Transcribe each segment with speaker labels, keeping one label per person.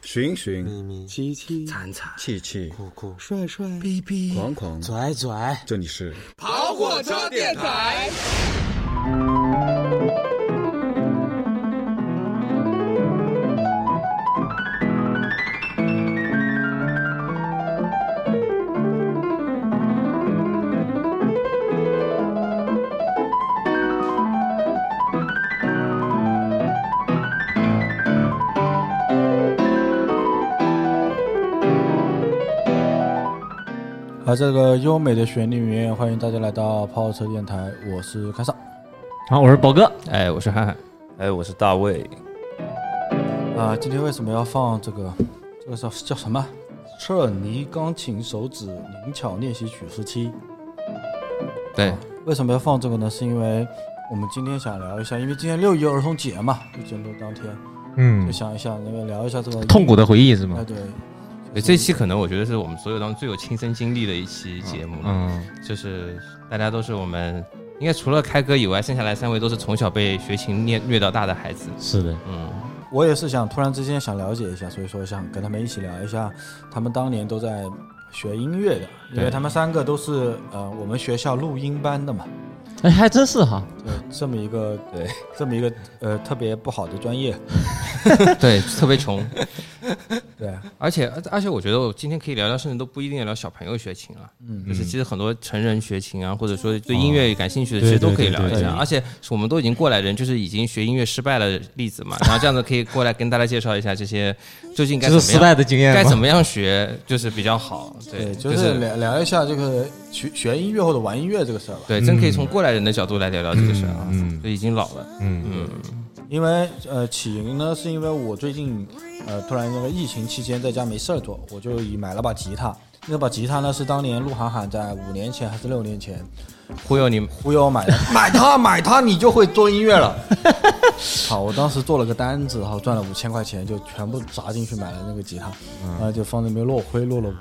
Speaker 1: 寻寻，
Speaker 2: 迷迷凄凄，
Speaker 3: 惨惨
Speaker 1: 嗯气气，
Speaker 4: 嗯
Speaker 2: 酷酷，
Speaker 3: 帅帅逼逼
Speaker 1: 狂狂，
Speaker 2: 拽拽，
Speaker 1: 这里是
Speaker 5: 跑火车电台。
Speaker 4: 而这个优美的旋律里面，欢迎大家来到泡车电台，我是开少
Speaker 6: 好，我是宝哥，哎，我是憨憨，
Speaker 7: 哎，我是大卫，
Speaker 4: 啊。今天为什么要放这个？这个叫叫什么？彻尼钢琴手指灵巧练习曲时期。
Speaker 6: 对
Speaker 4: 啊，为什么要放这个呢？是因为我们今天想聊一下，因为今天六一儿童节嘛，一节目当天，
Speaker 6: 嗯
Speaker 4: 就，想一下，那个聊一下这个
Speaker 6: 痛苦的回忆是
Speaker 4: 哎
Speaker 6: 吗？
Speaker 4: 对，
Speaker 8: 对，这期可能我觉得是我们所有当中最有亲身经历的一期节目了，
Speaker 6: 嗯，
Speaker 8: 就是大家都是我们应该除了开哥以外，剩下来三位都是从小被学琴虐虐到大的孩子。
Speaker 6: 是的，
Speaker 8: 嗯，
Speaker 4: 我也是想突然之间想了解一下，所以说想跟他们一起聊一下，他们当年都在学音乐的，因为
Speaker 6: 对
Speaker 4: 他们三个都是呃我们学校录音班的嘛，
Speaker 6: 哎，还真是哈，
Speaker 4: 对，这么一个
Speaker 7: 对，
Speaker 4: 这么一个呃特别不好的专业，
Speaker 8: 对，特别穷，
Speaker 4: 对，
Speaker 8: 而且而且我觉得我今天可以聊聊，甚至都不一定要聊小朋友学琴了，
Speaker 4: 嗯
Speaker 8: 就是其实很多成人学琴啊，或者说对音乐感兴趣
Speaker 6: 哦
Speaker 8: 的，
Speaker 6: 对
Speaker 8: 其实都可以
Speaker 6: 对对
Speaker 8: 聊一
Speaker 6: 对
Speaker 8: 下。
Speaker 6: 对
Speaker 8: 而且我们都已经过来人，就是已经学音乐失败的例 子嘛，然后这样子可以过来跟大家介绍一下这些究竟该
Speaker 6: 这
Speaker 8: 怎
Speaker 6: 是失
Speaker 8: 么样
Speaker 6: 败的经验
Speaker 8: 该
Speaker 6: 吗
Speaker 8: 怎么样学就是比 较好，对，
Speaker 4: 对，就
Speaker 8: 就是
Speaker 4: 聊聊一下这个学学音乐或者玩音乐这个事儿吧，
Speaker 8: 对，真可以从过来人的角度来聊聊这个事儿啊，
Speaker 6: 嗯嗯
Speaker 8: 就已经老了，
Speaker 6: 嗯
Speaker 4: 因为呃起因呢是因为我最近呃突然那个疫情期间在家没事儿做，我就以买了把吉他，那把吉他呢是当年陆涵涵在五年前还是六年前。
Speaker 8: 忽悠你，
Speaker 4: 忽悠买的，买它买它，你就会做音乐 了。好，我当时做了个单子，然后赚了五千块钱，就全部砸进去买了那个吉他，然后就放那边落灰，落了五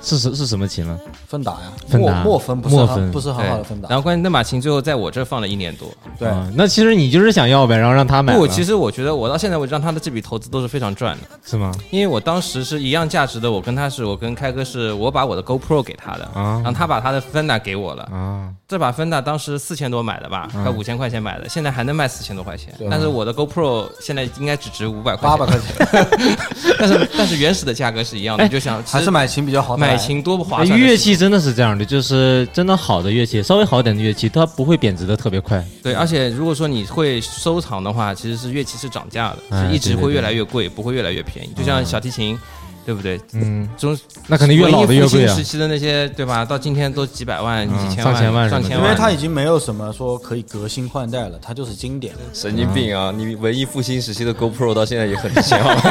Speaker 6: 是是是什么啊琴了？
Speaker 4: 芬达呀，
Speaker 6: 芬达
Speaker 4: 莫莫芬不是
Speaker 6: 莫
Speaker 4: 很
Speaker 6: 芬
Speaker 4: 不是很好的芬
Speaker 8: 然
Speaker 4: 达，
Speaker 8: 后关键那把琴最后在我这儿放了一年多，
Speaker 4: 对，
Speaker 6: 啊那其实你就是想要呗，然后让他买了，
Speaker 8: 哎不，其实我觉得我到现在为止让他的这笔投资都是非常赚的，
Speaker 6: 是吗？
Speaker 8: 因为我当时是一样价值的，我跟他是我跟开哥是我把我的 GoPro 给他的，
Speaker 6: 啊
Speaker 8: 然后他把他的芬达给我了，
Speaker 6: 啊，
Speaker 8: 这把芬达当时四千多买的
Speaker 4: 啊
Speaker 8: 吧，快五千块钱买的，现在还能卖四千多块钱，但是我的 GoPro 现在应该只值五百块
Speaker 4: 八百
Speaker 8: 钱，
Speaker 4: 块钱，
Speaker 8: 但是但是原始的价格是一样的，你就想
Speaker 4: 还是。买琴比较好
Speaker 8: 买琴多不划算的事
Speaker 6: 哎
Speaker 8: 情，
Speaker 6: 乐器真的是这样的，就是真的好的乐器，稍微好点的乐器，它不会贬值的特别 快。
Speaker 8: 对，而且如果说你会收藏的话，其实是乐器是涨价的，
Speaker 6: 哎
Speaker 8: 是一直
Speaker 6: 对对
Speaker 8: 会
Speaker 6: 对
Speaker 8: 越来越贵，不会越来越便宜。就像小提琴，对不对？
Speaker 6: 嗯，
Speaker 8: 中
Speaker 6: 那肯定越老的越贵
Speaker 8: 文艺
Speaker 6: 啊
Speaker 8: 复兴时。期的那些，对吧？到今天都几百万、
Speaker 6: 嗯
Speaker 8: 几千
Speaker 6: 上千万
Speaker 8: 万、
Speaker 6: 什么
Speaker 8: 上
Speaker 6: 的
Speaker 8: 千
Speaker 4: 因为
Speaker 8: 万。
Speaker 4: 它已经没有什么说可以革新换代了，它就是经典。
Speaker 7: 神经病啊！你文艺复兴时期的 GoPro 到现在也很值 钱，好
Speaker 8: 哎
Speaker 7: 吧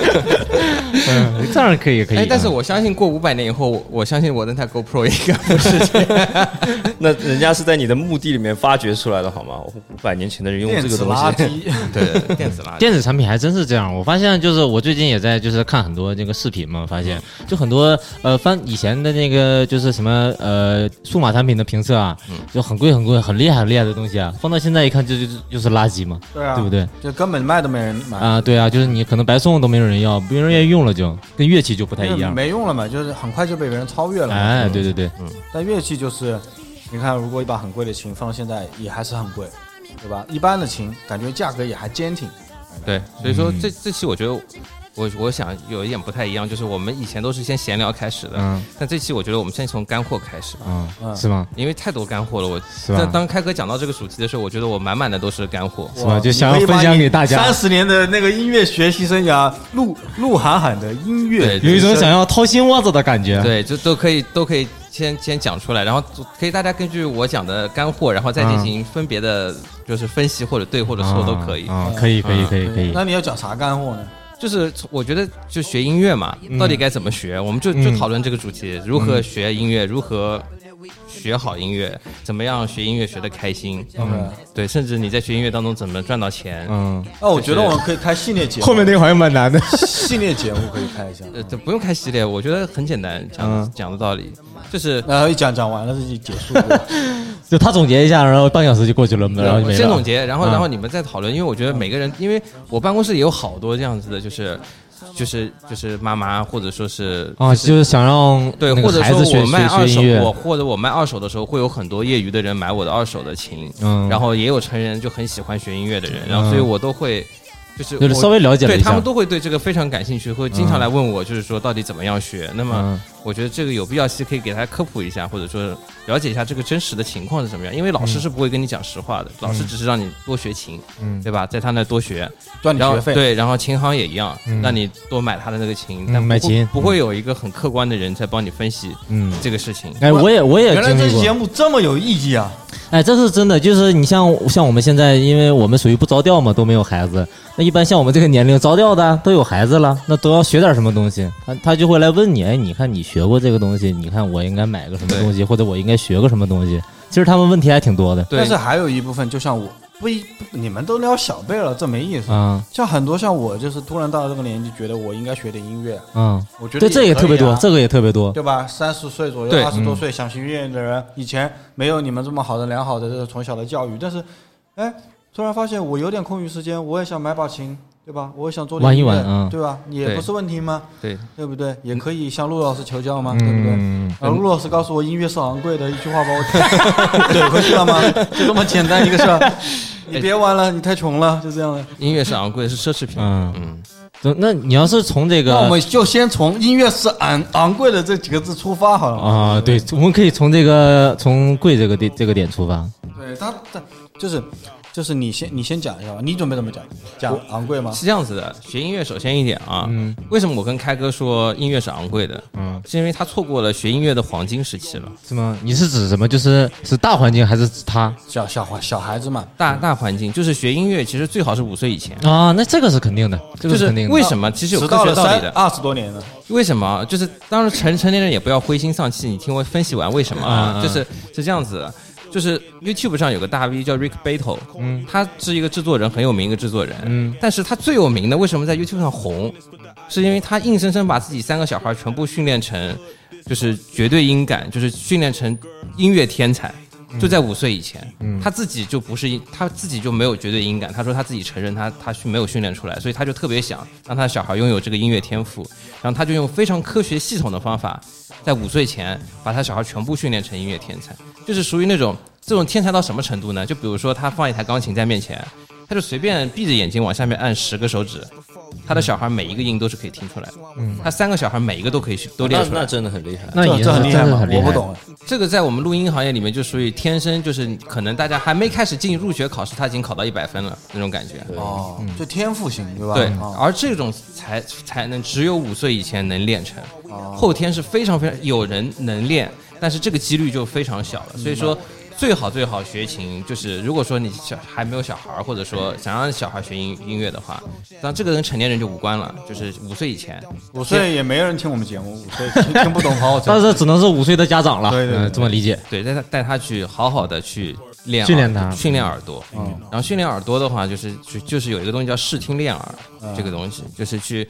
Speaker 6: 啊嗯，这样可以可以。
Speaker 8: 哎，但是我相信过五百年以后，我我相信我那台 GoPro 应该
Speaker 7: 那人家是在你的墓地里面发掘出来的，好吗？五百年前的人用
Speaker 4: 电
Speaker 7: 这个
Speaker 4: 子
Speaker 7: 东
Speaker 4: 垃
Speaker 7: 西，
Speaker 4: 圾，
Speaker 8: 对电子垃圾。
Speaker 6: 电子产品还真是这样，我发现就是我最近也在就是看很多这个视频嘛，发现就很多呃翻以前的那个就是什么呃数码产品的评测啊，就很贵很贵很厉害很厉害的东西啊，放到现在一看就就就是垃圾嘛，
Speaker 4: 对啊，哎
Speaker 6: 对不对？
Speaker 4: 就根本卖都没人买，
Speaker 6: 啊，对啊，就是你可能白送都没有人要，没人愿意用了就，跟乐器就不太一
Speaker 4: 因为
Speaker 6: 样。
Speaker 4: 没用了嘛，就是很快就被别人超越了嘛。
Speaker 6: 哎，对对对，
Speaker 4: 但乐器就是，你看，如果一把很贵的琴放到现在也还是很贵，对吧？一般的琴感觉价格也还坚挺，
Speaker 8: 对，所
Speaker 6: 嗯
Speaker 8: 以说这这期我觉得。我我想有一点不太一样，就是我们以前都是先闲聊开始的，
Speaker 6: 嗯
Speaker 8: 但这期我觉得我们先从干货开始吧，
Speaker 6: 嗯，
Speaker 4: 嗯
Speaker 6: 是吗？
Speaker 8: 因为太多干货了。我
Speaker 6: 是
Speaker 8: 但
Speaker 6: 吧？
Speaker 8: 当开哥讲到这个主题的时候，我觉得我满满的都是干货。
Speaker 6: 是吧？就想要分享给大家
Speaker 4: 三，十年的那个音乐学习生涯，鹿鹿晗晗的音乐
Speaker 8: 对
Speaker 6: 有一种
Speaker 4: 人生
Speaker 6: 想要掏心窝子的感觉。
Speaker 8: 对，就都可以都可以先先讲出来，然后可以大家根据我讲的干货，然后再
Speaker 6: 嗯
Speaker 8: 进行分别的，就是分析或者对或者错都可以。
Speaker 6: 啊，啊可以可以可以可以。
Speaker 4: 那你要讲啥干货呢？
Speaker 8: 就是从我觉得就学音乐嘛，到底该怎么学，我们就就
Speaker 6: 嗯
Speaker 8: 讨论这个主题，如何学音乐，如何。学好音乐，怎么样学音乐学得开心？嗯，对，甚至你在学音乐当中怎么赚到钱？
Speaker 6: 嗯，
Speaker 4: 哦，我觉得我们可以开系列节目，
Speaker 6: 后面那个好像蛮难的。
Speaker 4: 系列节目可以开一下。
Speaker 8: 呃，这不用开系列，我觉得很简单，讲、
Speaker 6: 嗯
Speaker 8: 讲的道理就是
Speaker 4: 然后呃一讲讲完了，这就结束 了。
Speaker 6: 就他总结一下，然后半小时就过去了，然后就没了。
Speaker 8: 先总结，然后
Speaker 6: 嗯
Speaker 8: 然后你们再讨论，因为我觉得每个人，因为我办公室也有好多这样子的，就是就是就是妈妈或者说是
Speaker 6: 啊，就是想让
Speaker 8: 对，
Speaker 6: 那个
Speaker 8: 或者
Speaker 6: 孩
Speaker 8: 说
Speaker 6: 子学
Speaker 8: 我卖
Speaker 6: 学
Speaker 8: 二
Speaker 6: 学
Speaker 8: 手
Speaker 6: 音，
Speaker 8: 我
Speaker 6: 乐，
Speaker 8: 或者我卖二手的时候，会有很多业余的人买我的二手的琴，
Speaker 6: 嗯
Speaker 8: 然后也有成人就很喜欢学音乐的人，然后所以我都会就是
Speaker 6: 就是
Speaker 8: 我
Speaker 6: 稍微了解了
Speaker 8: 对
Speaker 6: 一下。
Speaker 8: 他们都会对这个非常感兴趣，会经常
Speaker 6: 嗯
Speaker 8: 来问我，就是说到底怎么样学。那么
Speaker 6: 嗯
Speaker 8: 我觉得这个有必要是可以给他科普一下，或者说了解一下这个真实的情况是怎么样，因为老师是不会跟你讲实话的，老师只是让你多学琴，
Speaker 6: 嗯
Speaker 8: 对吧？在他那多学，
Speaker 4: 赚你
Speaker 8: 然后
Speaker 4: 学费。
Speaker 8: 对，然后琴行也一样，
Speaker 6: 嗯
Speaker 8: 让你多买他的那个琴，
Speaker 6: 嗯
Speaker 8: 但不
Speaker 6: 买琴
Speaker 8: 不会有一个很客观的人在帮你分析
Speaker 6: 嗯，
Speaker 8: 这个事情。
Speaker 6: 哎，我也我也
Speaker 1: 原来
Speaker 6: 经
Speaker 1: 这
Speaker 6: 历
Speaker 1: 期节
Speaker 6: 过，
Speaker 1: 目这么有意义啊！
Speaker 6: 哎，这是真的，就是你像像我们现在，因为我们属于不着调嘛，都没有孩子。那一般像我们这个年龄着调的都有孩子了，那都要学点什么东西，他他就会来问你，哎，你看你学过这个东西，你看我应该买个什么
Speaker 8: 对
Speaker 6: 东西，或者我应该学个什么东西。其实他们问题还挺多的，
Speaker 8: 对
Speaker 4: 但是还有一部分，就像我不一，不你们都聊小辈了，这没意思。
Speaker 6: 啊
Speaker 4: 像很多像我，就是突然到了这个年纪，觉得我应该学点音乐，
Speaker 6: 嗯，
Speaker 4: 我觉得
Speaker 6: 对，这也
Speaker 4: 可以
Speaker 6: 特别多
Speaker 4: 啊，
Speaker 6: 这个也嗯特别多，
Speaker 4: 对吧？三十岁左
Speaker 8: 对
Speaker 4: 右，二十多岁想学音乐的人，以前没有你们这么好的良好的这个从小的教育，但是，哎，突然发现我有点空余时间，我也想买把琴，对吧？我也想做点
Speaker 6: 玩一
Speaker 4: 音乐
Speaker 6: 玩嗯
Speaker 4: 对吧？也
Speaker 8: 对
Speaker 4: 不是问题吗？
Speaker 8: 对，
Speaker 4: 对不对？也可以向陆老师求教嘛，对不对？
Speaker 6: 嗯，
Speaker 4: 然后陆老师告诉我音乐是昂贵的，一句话把我 怼回去了 吗？就这么简单一个事儿，
Speaker 6: 哎
Speaker 4: 你别玩了，你太穷了，就这样了。
Speaker 8: 音乐是昂贵的，是奢侈品。
Speaker 6: 嗯
Speaker 8: 嗯，
Speaker 6: 就那你要是从这个
Speaker 4: 那我们就先从音乐是昂昂贵的这几个字出发好了嘛。
Speaker 6: 啊，对，我们可以从这个从贵这个点这个点出发。
Speaker 4: 对他，他就是就是你先你先讲一下吧，你准备怎么讲？讲昂贵吗？
Speaker 8: 是这样子的，学音乐首先一点啊，为什么我跟开哥说音乐是昂贵的？
Speaker 6: 嗯
Speaker 8: 是因为他错过了学音乐的黄金时期了。
Speaker 6: 是吗？你是指什么？就是是大环境还是指他
Speaker 4: 小小孩小孩子嘛，
Speaker 8: 大大环境就是学音乐，其实最好是五岁以前。
Speaker 6: 啊？那这个是肯定的，这
Speaker 8: 就
Speaker 6: 个
Speaker 8: 是
Speaker 6: 肯定的。
Speaker 8: 为什么？其实有
Speaker 4: 迟
Speaker 8: 科
Speaker 4: 到
Speaker 8: 学
Speaker 4: 了
Speaker 8: 道理
Speaker 4: 三
Speaker 8: 的。
Speaker 4: 二十多年了，
Speaker 8: 为什么？就是当然成成年人也不要灰心丧气。你听我分析完为什么啊？
Speaker 6: 嗯嗯
Speaker 8: 就是是这样子的，就是 YouTube 上有个大 V 叫 Rick Beato，嗯，他是一个制作人，很有名一个制作人，嗯，但是他最有名的为什么在 YouTube 上红，是因为他硬生生把自己三个小孩全部训练成，就是绝对音感，就是训练成音乐天才。就在五岁以前，他自己就不是音，他自己就没有绝对音感。他说他自己承认他他是没有训练出来，所以他就特别想让他的小孩拥有这个音乐天赋，然后他就用非常科学系统的方法，在五岁前把他小孩全部训练成音乐天才，就是属于那种这种天才到什么程度呢？就比如说他放一台钢琴在面前，他就随便闭着眼睛往下面按十个手指，他的小孩每一个音都是可以听出来的。他三个小孩每一个都可以去都
Speaker 7: 那
Speaker 8: 练出来
Speaker 7: 那。真的很厉害。
Speaker 6: 啊那
Speaker 4: 这
Speaker 6: 也是
Speaker 4: 这很厉害
Speaker 6: 真的
Speaker 4: 吗
Speaker 6: 很？厉
Speaker 4: 我
Speaker 6: 害。
Speaker 4: 不懂，
Speaker 8: 这个在我们录音行业里面就属于天生，就是可能大家还没开始进入学考试，他已经考到一百分了那种感觉。
Speaker 4: 哦，就天赋型对吧？
Speaker 8: 对，嗯
Speaker 4: 啊
Speaker 8: 而这种才才能只有五岁以前能练成，
Speaker 4: 啊
Speaker 8: 后天是非常非常有人能练，但是这个几率就非常小
Speaker 4: 嗯
Speaker 8: 了。所以说，最好最好学琴，就是如果说你小还没有小孩儿，或者说想让小孩学音音乐的话，那这个跟成年人就无关了，就是五岁以前。
Speaker 4: 五岁也没人听我们节目，五岁听听不懂跑火
Speaker 6: 但
Speaker 4: 车。
Speaker 6: 是只能是五岁的家长了，
Speaker 4: 对对对
Speaker 6: 嗯这么理解。
Speaker 8: 对，带他带他去好好的去练耳
Speaker 6: 训练他嗯
Speaker 8: 训练耳朵。嗯然后训练耳朵的话，就是就就是有一个东西叫视听练耳，
Speaker 6: 嗯
Speaker 8: 这个东西就是去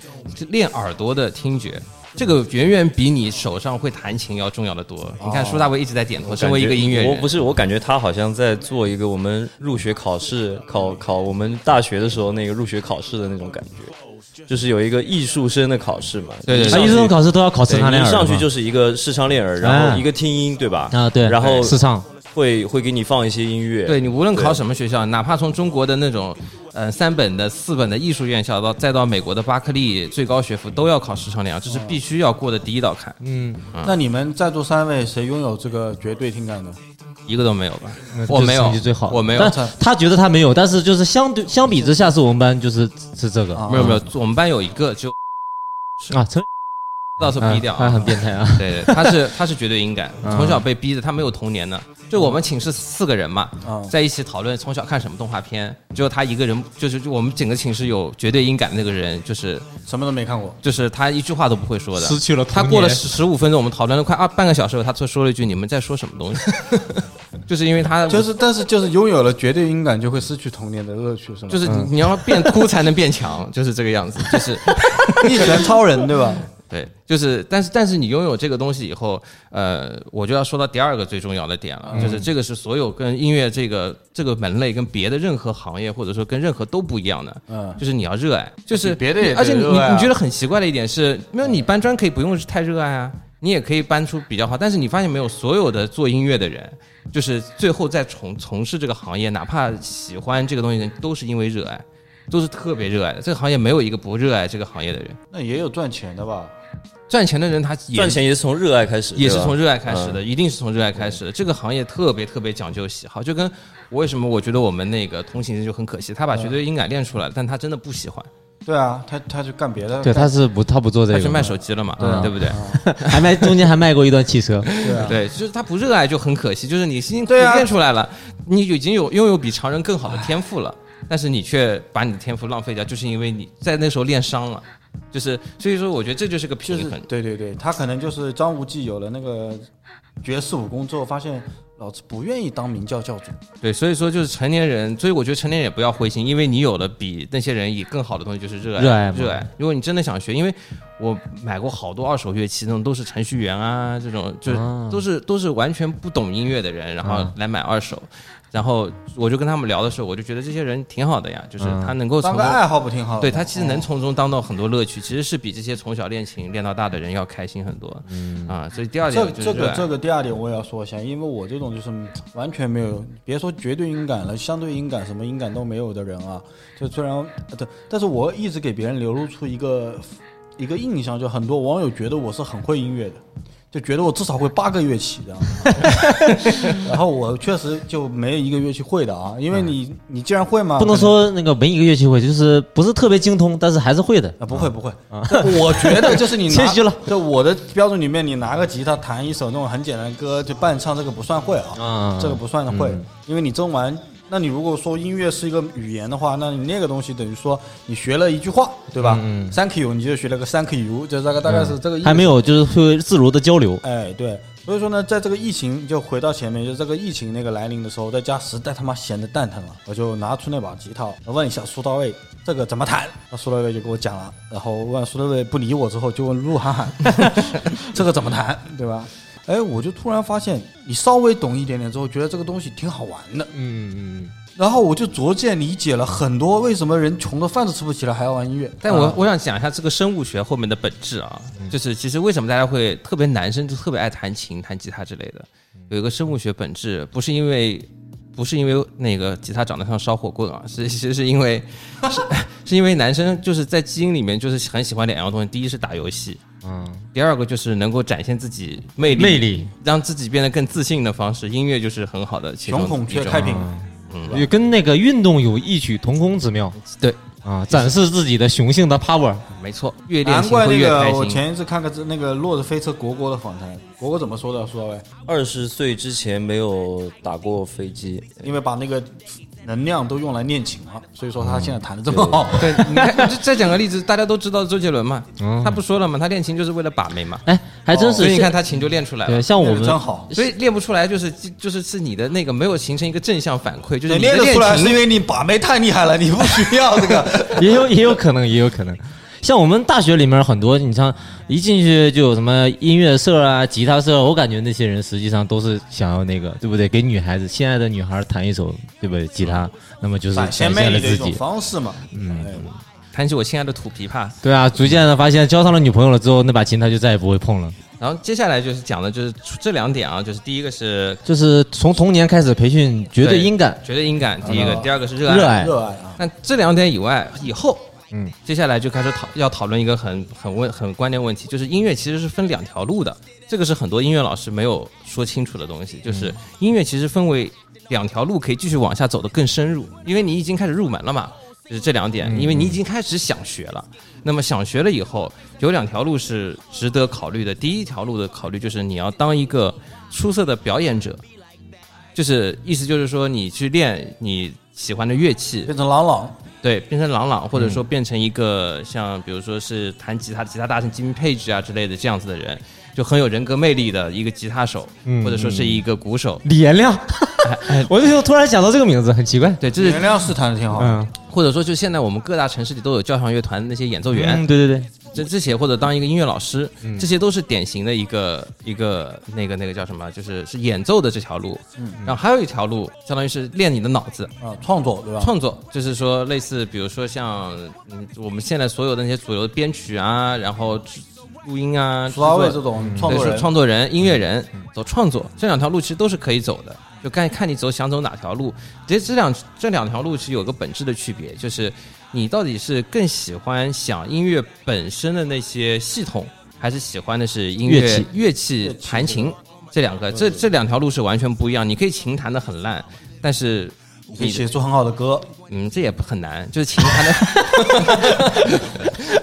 Speaker 8: 练耳朵的听觉。这个远远比你手上会弹琴要重要的多。你
Speaker 6: 哦
Speaker 8: 看，舒大卫一直在点头。身为一个音乐
Speaker 7: 我不
Speaker 8: 人，
Speaker 7: 是，我感觉他好像在做一个我们入学考试考考我们大学的时候那个入学考试的那种感觉，就是有一个艺术生的考试嘛。
Speaker 8: 对对对
Speaker 6: 他
Speaker 7: 上
Speaker 6: 一
Speaker 7: 去
Speaker 6: 生考试都要考视
Speaker 7: 对
Speaker 6: 唱练
Speaker 7: 你
Speaker 6: 耳
Speaker 7: 一
Speaker 6: 的嘛，
Speaker 7: 上去就是一个视唱练耳，
Speaker 8: 哎
Speaker 7: 然后一个听音，对吧？
Speaker 6: 啊，对，
Speaker 7: 然后
Speaker 6: 视唱，
Speaker 7: 会会给你放一些音乐。
Speaker 8: 对你无论考
Speaker 7: 对
Speaker 8: 什么学校，哪怕从中国的那种。呃，三本的、四本的艺术院校，到再到美国的巴克利最高学府，都要考视唱练耳，这是必须要过的第一道坎，
Speaker 6: 嗯，
Speaker 4: 那你们在座三位谁拥有这个绝对听感呢？
Speaker 8: 一个都没有吧？
Speaker 6: 那
Speaker 8: 我
Speaker 6: 这
Speaker 8: 没有
Speaker 6: 成绩最好，
Speaker 8: 我没有
Speaker 6: 但他觉得他没有，但是就是相对相比之下，是我们班就是是这个
Speaker 4: 啊
Speaker 8: 没有没有，我们班有一个就
Speaker 6: 啊，成
Speaker 8: 到时候逼掉
Speaker 6: 啊他 很变态啊。
Speaker 8: 对，对他是他是绝对音感，从小被逼的，他没有童年的。嗯就我们寝室四个人嘛
Speaker 4: 嗯，
Speaker 8: 在一起讨论从小看什么动画片，只有他一个人，就是就我们整个寝室有绝对音感的那个人，就是
Speaker 4: 什么都没看过。
Speaker 8: 就是他一句话都不会说的，
Speaker 6: 失去了童
Speaker 8: 他
Speaker 6: 年
Speaker 8: 过了十十五分钟，我们讨论了快二啊半个小时后，他才说了一句：“你们在说什么东西？” 就是因为他
Speaker 4: 就是，但是就是拥有了绝对音感，就会失去童年的乐趣，是吗？嗯
Speaker 8: 就是你你要变秃才能变强，就是这个样子，就是。
Speaker 4: 一拳超人，对吧？
Speaker 8: 对，就是，但是但是你拥有这个东西以后，呃，我就要说到第二个最重要的点了，
Speaker 1: 嗯
Speaker 8: 就是这个是所有跟音乐这个这个门类跟别的任何行业或者说跟任何都不一样的，
Speaker 4: 嗯
Speaker 8: 就是你要热爱，就是
Speaker 1: 别的也得
Speaker 8: 而且你
Speaker 1: 热爱啊嗯
Speaker 8: 你你觉得很奇怪的一点是，没有你搬砖可以不用太热爱啊，你也可以搬出比较好，但是你发现没有，所有的做音乐的人，就是最后在从从事这个行业，哪怕喜欢这个东西的人，都是因为热爱。都是特别热爱的，这个行业没有一个不热爱这个行业的人。
Speaker 4: 那也有赚钱的吧？
Speaker 8: 赚钱的人他也
Speaker 7: 赚钱也是从热爱开始，
Speaker 8: 也是
Speaker 7: 对吧
Speaker 8: 从热爱开始的，一定是从热爱开始的。这个行业特别特别讲究喜好，就跟为什么我觉得我们那个同行就很可惜，他
Speaker 4: 嗯
Speaker 8: 把绝对音感练出来了，但他真的不喜欢，
Speaker 4: 对啊，他他就干别的，
Speaker 6: 对，他是不他不做这
Speaker 8: 他
Speaker 6: 个，
Speaker 8: 去卖手机了嘛，对不对？
Speaker 4: 嗯
Speaker 6: 还卖中间还卖过一段汽车，
Speaker 8: 对，就是他不热爱就很可惜，就是你辛辛苦苦
Speaker 4: 对啊
Speaker 8: 练出来了，你已经有拥有比常人更好的天赋了，但是你却把你的天赋浪费掉，就是因为你在那时候练伤了，就是所以说我觉得这就是个
Speaker 4: 就
Speaker 8: 平
Speaker 4: 是
Speaker 8: 衡。
Speaker 4: 对对对，他可能就是张无忌有了那个绝世武功之后，发现老子不愿意当明教教主，
Speaker 8: 对，所以说就是成年人，所以我觉得成年人也不要灰心，因为你有了比那些人也更好的东西，就是热爱，
Speaker 6: 热爱嘛
Speaker 8: 如果你真的想学，因为我买过好多二手乐器，那种都是程序员啊，这种就是、都是都是完全不懂音乐的人，然
Speaker 6: 啊
Speaker 8: 后来买二手。然后我就跟他们聊的时候，我就觉得这些人挺好的呀，就是
Speaker 6: 嗯
Speaker 8: 他能够从
Speaker 4: 当个
Speaker 8: 中
Speaker 4: 爱好不挺好的吗？嗯
Speaker 8: 对他其实能从中当到很多乐趣，其实是比这些从小练琴练到大的人要开心很多。嗯啊，所以第二点
Speaker 4: 这
Speaker 8: 就是
Speaker 4: 这
Speaker 8: 热
Speaker 4: 个
Speaker 8: 爱
Speaker 4: 这个第二点我也要说一下，因为我这种就是嗯完全没有，别说绝对音感了，相对音感什么音感都没有的人啊，就虽然呃对，但是我一直给别人流露出一个一个印象，就很多网友觉得我是很会音乐的。就觉得我至少会八个乐器 这样，啊然后我确实就没有一个乐器会的啊，因为你你既然会嘛，
Speaker 6: 不能
Speaker 4: 可
Speaker 6: 说那个没一个乐器会，就是不是特别精通，但是还是会的。
Speaker 4: 啊，不会不会，我觉得就是 你拿
Speaker 6: 谦虚了。
Speaker 4: 在我的标准里面，你拿个吉他弹一首那种很简单的歌，就伴唱，这个不算会啊，
Speaker 6: 嗯
Speaker 4: 这个不算会，因为你真玩。那你如果说音乐是一个语言的话，那你那个东西等于说你学了一句话，对吧？三 Q 你就学了个三 Q U，就大概大概是这个意思。
Speaker 6: 嗯还没有就是会自如的交流，
Speaker 4: 哎，对，所以说呢，在这个疫情就回到前面，就这个疫情那个来临的时候，在家实在他妈闲得蛋疼了，我就拿出那把吉他，我问一下苏大卫这个怎么弹，那苏大卫就给我讲了，然后问苏大卫不理我之后，就问鹿晗晗 这个怎么弹，对吧？哎，我就突然发现，你稍微懂一点点之后，觉得这个东西挺好玩的，
Speaker 6: 嗯嗯
Speaker 4: 然后我就逐渐理解了很多为什么人穷的饭都吃不起了还要玩音乐。啊
Speaker 8: 但我、我想讲一下这个生物学后面的本质啊，
Speaker 4: 嗯
Speaker 8: 就是其实为什么大家会特别男生就特别爱弹琴、弹吉他之类的，
Speaker 4: 嗯
Speaker 8: 有一个生物学本质，不是因为不是因为那个吉他长得像烧火棍啊， 是其实是因为是 是因为男生就是在基因里面就是很喜欢两样东西，第一是打游戏，嗯，第二个就是能够展现自己魅力，
Speaker 6: 魅力
Speaker 8: 让自己变得更自信的方式，音乐就是很好的其中
Speaker 4: 穷孔
Speaker 8: 一
Speaker 4: 雀
Speaker 8: 种啊
Speaker 4: 开屏，
Speaker 6: 嗯，也跟那个运动有异曲同工之妙
Speaker 8: 对，
Speaker 6: 啊，展示自己的雄性的 power。
Speaker 8: 没错，越练
Speaker 4: 难
Speaker 8: 琴
Speaker 4: 怪
Speaker 8: 会
Speaker 4: 那
Speaker 8: 越开
Speaker 4: 个
Speaker 8: 心。
Speaker 4: 我前一次看个那个《落日飞车》国国的访谈，国国怎么说的？苏大卫，
Speaker 7: 二十岁之前没有打过飞机，
Speaker 8: 嗯
Speaker 4: 因为把那个能量都用来练琴了，所以说他现在弹的这么好。
Speaker 8: 对，你看，这再讲个例子，大家都知道周杰伦嘛，他不说了嘛，他练琴就是为了把妹嘛，
Speaker 6: 哎，还真
Speaker 8: 所
Speaker 6: 哦是。
Speaker 8: 以你看他琴就练出来
Speaker 6: 对，
Speaker 8: 了。
Speaker 6: 像我
Speaker 4: 练得
Speaker 6: 们
Speaker 4: 真好，
Speaker 8: 所以练不出来就是就是是你的那个没有形成一个正向反馈，就是
Speaker 4: 你
Speaker 8: 你的
Speaker 4: 练得
Speaker 8: 练
Speaker 4: 出来是
Speaker 8: 琴
Speaker 4: 因为你把妹太厉害了，你不需要这 个。
Speaker 6: 也有也有可能，也有可能。像我们大学里面很多，你像一进去就有什么音乐社啊、吉他社，我感觉那些人实际上都是想要那个，对不对？给女孩子、心爱的女孩弹一首，对不对？吉他，那么就是展
Speaker 4: 展现
Speaker 6: 现
Speaker 4: 魅
Speaker 6: 了
Speaker 4: 力的一
Speaker 6: 自
Speaker 4: 种
Speaker 6: 己。
Speaker 4: 方式嘛。嗯，
Speaker 8: 弹起我亲爱的土琵琶。
Speaker 6: 对啊，逐渐的发现交上了女朋友了之后，那把琴他就再也不会碰了。
Speaker 8: 然后接下来就是讲的就是这两点啊，就是第一个是
Speaker 6: 就是从童年开始培训绝对音感、
Speaker 8: 绝对音感，第一个，第二个是热爱。
Speaker 6: 哦热爱。
Speaker 4: 热爱啊，
Speaker 8: 那这两点以外，以后，
Speaker 6: 嗯
Speaker 8: 嗯，接下来就开始讨要讨论一个很很问很关键问题，就是音乐其实是分两条路的，这个是很多音乐老师没有说清楚的东西，就是音乐其实分为两条路，可以继续往下走得更深入，因为你已经开始入门了嘛，就是这两点，因为你已经开始想学了。那么想学了以后，有两条路是值得考虑的。第一条路的考虑就是你要当一个出色的表演者，就是意思就是说你去练你喜欢的乐器，
Speaker 4: 变成朗朗，
Speaker 8: 对，变成朗朗，或者说变成一个像比如说是弹吉他吉他大神 Jimmy Page 啊之类的这样子的人，就很有人格魅力的一个吉他手，或者说是一个鼓手。
Speaker 6: 哎 李延亮，我就突然想到这个名字，很奇怪。
Speaker 8: 对，这
Speaker 4: 原
Speaker 8: 是
Speaker 4: 谅是弹的挺好。
Speaker 6: 嗯，
Speaker 8: 或者说就现在我们各大城市里都有交响乐团的那些演奏员，
Speaker 6: 嗯，对对对，
Speaker 8: 这这些或者当一个音乐老师，这些都是典型的一个一个那个那个叫什么，就是是演奏的这条路。然后还有一条路，相当于是练你的脑子。
Speaker 4: 啊，创作对吧？
Speaker 8: 创作就是说，类似比如说像嗯我们现在所有的那些主流的编曲啊，然后制录音啊，
Speaker 4: 苏大卫
Speaker 8: 制
Speaker 4: 这
Speaker 8: 作
Speaker 4: 种创作
Speaker 8: 对
Speaker 4: 人
Speaker 8: 是，创作人、音乐人走创作这两条路其实都是可以走的，就看看你走想走哪条路。其实这两这两条路是有个本质的区别，就是你到底是更喜欢想音乐本身的那些系统，还是喜欢的是音乐
Speaker 6: 乐器
Speaker 8: 乐器弹琴这两个，这这两条路是完全不一样。你可以琴弹的很烂，但是
Speaker 4: 可以
Speaker 8: 你
Speaker 4: 写出很好的歌，
Speaker 8: 嗯这也不很难，就是琴弹的，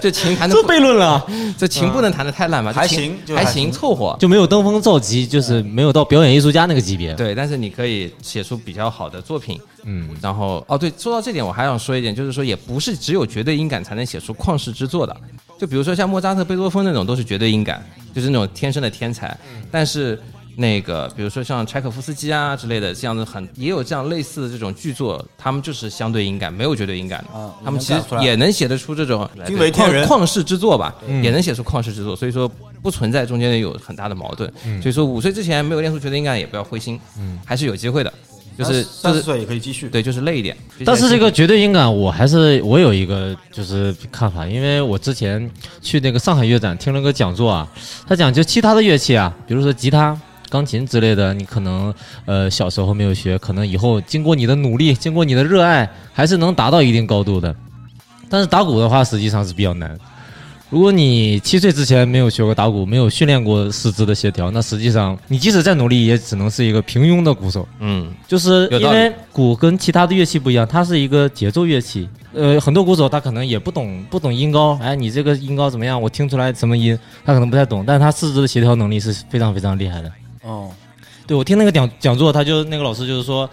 Speaker 8: 就琴弹的
Speaker 6: 这悖论了，
Speaker 8: 这琴不能弹的太烂吧？
Speaker 4: 还
Speaker 8: 就琴
Speaker 4: 行就
Speaker 8: 还
Speaker 4: 还
Speaker 8: 行，
Speaker 4: 行
Speaker 8: 凑合。
Speaker 6: 就没有登峰造极，就是没有到表演艺术家那个级别。
Speaker 8: 对，但是你可以写出比较好的作品，嗯，然后哦，对，说到这点，我还想说一点，就是说，也不是只有绝对音感才能写出旷世之作的，就比如说像莫扎特、贝多芬那种都是绝对音感，就是那种天生的天才，但是。那个，比如说像柴可夫斯基啊之类的，这样的很也有这样类似的这种剧作，他们就是相对音感，没有绝对音感的。
Speaker 4: 啊
Speaker 8: 他们
Speaker 4: 能
Speaker 8: 其实
Speaker 4: 感出来
Speaker 8: 也能写得出这种
Speaker 4: 惊为天人
Speaker 8: 旷旷世之作吧，也能写出旷世之作，所以说不存在中间有很大的矛盾。所以说五岁之前没有练出绝对音感也不要灰心，还是有机会的，就是
Speaker 4: 三十
Speaker 8: 就是
Speaker 4: 岁也可以继续。
Speaker 8: 对，就是累一点。
Speaker 6: 但是这个绝对音感，我还是我有一个就是看法，因为我之前去那个上海乐展听了个讲座啊，他讲就其他的乐器啊，比如说吉他、钢琴之类的，你可能呃小时候没有学，可能以后经过你的努力，经过你的热爱，还是能达到一定高度的。但是打鼓的话，实际上是比较难。如果你七岁之前没有学过打鼓，没有训练过四肢的协调，那实际上你即使再努力，也只能是一个平庸的鼓手。
Speaker 8: 嗯，
Speaker 6: 就是
Speaker 8: 有
Speaker 6: 因
Speaker 8: 道理
Speaker 6: 为鼓跟其他的乐器不一样，它是一个节奏乐器。呃，很多鼓手他可能也不懂不懂音高，哎，你这个音高怎么样？我听出来什么音，他可能不太懂，但是他四肢的协调能力是非常非常厉害的。
Speaker 4: 哦，
Speaker 6: 对我听那个讲讲座，他就那个老师就是说，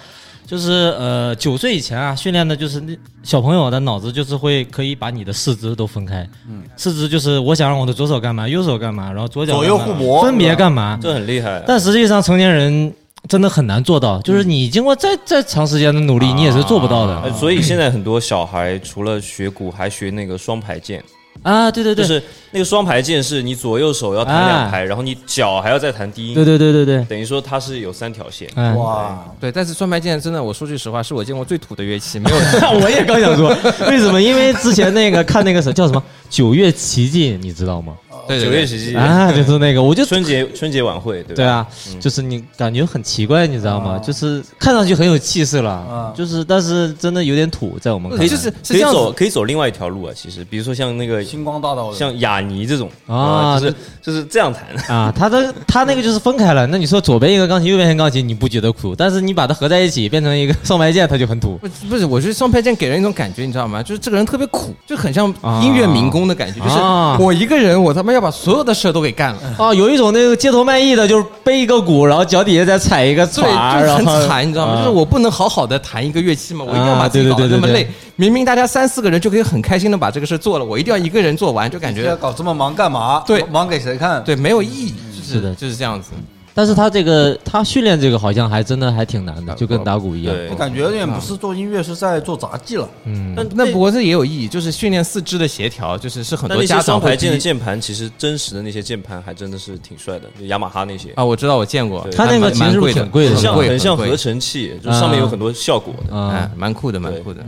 Speaker 6: 就是呃九岁以前啊，训练的就是那小朋友的脑子就是会可以把你的四肢都分开，嗯，四肢就是我想让我的左手干嘛，右手干嘛，然后左脚
Speaker 4: 左
Speaker 6: 干
Speaker 4: 右
Speaker 6: 嘛
Speaker 4: 互搏
Speaker 6: 分别干嘛，
Speaker 7: 这很厉害。啊
Speaker 6: 但实际上，成年人真的很难做到，就是你经过再再长时间的努力，你也是做不到
Speaker 7: 呃
Speaker 6: 的
Speaker 7: 所以现在很多小孩除了学鼓，还学那个双排键，
Speaker 6: 啊！对对
Speaker 7: 就
Speaker 6: 对，
Speaker 7: 是那个双排键是你左右手要弹两
Speaker 8: 啊
Speaker 7: 排，然后你脚还要再弹低音，
Speaker 6: 对对对对对，
Speaker 7: 等于说它是有三条线。
Speaker 6: 哎，
Speaker 8: 嗯
Speaker 4: 哇，
Speaker 8: 对。但是双排键真的，我说句实话，是我见过最土的乐器，没有
Speaker 6: 嗯 我也刚想说，为什么？因为之前那个看那个什叫什么《九月奇迹》，你知道吗？
Speaker 8: 对
Speaker 7: 九
Speaker 8: 对
Speaker 7: 月
Speaker 8: 对。
Speaker 7: 奇迹，
Speaker 6: 啊，就是那个，我就
Speaker 7: 春节春节晚会对吧？
Speaker 6: 对啊，就是你感觉很奇怪，你知道吗？就是看上去很有气势了
Speaker 4: 啊，
Speaker 6: 就是但是真的有点土，在我们看来
Speaker 8: 就是是
Speaker 7: 可
Speaker 8: 这
Speaker 7: 以
Speaker 8: 样
Speaker 7: 走
Speaker 8: 子，
Speaker 7: 可以走另外一条路啊。其实，比如说像那个
Speaker 4: 星光大道的
Speaker 7: 像雅尼这种
Speaker 6: 啊
Speaker 7: 就是就是这 样弹。
Speaker 6: 啊，他的他那个就是分开了。那你说左边一个钢琴，右边一个钢琴，你不觉得苦？但是你把它合在一起，变成一个双白键，它就很土。
Speaker 8: 不不是，我觉得双排键给人一种感觉，你知道吗？就是这个人特别苦，就很像
Speaker 6: 啊
Speaker 8: 音乐民工的感觉，就是
Speaker 6: 啊
Speaker 8: 我一个人，我他妈要把所有的事儿都给干了。
Speaker 6: 啊，有一种那个街头卖艺的，就是背一个鼓，然后脚底下再踩一个
Speaker 8: 对，
Speaker 6: 镲，
Speaker 8: 就是
Speaker 6: 然
Speaker 8: 很
Speaker 6: 后
Speaker 8: 惨，你知道吗？
Speaker 6: 啊
Speaker 8: 就是我不能好好的弹一个乐器嘛，我一定要把自己
Speaker 6: 啊对对
Speaker 8: 搞得那么
Speaker 6: 对对对
Speaker 8: 累。明明大家三四个人就可以很开心的把这个事做了，我一定要一个人做完，就感
Speaker 4: 要
Speaker 8: 觉
Speaker 4: 搞这么忙干嘛？
Speaker 8: 对
Speaker 4: 忙给谁看？
Speaker 8: 对没有意义，就是
Speaker 6: 是的
Speaker 8: 就是这样子。
Speaker 6: 但是他这个他训练这个好像还真的还挺难的，就跟 打鼓一样。
Speaker 7: 对
Speaker 4: 我感觉有点不是做音乐，是在做杂技了。
Speaker 8: 那那不过这也有意义，就是训练四肢的协调，就是是很
Speaker 7: 那
Speaker 8: 多
Speaker 7: 那
Speaker 8: 家
Speaker 7: 些
Speaker 8: 长
Speaker 7: 双
Speaker 8: 会
Speaker 7: 排键的
Speaker 8: 逼
Speaker 7: 键盘，其实真实的那些键盘还真的是挺帅的，就雅马哈那些，
Speaker 8: 啊，我知道我见过，
Speaker 7: 对
Speaker 6: 他那个其实
Speaker 8: 蛮贵
Speaker 6: 挺贵的
Speaker 7: 很
Speaker 8: 很
Speaker 7: 像
Speaker 8: 贵，
Speaker 7: 很像
Speaker 8: 贵
Speaker 7: 合。成器，就上面有很多效果的。
Speaker 6: 啊、
Speaker 8: 哎，蛮酷的，蛮酷的。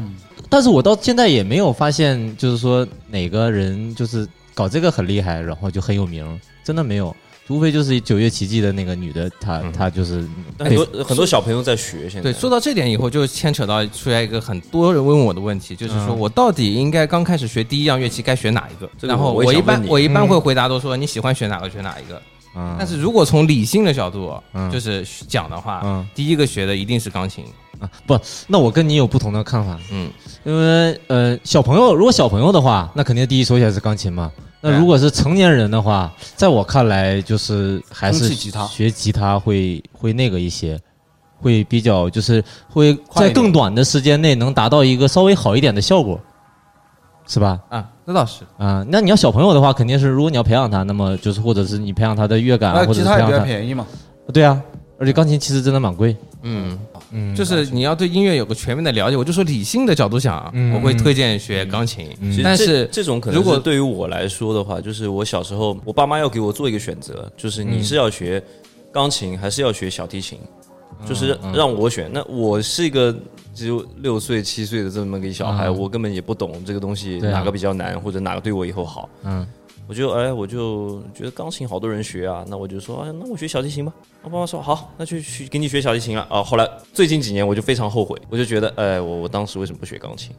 Speaker 6: 但是我到现在也没有发现，就是说哪个人就是搞这个很厉害，然后就很有名，真的没有。无非就是《九月奇迹》的那个女的，她她就是
Speaker 7: 但很多很多小朋友在学现在。
Speaker 8: 啊哎对，说到这点以后，就牵扯到出来一个很多人问我的问题，就是说我到底应该刚开始学第一样乐器该学哪一个？
Speaker 7: 这个
Speaker 8: 然后
Speaker 7: 我也
Speaker 8: 我一
Speaker 7: 想
Speaker 8: 般
Speaker 7: 问你
Speaker 8: 我一般会回答都说你喜欢学哪个学哪一个。
Speaker 6: 啊
Speaker 8: 但是如果从理性的角度
Speaker 6: 嗯
Speaker 8: 就是讲的话
Speaker 6: 嗯，
Speaker 8: 第一个学的一定是钢琴。
Speaker 6: 啊，不，那我跟你有不同的看法，
Speaker 8: 嗯，
Speaker 6: 因为呃，小朋友如果小朋友的话，那肯定第一首选是钢琴嘛。那
Speaker 8: 对
Speaker 6: 如果是成年人的话，在我看来就是还
Speaker 4: 空
Speaker 6: 是
Speaker 4: 气吉他
Speaker 6: 学吉他会会那个一些，会比较就是会
Speaker 4: 快一点
Speaker 6: 在更短的时间内能达到一个稍微好一点的效果，是吧？
Speaker 8: 啊，那倒是，
Speaker 6: 啊、那你要小朋友的话，肯定是如果你要培养他，那么就是或者是你培养他的乐感啊，
Speaker 4: 那
Speaker 6: 或者
Speaker 4: 吉
Speaker 6: 是
Speaker 4: 他
Speaker 6: 培
Speaker 4: 也比
Speaker 6: 养
Speaker 4: 较
Speaker 6: 他，
Speaker 4: 便宜嘛。
Speaker 6: 对啊，而且钢琴其实真的蛮贵。
Speaker 8: 嗯，
Speaker 6: 嗯
Speaker 8: 就是你要对音乐有个全面的了解。我就说理性的角度想，
Speaker 6: 嗯
Speaker 8: 我会推荐学钢琴，
Speaker 7: 其实
Speaker 8: 但
Speaker 7: 这
Speaker 8: 是
Speaker 7: 这种可能
Speaker 8: 如
Speaker 7: 如
Speaker 8: 果
Speaker 7: 果对于我来说的话，就是我小时候我爸妈要给我做一个选择，就是
Speaker 8: 嗯
Speaker 7: 你是要学钢琴还是要学小提琴，就是
Speaker 8: 嗯
Speaker 7: 让我选。那我是一个只有六岁七岁的这么一个小孩，
Speaker 6: 嗯
Speaker 7: 我根本也不懂这个东西
Speaker 6: 对啊
Speaker 7: 哪个比较难，或者哪个对我以后好。
Speaker 6: 嗯
Speaker 7: 我就哎，我就觉得钢琴好多人学啊，那我就说，哎，那我学小提琴吧。我爸妈说好，那就去给你学小提琴了啊。后来最近几年我就非常后悔，我就觉得，哎，我我当时为什么不学钢琴？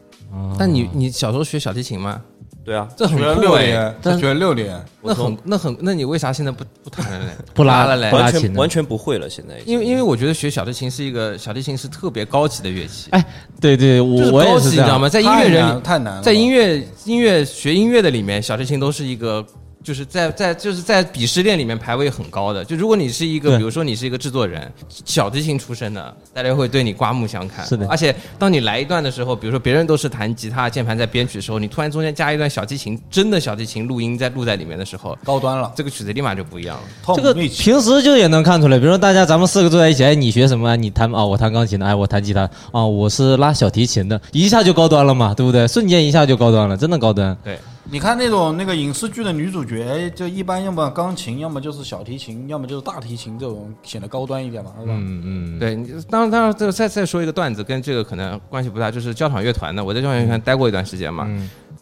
Speaker 8: 但你你小时候学小提琴吗？
Speaker 7: 对啊，
Speaker 8: 这很
Speaker 4: 学了
Speaker 8: 酷
Speaker 4: 六
Speaker 8: 哎，
Speaker 4: 年，他学了六年，
Speaker 8: 那很那很那你为啥现在不不弹了嘞？
Speaker 6: 不拉
Speaker 8: 了嘞
Speaker 6: 哎不？拉
Speaker 7: 完
Speaker 6: 琴
Speaker 7: 全
Speaker 6: 的
Speaker 7: 完全不会了，现在已经
Speaker 8: 因为因为我觉得学小提琴是一个小提琴是特别高级的乐器，
Speaker 6: 哎，对对，
Speaker 8: 就
Speaker 6: 我
Speaker 8: 是
Speaker 6: 我
Speaker 8: 高
Speaker 6: 也
Speaker 8: 级，
Speaker 6: 是
Speaker 8: 你
Speaker 6: 这
Speaker 8: 知道
Speaker 6: 样。
Speaker 8: 吗？在音乐
Speaker 4: 太
Speaker 8: 人
Speaker 4: 难
Speaker 8: 里，
Speaker 4: 太难了，
Speaker 8: 在音乐音乐学音乐的里面，小提琴都是一个。就是在在就是在鄙视链里面排位很高的，就如果你是一个，
Speaker 6: 对
Speaker 8: 比如说你是一个制作人，小提琴出身的，大家会对你刮目相看。
Speaker 6: 是的
Speaker 8: 而且当你来一段的时候，比如说别人都是弹吉他、键盘在编曲的时候，你突然中间加一段小提琴，真的小提琴录音在录在里面的时候，
Speaker 4: 高端了。
Speaker 8: 这个曲子立马就不一样了。
Speaker 6: 这个
Speaker 4: Tom Mitch
Speaker 6: 平时就也能看出来，比如说大家咱们四个坐在一起，哎，你学什么啊？你弹啊、我弹钢琴的，哎，我弹吉他啊、我是拉小提琴的，一下就高端了嘛，对不对？瞬间一下就高端了，真的高端。
Speaker 8: 对，
Speaker 4: 你看那种那个影视剧的女主角，就一般要么钢琴，要么就是小提琴，要么就是大提琴，这种显得高端一点嘛，是吧？
Speaker 6: 嗯嗯，
Speaker 8: 对，你当然，当然，这个再再说一个段子，跟这个可能关系不大，就是交响乐团的，我在交响乐
Speaker 4: 嗯
Speaker 8: 团待过一段时间嘛，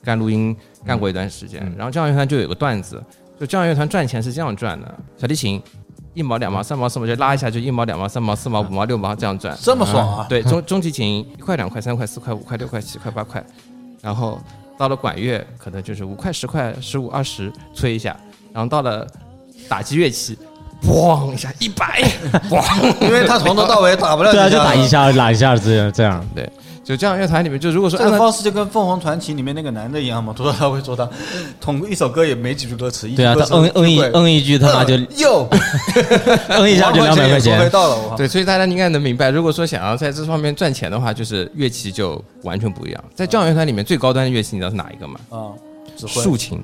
Speaker 8: 干录音干过一段时间，
Speaker 4: 嗯
Speaker 8: 然后交响乐团就有个段子，就交响乐团赚钱是这样赚的，小提琴一毛两毛三毛四毛就拉一下，就一毛两毛三毛四毛五毛六毛这样赚，嗯
Speaker 4: 这么爽啊！
Speaker 8: 对，中中提琴一块两块三块四块五块六块七块八块，然后到了管乐可能就是五块十块十五二十吹一下，然后到了打击乐器。咣一下一百，咣，
Speaker 4: 因为他从头到尾打不了，
Speaker 6: 对啊，就打一。下拉一下这这样。
Speaker 8: 对，就这样乐团里面，就如果说
Speaker 4: 这
Speaker 8: 按
Speaker 4: 个
Speaker 8: 照
Speaker 4: 方式就跟《凤凰传奇》里面那个男的一样嘛， 说他会说他，同一首歌也没几句歌词，一句
Speaker 6: 对啊，
Speaker 4: 歌
Speaker 6: 他
Speaker 4: 词
Speaker 6: 嗯嗯一
Speaker 4: 就会
Speaker 6: 嗯一句他妈就
Speaker 4: 又
Speaker 6: 嗯一下就两百块
Speaker 4: 回
Speaker 6: 钱。
Speaker 4: 到了我。
Speaker 8: 对，所以大家应该能明白，如果说想要在这方面赚钱的话，就是乐器就完全不一样。在交响乐团里面，最高端的乐器你知道是哪一个吗？
Speaker 4: 啊，指挥
Speaker 8: 竖琴，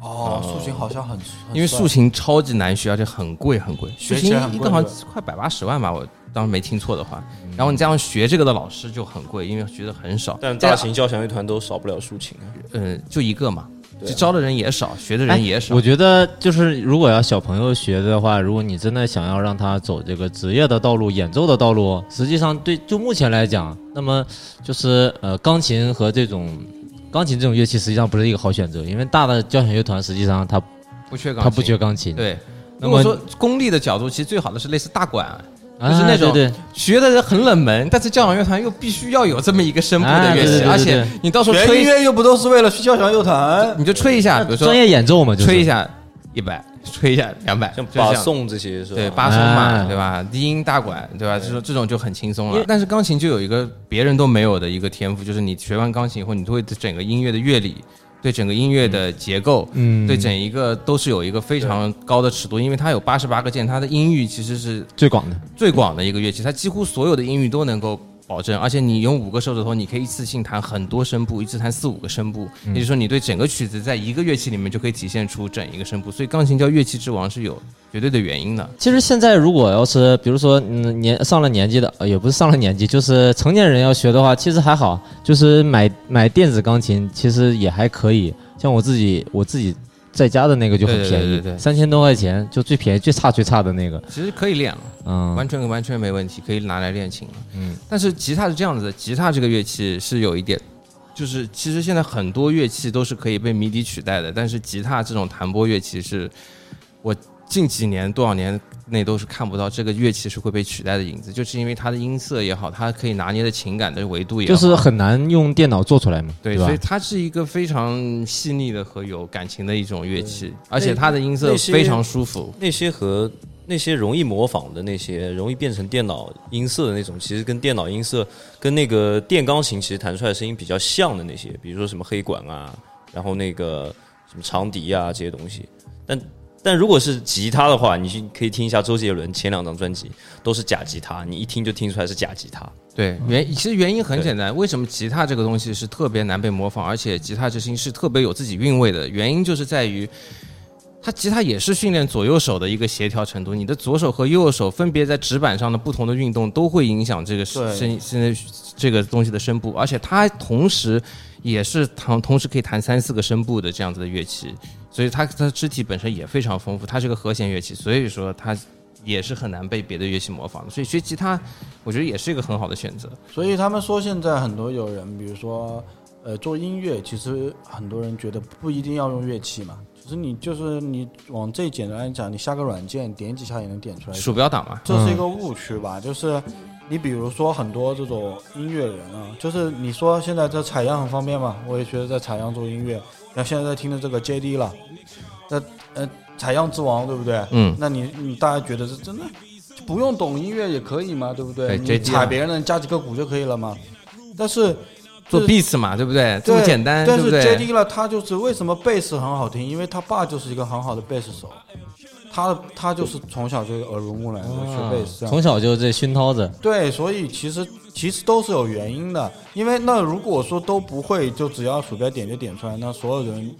Speaker 4: 哦，竖琴好像很，很
Speaker 8: 因为
Speaker 4: 帅
Speaker 8: 竖琴超级难学，而且很贵很贵，
Speaker 4: 学
Speaker 8: 竖
Speaker 4: 起
Speaker 8: 琴
Speaker 4: 来很
Speaker 8: 一
Speaker 4: 贵
Speaker 8: 个好
Speaker 4: 对嗯
Speaker 8: 像快百八十万吧，我当时没听错的话。然后你加上学这个的老师就很贵，因为学的很少。
Speaker 7: 但大
Speaker 8: 加
Speaker 7: 型交响乐团都少不了抒情啊。
Speaker 8: 呃就一个嘛，就招的人也少，学的
Speaker 6: 哎
Speaker 8: 人也少
Speaker 6: 我。觉得就是，如果要小朋友学的话，如果你真的想要让他走这个职业的道路、演奏的道路，实际上对就目前来讲，那么就是呃，钢琴和这种钢琴这种乐器实际上不是一个好选择，因为大的交响乐团实际上它
Speaker 8: 不缺钢琴，
Speaker 6: 它不缺钢琴，
Speaker 8: 对。
Speaker 6: 那
Speaker 8: 如果
Speaker 6: 么
Speaker 8: 说功利的角度，其实最好的是类似大管，
Speaker 6: 啊，
Speaker 8: 就是那种
Speaker 6: 对对
Speaker 8: 学的人很冷门，但是交响乐团又必须要有这么一个声部
Speaker 6: 啊
Speaker 8: 的乐
Speaker 6: 对对
Speaker 8: 器，
Speaker 6: 对
Speaker 8: 而且
Speaker 6: 对
Speaker 8: 你到时候
Speaker 4: 学音
Speaker 8: 吹，
Speaker 4: 乐又不都是为了去交响乐团？
Speaker 8: 你就吹一下，比如说
Speaker 6: 专业演奏嘛，就是
Speaker 8: 吹一下一百，吹一下两百，
Speaker 7: 像
Speaker 8: 就这
Speaker 7: 把
Speaker 8: 样。
Speaker 7: 送这些是吧？
Speaker 8: 对八声嘛，
Speaker 6: 啊
Speaker 8: 对吧？低音大管，对吧？这种这种就很轻松了。但是钢琴就有一个别人都没有的一个天赋，就是你学完钢琴以后，你对整个音乐的乐理，对整个音乐的结构，
Speaker 6: 嗯
Speaker 8: 对整一个都是有一个非常高的尺度，因为它有八十八个键，它的音域其实是
Speaker 6: 最广的，
Speaker 8: 最广的一个乐器，它几乎所有的音域都能够保证，而且你用五个手指头，你可以一次性弹很多声部，一次弹四五个声部，也就是说你对整个曲子在一个乐器里面就可以体现出整一个声部，所以钢琴叫乐器之王是有绝对的原因的。
Speaker 6: 其实现在如果要是比如说嗯年上了年纪的，呃也不是上了年纪，就是成年人要学的话，其实还好，就是买买电子钢琴其实也还可以。像我自己我自己在家的那个就很
Speaker 8: 对对
Speaker 6: 便宜，
Speaker 8: 对对对
Speaker 6: 三千多块钱就最便宜最差最差的那个，
Speaker 8: 其实可以练了，
Speaker 6: 嗯
Speaker 8: 完全完全没问题，可以拿来练琴了。嗯，但是吉他是这样子的，吉他这个乐器是有一点。就是其实现在很多乐器都是可以被迷笛取代的，但是吉他这种弹拨乐器是，我近几年多少年内都是看不到这个乐器是会被取代的影子，就是因为它的音色也好，它可以拿捏的情感的维度也好，
Speaker 6: 就是很难用电脑做出来嘛，
Speaker 8: 对，
Speaker 6: 吧
Speaker 8: 所以？它是一个非常细腻的和有感情的一种乐器，而且它的音色
Speaker 7: 那些
Speaker 8: 非常舒服。
Speaker 7: 那些和那些容易模仿的那些容易变成电脑音色的那种，其实跟电脑音色跟那个电钢琴其实弹出来的声音比较像的那些，比如说什么黑管啊，然后那个什么长笛啊这些东西。但但如果是吉他的话，你去可以听一下周杰伦前两张专辑都是假吉他，你一听就听出来是假吉他。
Speaker 8: 对，原其实原因很简单，为什么吉他这个东西是特别难被模仿，而且吉他之音是特别有自己韵味的？原因就是在于，它吉他也是训练左右手的一个协调程度，你的左手和右手分别在指板上的不同的运动都会影响这个
Speaker 4: 对
Speaker 8: 声现在这个东西的声部，而且它同时也是同同时可以弹三四个声部的这样子的乐器，所以它它肢体本身也非常丰富，它是个和弦乐器，所以说它也是很难被别的乐器模仿的，所以学吉他我觉得也是一个很好的选择。
Speaker 4: 所以他们说现在很多有人，比如说，呃，做音乐，其实很多人觉得不一定要用乐器嘛，其实你就是你往最简单来讲，你下个软件点几下也能点出来。
Speaker 8: 鼠标党嘛，
Speaker 4: 这是一个误区吧？就是你比如说很多这种音乐人啊，就是你说现在这采样很方便嘛，我也觉得在采样做音乐，那现在在听的这个 JD 了，那呃采样之王对不对？
Speaker 8: 嗯
Speaker 4: 那你你大家觉得是真的不用懂音乐也可以嘛，对不对？
Speaker 8: 对
Speaker 4: 你
Speaker 8: JD 啊
Speaker 4: 采别人的加几个鼓就可以了嘛。但是
Speaker 8: 做
Speaker 4: 这
Speaker 8: beats 嘛，对不对？这
Speaker 4: 对
Speaker 8: 么简单，
Speaker 4: 但
Speaker 8: 对不
Speaker 4: 是
Speaker 8: 对？
Speaker 4: JD 了，他就是为什么贝斯很好听，因为他爸就是一个很好的贝斯手。他他就是从小就耳濡目染的
Speaker 8: 啊
Speaker 4: 学贝斯这样，
Speaker 6: 从小就这熏陶着，
Speaker 4: 对，所以其实其实都是有原因的，因为那如果说都不会，就只要鼠标点就点出来，那所有人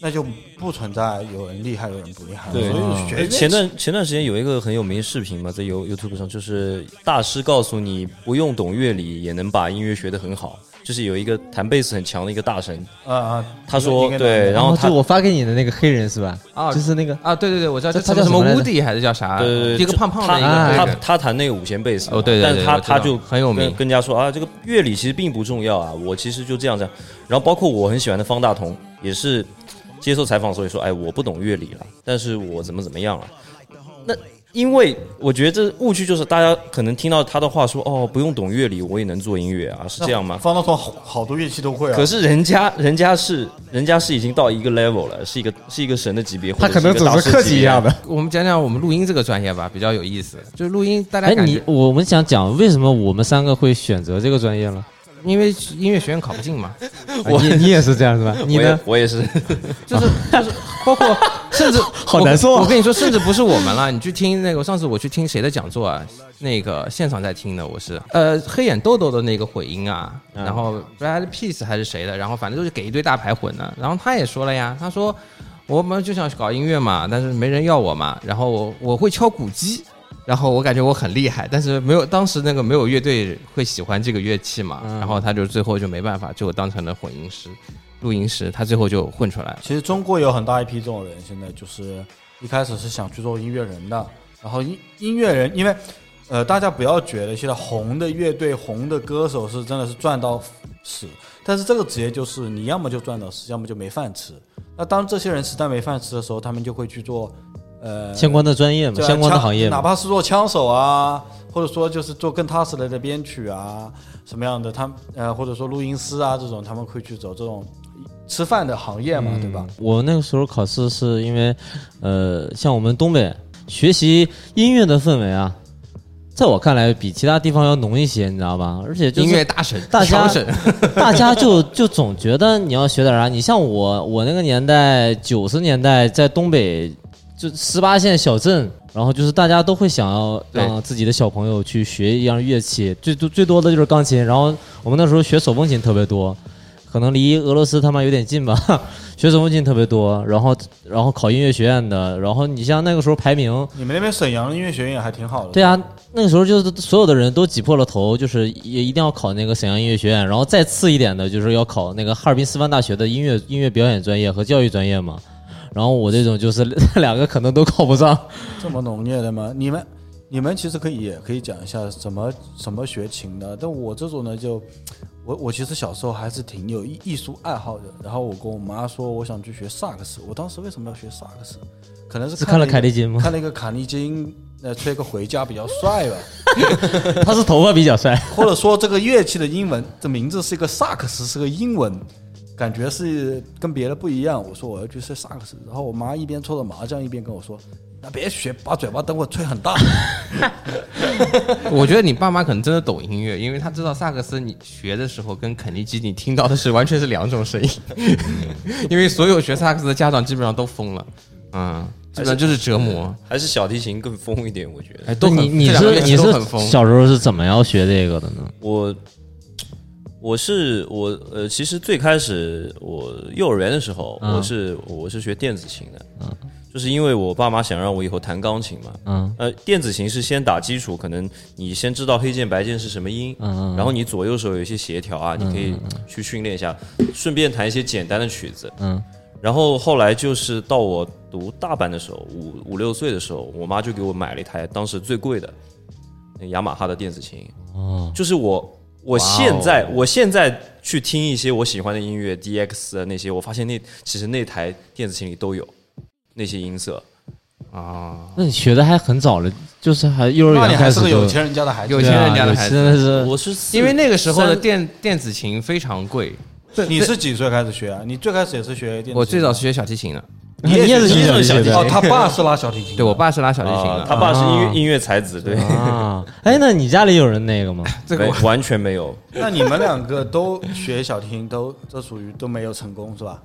Speaker 4: 那就不存在有人厉害有人不厉害了，
Speaker 7: 对
Speaker 4: 所以
Speaker 6: 嗯
Speaker 4: 学
Speaker 7: 哎
Speaker 4: 乐器
Speaker 7: 前段前段时间有一个很有名的视频嘛，在 You YouTube 上，就是大师告诉你不用懂乐理也能把音乐学得很好，就是有一个弹贝斯很强的一个大神，
Speaker 4: 啊啊，
Speaker 7: 他说
Speaker 4: 应该
Speaker 7: 对，然后
Speaker 6: 哦
Speaker 7: 他
Speaker 6: 就我发给你的那个黑人是吧？
Speaker 8: 啊
Speaker 6: 就是那个
Speaker 8: 啊，对对对，我知道
Speaker 6: 这
Speaker 8: 这
Speaker 6: 他叫
Speaker 8: 什
Speaker 6: 什么
Speaker 8: 么
Speaker 6: 来着
Speaker 8: Woody 还是叫啥？
Speaker 7: 对对对，
Speaker 8: 啊一个胖胖的一个
Speaker 6: 啊
Speaker 8: 黑
Speaker 7: 他
Speaker 8: 人
Speaker 7: 他他弹那个五弦贝斯嘛，
Speaker 8: 哦对对
Speaker 7: 但是
Speaker 8: 对
Speaker 7: 他
Speaker 8: 我知道
Speaker 7: 他就
Speaker 8: 很有名
Speaker 7: 跟跟人家说啊，这个乐理其实并不重要啊，我其实就这样这样。然后包括我很喜欢的方大同也是接受采访的时候也说，哎，我不懂乐理了，但是我怎么怎么样了。那因为我觉得这误区就是大家可能听到他的话说，哦，不用懂乐理我也能做音乐啊，是这样吗？
Speaker 4: 方大同好好多乐器都会啊，
Speaker 7: 可是人家，人家是，人家是已经到一个 level 了，是一个是一个神的级别，
Speaker 6: 他可能
Speaker 7: 或者一个
Speaker 6: 总
Speaker 7: 大
Speaker 6: 是
Speaker 7: 师
Speaker 6: 客气一
Speaker 7: 级别
Speaker 6: 样的。
Speaker 8: 我们讲讲我们录音这个专业吧，比较有意思。就是录音，大家
Speaker 6: 哎，
Speaker 8: 感
Speaker 6: 你
Speaker 8: 觉，
Speaker 6: 我们想讲为什么我们三个会选择这个专业 了？
Speaker 8: 因为音乐学院考不进嘛，
Speaker 6: 啊你你也是这样是吧？你
Speaker 7: 我
Speaker 6: 呢
Speaker 7: 也？我也是，
Speaker 8: 就是就是包括甚至
Speaker 6: 好难受啊
Speaker 8: 我我跟你说，甚至不是我们了，你去听那个上次我去听谁的讲座啊？那个现场在听的，我是呃黑眼豆豆的那个混音啊，然后 Brad Piece 还是谁的，然后反正就是给一堆大牌混的。然后他也说了呀，他说我们就想搞音乐嘛，但是没人要我嘛，然后我我会敲鼓机。然后我感觉我很厉害，但是没有当时那个没有乐队会喜欢这个乐器嘛，
Speaker 6: 嗯
Speaker 8: 然后他就最后就没办法，就当成了混音师、录音师，他最后就混出来了。
Speaker 4: 其实中国有很大一批这种人，现在就是一开始是想去做音乐人的，然后音音乐人，因为呃，大家不要觉得现在红的乐队、红的歌手是真的是赚到死，但是这个职业就是你要么就赚到死，要么就没饭吃。那当这些人实在没饭吃的时候，他们就会去做呃
Speaker 6: 相关的专业嘛，
Speaker 4: 对啊
Speaker 6: 相关的
Speaker 4: 枪
Speaker 6: 行业
Speaker 4: 哪
Speaker 6: 嘛。
Speaker 4: 怕是做枪手啊，或者说就是做更踏实的的编曲啊，什么样的，他们呃或者说录音师啊这种，他们会去走这种吃饭的行业嘛，对吧？
Speaker 6: 我那个时候考试是因为，呃，像我们东北学习音乐的氛围啊，在我看来比其他地方要浓一些，你知道吧？而且就是
Speaker 8: 音乐大神，
Speaker 6: 大家
Speaker 8: 强神，
Speaker 6: 大家就就总觉得你要学点啥。你像我，我那个年代，九十年代在东北，就十八线小镇，然后就是大家都会想要
Speaker 8: 对
Speaker 6: 让自己的小朋友去学一样乐器，最多最多的就是钢琴。然后我们那时候学手风琴特别多，可能离俄罗斯他妈有点近吧， 学手风琴特别多。然后然后考音乐学院的，然后你像那个时候排名，
Speaker 4: 你们那边沈阳音乐学院还挺好的，
Speaker 6: 对啊，那个时候就是所有的人都挤破了头，就是也一定要考那个沈阳音乐学院，然后再次一点的就是要考那个哈尔滨师范大学的音乐音乐表演专业和教育专业嘛。然后我这种就是 两个可能都考不上，
Speaker 4: 这么浓烈的吗？你们你们其实可以也可以讲一下怎么怎么学琴的，但我这种呢就。我我其实小时候还是挺有艺艺术爱好的，然后我跟我妈说我想去学萨克斯，我当时为什么要学萨克斯？可能是
Speaker 6: 是看了
Speaker 4: 一个
Speaker 6: 凯利金吗？
Speaker 4: 看了一个卡尼金，呃，吹个回家比较帅吧，
Speaker 6: 他是头发比较帅，
Speaker 4: 或者说这个乐器的英文的名字是一个萨克斯，是个英文，感觉是跟别的不一样。我说我要去吹萨克斯，然后我妈一边搓着麻将一边跟我说：“那别学，把嘴巴等我吹很 大。
Speaker 8: 我觉得你爸妈可能真的懂音乐，因为他知道萨克斯你学的时候跟肯尼基你听到的是完全是两种声音，
Speaker 6: 嗯
Speaker 8: 因为所有学萨克斯的家长基本上都疯了，嗯，基本上就是折磨。
Speaker 7: 还是小提琴更疯一点，我觉得。
Speaker 8: 哎，都很
Speaker 6: 你你
Speaker 8: 这两
Speaker 6: 是
Speaker 8: 个乐器
Speaker 6: 你
Speaker 8: 都
Speaker 6: 是
Speaker 8: 很疯，
Speaker 6: 小时候是怎么样学这个的呢？
Speaker 7: 我我是我呃，其实最开始我幼儿园的时候，
Speaker 6: 嗯
Speaker 7: 我是我是学电子琴的，就是因为我爸妈想让我以后弹钢琴嘛。
Speaker 6: 嗯
Speaker 7: 呃，电子琴是先打基础，可能你先知道黑键白键是什么音，
Speaker 6: 嗯嗯嗯
Speaker 7: 然后你左右手有一些协调啊，你可以去训练一下，顺便弹一些简单的曲子。
Speaker 6: 嗯
Speaker 7: 然后后来就是到我读大班的时候，五五六岁的时候，我妈就给我买了一台当时最贵的那雅马哈的电子琴。
Speaker 6: 哦，
Speaker 7: 就是我我现在、我现在去听一些我喜欢的音乐，DX 啊那些，我发现那其实那台电子琴里都有那些音色。
Speaker 8: 啊，
Speaker 6: 那你学的还很早了，就是还幼儿
Speaker 4: 那你
Speaker 6: 园
Speaker 4: 还
Speaker 6: 开
Speaker 4: 是
Speaker 6: 始
Speaker 4: 个
Speaker 6: 就
Speaker 4: 有钱人家的孩子，
Speaker 8: 有
Speaker 6: 对
Speaker 8: 钱
Speaker 6: 啊
Speaker 8: 人家的孩子
Speaker 6: 真的是
Speaker 7: 我是四
Speaker 8: 因为那个时候的
Speaker 7: 三
Speaker 8: 电电子琴非常贵，
Speaker 4: 你是几岁开始学啊？你最开始也是学电子琴？
Speaker 8: 我最早是学小提琴的，
Speaker 6: 你也是
Speaker 7: 你也
Speaker 6: 小提
Speaker 7: 是小提
Speaker 6: 琴
Speaker 7: 琴
Speaker 4: 哦，他爸是拉小提琴，
Speaker 8: 对我，爸是拉小提琴
Speaker 7: 啊
Speaker 8: 的，，嗯
Speaker 7: 他爸是音乐、
Speaker 6: 啊
Speaker 7: 音乐才子，对，
Speaker 6: 啊？哎，那你家里有人那个吗？
Speaker 8: 这个
Speaker 7: 没完全没有。
Speaker 4: 那你们两个都学小提琴，都这属于都没有成功是吧？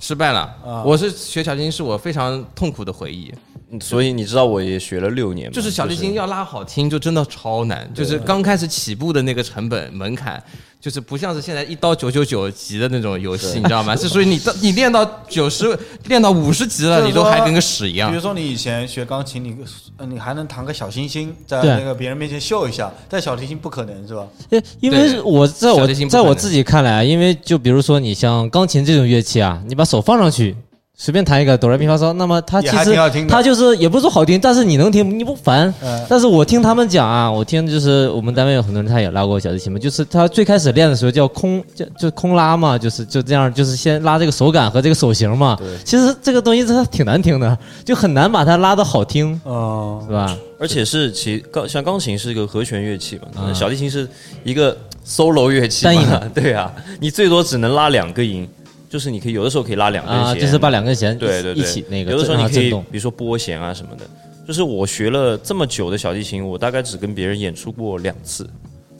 Speaker 8: 失败
Speaker 7: 啊
Speaker 8: 了。我是学小提琴是我非常痛苦的回忆，
Speaker 7: 所以你知道我也学了六年嘛，
Speaker 8: 嗯就是小提琴要拉好听就真的超难，就是刚开始起步的那个成本门槛，就是不像是现在一刀九九九级的那种游戏，你知道吗？是属于你到你练到九十，练到五十级了，
Speaker 4: 就是
Speaker 8: 你都还
Speaker 4: 说
Speaker 8: 跟个屎一样
Speaker 4: 比如。说你以前学钢琴，你呃你还能弹个小星星，在
Speaker 6: 对
Speaker 4: 那个别人面前秀一下，在小提琴不可能是吧？
Speaker 6: 因因
Speaker 8: 对
Speaker 6: 为我在
Speaker 8: 小
Speaker 6: 我
Speaker 8: 提琴不
Speaker 6: 在
Speaker 8: 可
Speaker 6: 我
Speaker 8: 能
Speaker 6: 自己看来啊，因为就比如说你像钢琴这种乐器啊，你把手放上去。随便弹一个哆来咪发嗦，那么它
Speaker 4: 也
Speaker 6: 其
Speaker 4: 还挺好听
Speaker 6: 实
Speaker 4: 的
Speaker 6: 它就是也不是说好听，但是你能听，你不烦
Speaker 4: 嗯。
Speaker 6: 但是我听他们讲啊，我听就是我们单位有很多人他也拉过小提琴嘛，就是他最开始练的时候叫空，就就空拉嘛，就是就这样，就是先拉这个手感和这个手型嘛。其实这个东西它挺难听的，就很难把它拉的好听，
Speaker 4: 哦，
Speaker 6: 是吧？
Speaker 7: 而且是其钢像钢琴是一个和弦乐器嘛，那小提琴是一个 solo 乐器
Speaker 6: 单
Speaker 7: 嘛
Speaker 6: 音，
Speaker 7: 对啊，你最多只能拉两个音，就是你可以有的时候可以拉两根弦，
Speaker 6: 啊，就是把两根弦
Speaker 7: 对对
Speaker 6: 一
Speaker 7: 对
Speaker 6: 起那个
Speaker 7: 有的时候
Speaker 6: 让
Speaker 7: 你
Speaker 6: 它
Speaker 7: 可
Speaker 6: 震
Speaker 7: 以
Speaker 6: 动。
Speaker 7: 比如说拨弦啊什么的。就是我学了这么久的小提琴，我大概只跟别人演出过两次，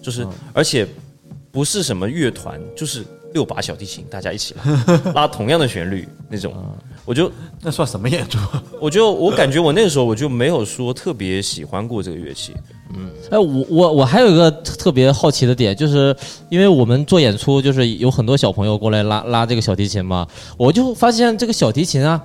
Speaker 7: 就是、
Speaker 6: 嗯
Speaker 7: 而且不是什么乐团，就是六把小提琴大家一起 拉拉同样的旋律那种，
Speaker 6: 嗯
Speaker 7: 我就
Speaker 4: 那算什么演出？
Speaker 7: 我就我感觉我那个时候我就没有说特别喜欢过这个乐器，
Speaker 6: 哎，我我我还有一个特特别好奇的点，就是因为我们做演出，就是有很多小朋友过来拉拉这个小提琴嘛，我就发现这个小提琴啊，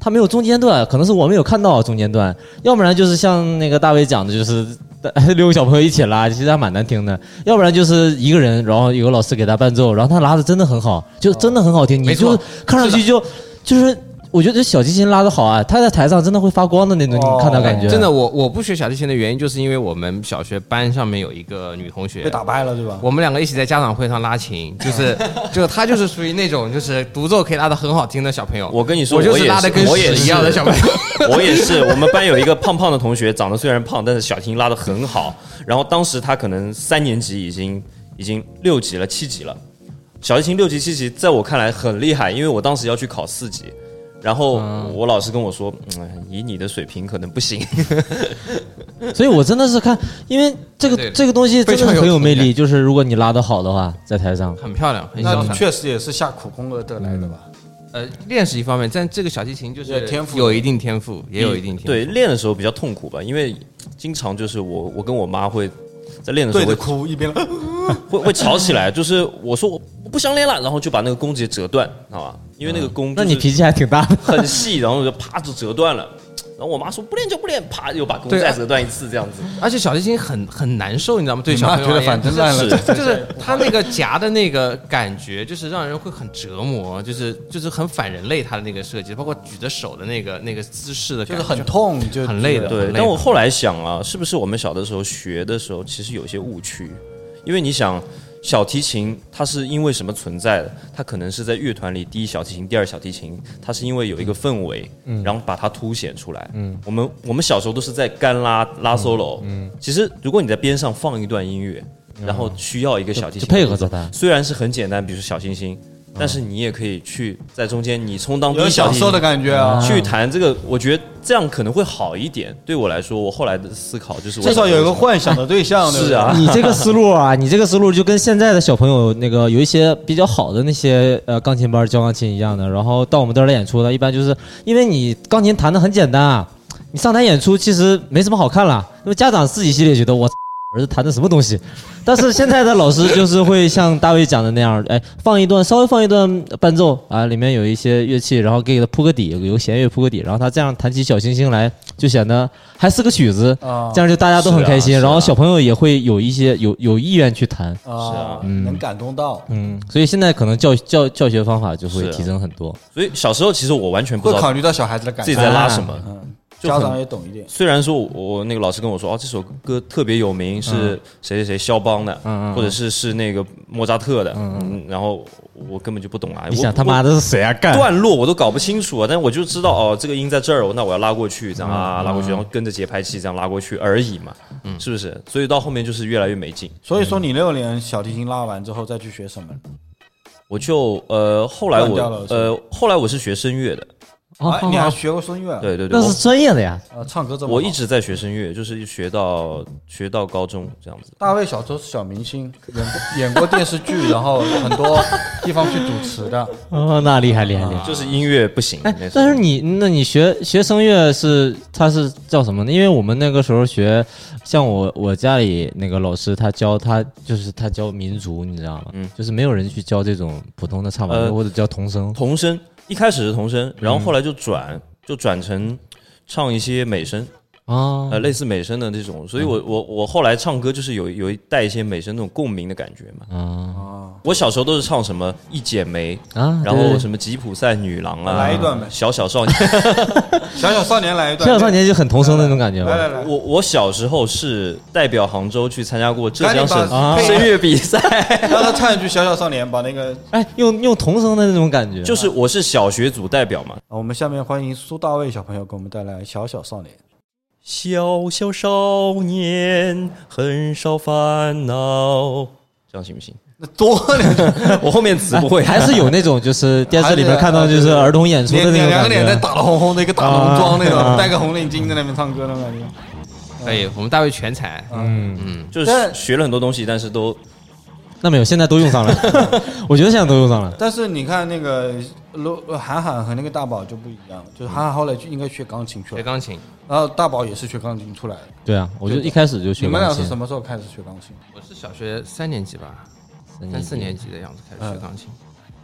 Speaker 6: 它没有中间段，可能是我没有看到中间段，要不然就是像那个大卫讲的，就是 六个小朋友一起拉，其实还蛮难听的；要不然就是一个人，然后有个老师给他伴奏，然后他拉的真的很好，就真的很好听，
Speaker 8: 哦没
Speaker 6: 你
Speaker 8: 错
Speaker 6: 就是看上去就就是。我觉得这小提琴拉的好啊，他在台上真的会发光的那种，
Speaker 4: 哦
Speaker 6: 你看他感觉
Speaker 8: 真的，我我不学小提琴的原因，就是因为我们小学班上面有一个女 同
Speaker 4: 被
Speaker 8: 学，
Speaker 4: 打败了对吧？
Speaker 8: 我们两个一起在家长会上拉琴，就是就她就是属于那种就是独奏可以拉的很好听的小朋友。
Speaker 7: 我跟你说
Speaker 8: 我就是
Speaker 7: 我也
Speaker 8: 拉的
Speaker 7: 是
Speaker 8: 跟
Speaker 7: 我也
Speaker 8: 屎一样的
Speaker 7: 是
Speaker 8: 小朋友。
Speaker 7: 我也是，我们班有一个胖胖的同学，长得虽然胖，但是小提琴拉得很好。然后当时他可能三年级已经已经六级了、七级了，小提琴六级、七级，在我看来很厉害，因为我当时要去考四级。然后
Speaker 4: 啊
Speaker 7: 我老师跟我说，嗯，以你的水平可能 不行。
Speaker 6: 所以我真的是看，因为这
Speaker 8: 对
Speaker 6: 个这个东西真的
Speaker 8: 非常
Speaker 6: 很
Speaker 8: 有
Speaker 6: 有魅
Speaker 8: 童
Speaker 6: 力，
Speaker 8: 年
Speaker 6: 就是如果你拉的好的话，在台 上，
Speaker 8: 很漂亮，很
Speaker 4: 那
Speaker 8: 潇
Speaker 4: 你嗯
Speaker 8: 洒。
Speaker 4: 确实也是下苦功而得来的吧？
Speaker 8: 呃，练是一方面，但这个小提琴就是
Speaker 4: 有天赋
Speaker 8: 有一定天赋，也有一定天赋。
Speaker 7: 对，练的时候比较痛苦吧，因为经常就是我我跟我妈会在练的时
Speaker 4: 对
Speaker 7: 候
Speaker 4: 着
Speaker 7: 会
Speaker 4: 哭 一边
Speaker 7: 会会吵起来，就是我说我我不想练了，然后就把那个弓直接折断，好吧？因为那个弓、就
Speaker 6: 那
Speaker 7: 是
Speaker 6: 你脾气还挺大 的。
Speaker 7: 很细，然后就啪就折断了。然后我妈说不练就不练，啪又把弓
Speaker 8: 对啊
Speaker 7: 再折断一次，这样子。
Speaker 8: 而且小提琴很很难受，你知道吗？对小
Speaker 4: 妈
Speaker 8: 朋友
Speaker 4: 觉得
Speaker 8: 而言
Speaker 4: 反正
Speaker 8: 就是
Speaker 4: 烂了
Speaker 8: 就是就是他那个夹的那个感觉，就是让人会很折磨，就是就是很反人类，他的那个设计，包括举着手的那个那个姿势的
Speaker 4: 就
Speaker 8: 感
Speaker 4: 是
Speaker 8: 觉，
Speaker 4: 很痛，就
Speaker 8: 很累的
Speaker 4: 对
Speaker 7: 对
Speaker 8: 很，累
Speaker 7: 但我后来想啊，是不是我们小的时候学的时候，其实有些误区？因为你想，小提琴它是因为什么存在的？它可能是在乐团里第一小提琴、第二小提琴，它是因为有一个氛围，
Speaker 6: 嗯
Speaker 7: 然后把它凸显出来。我们我们小时候都是在干拉拉 solo，其
Speaker 6: 嗯
Speaker 7: 实如果你在边上放一段音乐，然后需要一个小提
Speaker 6: 就
Speaker 7: 琴
Speaker 6: 配合着它嗯
Speaker 7: 虽然是很简单，比如说小星星，但是你也可以去在中间你充当第
Speaker 4: 有
Speaker 7: 一小
Speaker 4: 享
Speaker 7: 提
Speaker 4: 受
Speaker 7: 琴
Speaker 4: 的感觉啊。
Speaker 7: 去谈这个，我觉得这样可能会好一点。对我来说，我后来的思考就是我，
Speaker 4: 至少有一个幻想的对象，对不
Speaker 7: 是
Speaker 4: 对
Speaker 7: 啊，
Speaker 6: 你这个思路啊，你这个思路就跟现在的小朋友那个有一些比较好的那些呃钢琴班教钢琴一样的，然后到我们这儿来演出的，一般就是因为你钢琴弹的很简单啊，你上台演出其实没什么好看了，那么家长自己心里觉得我儿子弹的什么东西？ 但是现在的老师就是会像大卫讲的那样，哎，放一段稍微放一段伴奏啊，里面有一些乐器，然后给它铺个底，由弦乐铺个底，然后他这样弹起小星星来，就显得还是个曲子，
Speaker 4: 啊
Speaker 6: 这样就大家都很开心，
Speaker 7: 是啊
Speaker 6: 然后小朋友也会有一些有有意愿去弹，
Speaker 4: 啊
Speaker 7: 啊，
Speaker 4: 能感动到，
Speaker 6: 嗯，所以现在可能教教教学方法就会
Speaker 7: 是啊
Speaker 6: 提升很多，
Speaker 7: 所以小时候其实我完全不
Speaker 4: 会
Speaker 7: 知道
Speaker 4: 考虑到小孩子的感
Speaker 7: 自己
Speaker 4: 受，
Speaker 7: 在拉什么。
Speaker 4: 嗯，
Speaker 7: 就
Speaker 4: 家
Speaker 7: 很
Speaker 4: 长也懂一点，
Speaker 7: 虽然说我我那个老师跟我说，哦，这首歌特别有
Speaker 4: 嗯
Speaker 7: 名，是谁谁谁肖邦的，或者是是那个莫扎特的，嗯，然后我根本就不懂啊。
Speaker 6: 你
Speaker 7: 我
Speaker 6: 想他妈
Speaker 7: 我
Speaker 6: 的是谁啊干？
Speaker 7: 段落我都搞不清楚啊，但我就知道哦，这个音在这儿，那我要拉过去，这样啊
Speaker 4: 嗯
Speaker 7: 拉过去，然后跟着节拍器这样拉过去而已嘛，是不是？所以到后面就是越来越没劲。
Speaker 4: 所以说你六年小提琴拉完之后再去学什么？
Speaker 7: 我就呃，后来
Speaker 4: 断
Speaker 7: 我
Speaker 4: 掉了是吧
Speaker 7: 呃，后来我是学声乐的，
Speaker 6: 啊
Speaker 4: 哎，你还学过声乐？，
Speaker 7: 对对对，
Speaker 6: 那是专业的呀，
Speaker 4: 呃，唱歌这么
Speaker 7: 我我
Speaker 4: 好
Speaker 7: 一直在学声乐，就是学到学到高中这样子。
Speaker 4: 大卫小时候是小明星，演过演 过电视剧，然后很多地方去主持的。
Speaker 6: 哦，那厉害厉害厉害。
Speaker 4: 啊
Speaker 7: 就是音乐不行，
Speaker 6: 哎
Speaker 7: 那时候，
Speaker 6: 但是你，那你学学声乐是它是叫什么呢？因为我们那个时候学，像我我家里那个老师，他教他就是他教民族，你知道吗？
Speaker 7: 嗯
Speaker 6: 就是没有人去教这种普通的唱法歌、
Speaker 7: 呃
Speaker 6: 或者教童声。
Speaker 7: 童声一开始是童声，
Speaker 4: 嗯
Speaker 7: 然后后来就转就转成唱一些美声，
Speaker 4: 哦
Speaker 6: 啊
Speaker 7: 呃，类似美声的那种。所以
Speaker 4: 嗯
Speaker 7: 我我我后来唱歌就是有有一带一些美声那种共鸣的感觉嘛。
Speaker 6: 啊
Speaker 4: 哦
Speaker 7: 我小时候都是唱什么一剪梅，
Speaker 6: 啊！
Speaker 7: 然后什
Speaker 6: 么？
Speaker 7: 么吉普赛女郎啊，
Speaker 4: 来一段呗
Speaker 7: 小小少年。
Speaker 4: 小小少年来一
Speaker 6: 小
Speaker 4: 段，
Speaker 6: 啊小少年就很童声的那种感觉
Speaker 4: 来来
Speaker 6: 吧。
Speaker 4: 来，
Speaker 7: 我我小时候是代表杭州去参加过浙江省
Speaker 4: 赶紧
Speaker 6: 啊
Speaker 4: 把
Speaker 7: 声乐 比赛，
Speaker 4: 让他唱一句《小小少年》，把那个……
Speaker 6: 哎，用用童声的那种感觉，
Speaker 7: 就是我是小学组代表嘛，
Speaker 4: 啊我们下面欢迎苏大卫小朋友给我们带来《小小少年》。
Speaker 7: 小小少年很少烦恼，这样行不行？
Speaker 4: 那多两句，
Speaker 7: 我后面词
Speaker 6: 哎
Speaker 7: 不会，
Speaker 6: 还是有那种就是电 视里面看到就是儿童演出的
Speaker 4: 两
Speaker 6: 那种
Speaker 4: 两个
Speaker 6: 感
Speaker 4: 脸在
Speaker 6: 觉。
Speaker 4: 打得红红的，一个打浓妆那
Speaker 6: 啊
Speaker 4: 种，戴个红领巾在那边唱歌那种感觉。
Speaker 8: 哎，我们大卫全才，
Speaker 4: 嗯
Speaker 7: 就是学了很多东西，但是都
Speaker 6: 那没有，现在都用上了。 我觉得现在都用上了。
Speaker 4: 但是你看那个罗韩寒和那个大宝就不一样，就是韩寒后来就应该学钢琴去
Speaker 8: 学
Speaker 4: 了，
Speaker 8: 钢琴。
Speaker 4: 然后大宝也是学钢琴出来的。
Speaker 6: 对啊，我就一开始就学
Speaker 4: 你们
Speaker 6: 钢
Speaker 4: 俩
Speaker 6: 琴
Speaker 4: 是。什么时候开始学钢琴？
Speaker 8: 我是小学三年级吧，
Speaker 4: 嗯
Speaker 8: 三四年级的样子开始学钢琴。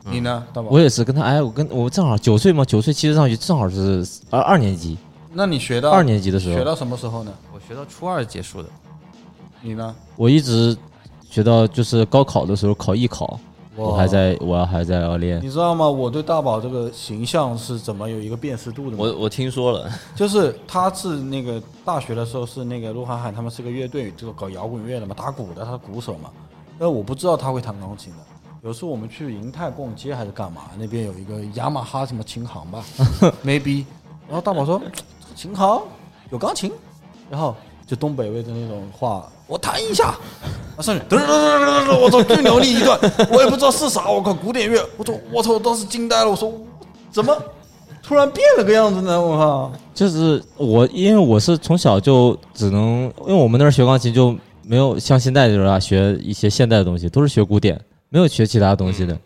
Speaker 4: 你呢，大宝？
Speaker 6: 嗯我也是跟他，哎，我跟我正好九岁嘛，九岁其实上去正好是二二年级，
Speaker 4: 那你学到
Speaker 6: 二年级的时候
Speaker 4: 学到什么时候呢？
Speaker 8: 我学到初二结束的，
Speaker 4: 你呢？
Speaker 6: 我一直学到就是高考的时候考艺考，我还在我还在要练
Speaker 4: 你知道吗？我对大宝这个形象是怎么有一个辨识度的吗？
Speaker 7: 我我听说了，
Speaker 4: 就是他是那个大学的时候是那个鹿晗晗他们是个乐队，就是搞摇滚乐的嘛，打鼓的，他是鼓手嘛。但我不知道他会弹钢琴的。有时候我们去银泰逛街还是干嘛，那边有一个雅马哈什么琴行吧，maybe。然后大宝说：“嗯琴行有钢琴。”然后就东北味的那种话，我弹一下。啊，上去，噔噔噔噔噔噔，我操，巨牛力一段，我也不知道是啥，我靠，古典乐，我操，我操，我当时惊呆了，我说怎么突然变了个样子呢？我靠！
Speaker 6: 就是我因为我是从小就只能，因为我们那儿学钢琴就没有像现在就是啊学一些现代的东西，都是学古典，没有学其他东西的。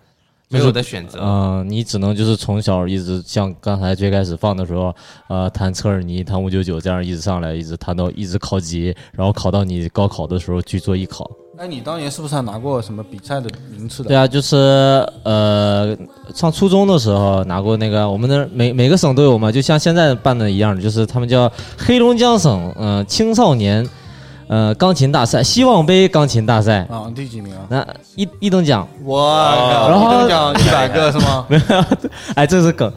Speaker 8: 没有的选择。
Speaker 6: 嗯、你只能就是从小一直像刚才最开始放的时候，呃，弹车尔尼、弹五九九这样一直上来，一直弹到一直考级，然后考到你高考的时候去做艺考。
Speaker 4: 哎，你当年是不是还拿过什么比赛的名次的？
Speaker 6: 对啊，就是呃，上初中的时候拿过那个，我们那儿每每个省都有嘛，就像现在办的一样，就是他们叫黑龙江省呃青少年呃钢琴大赛，希望杯钢琴大赛，
Speaker 4: 啊，第几名啊？
Speaker 6: 那一一等奖
Speaker 4: 哇，
Speaker 6: 然后
Speaker 4: 一等奖一百个是 吗？
Speaker 6: 哎，这是梗。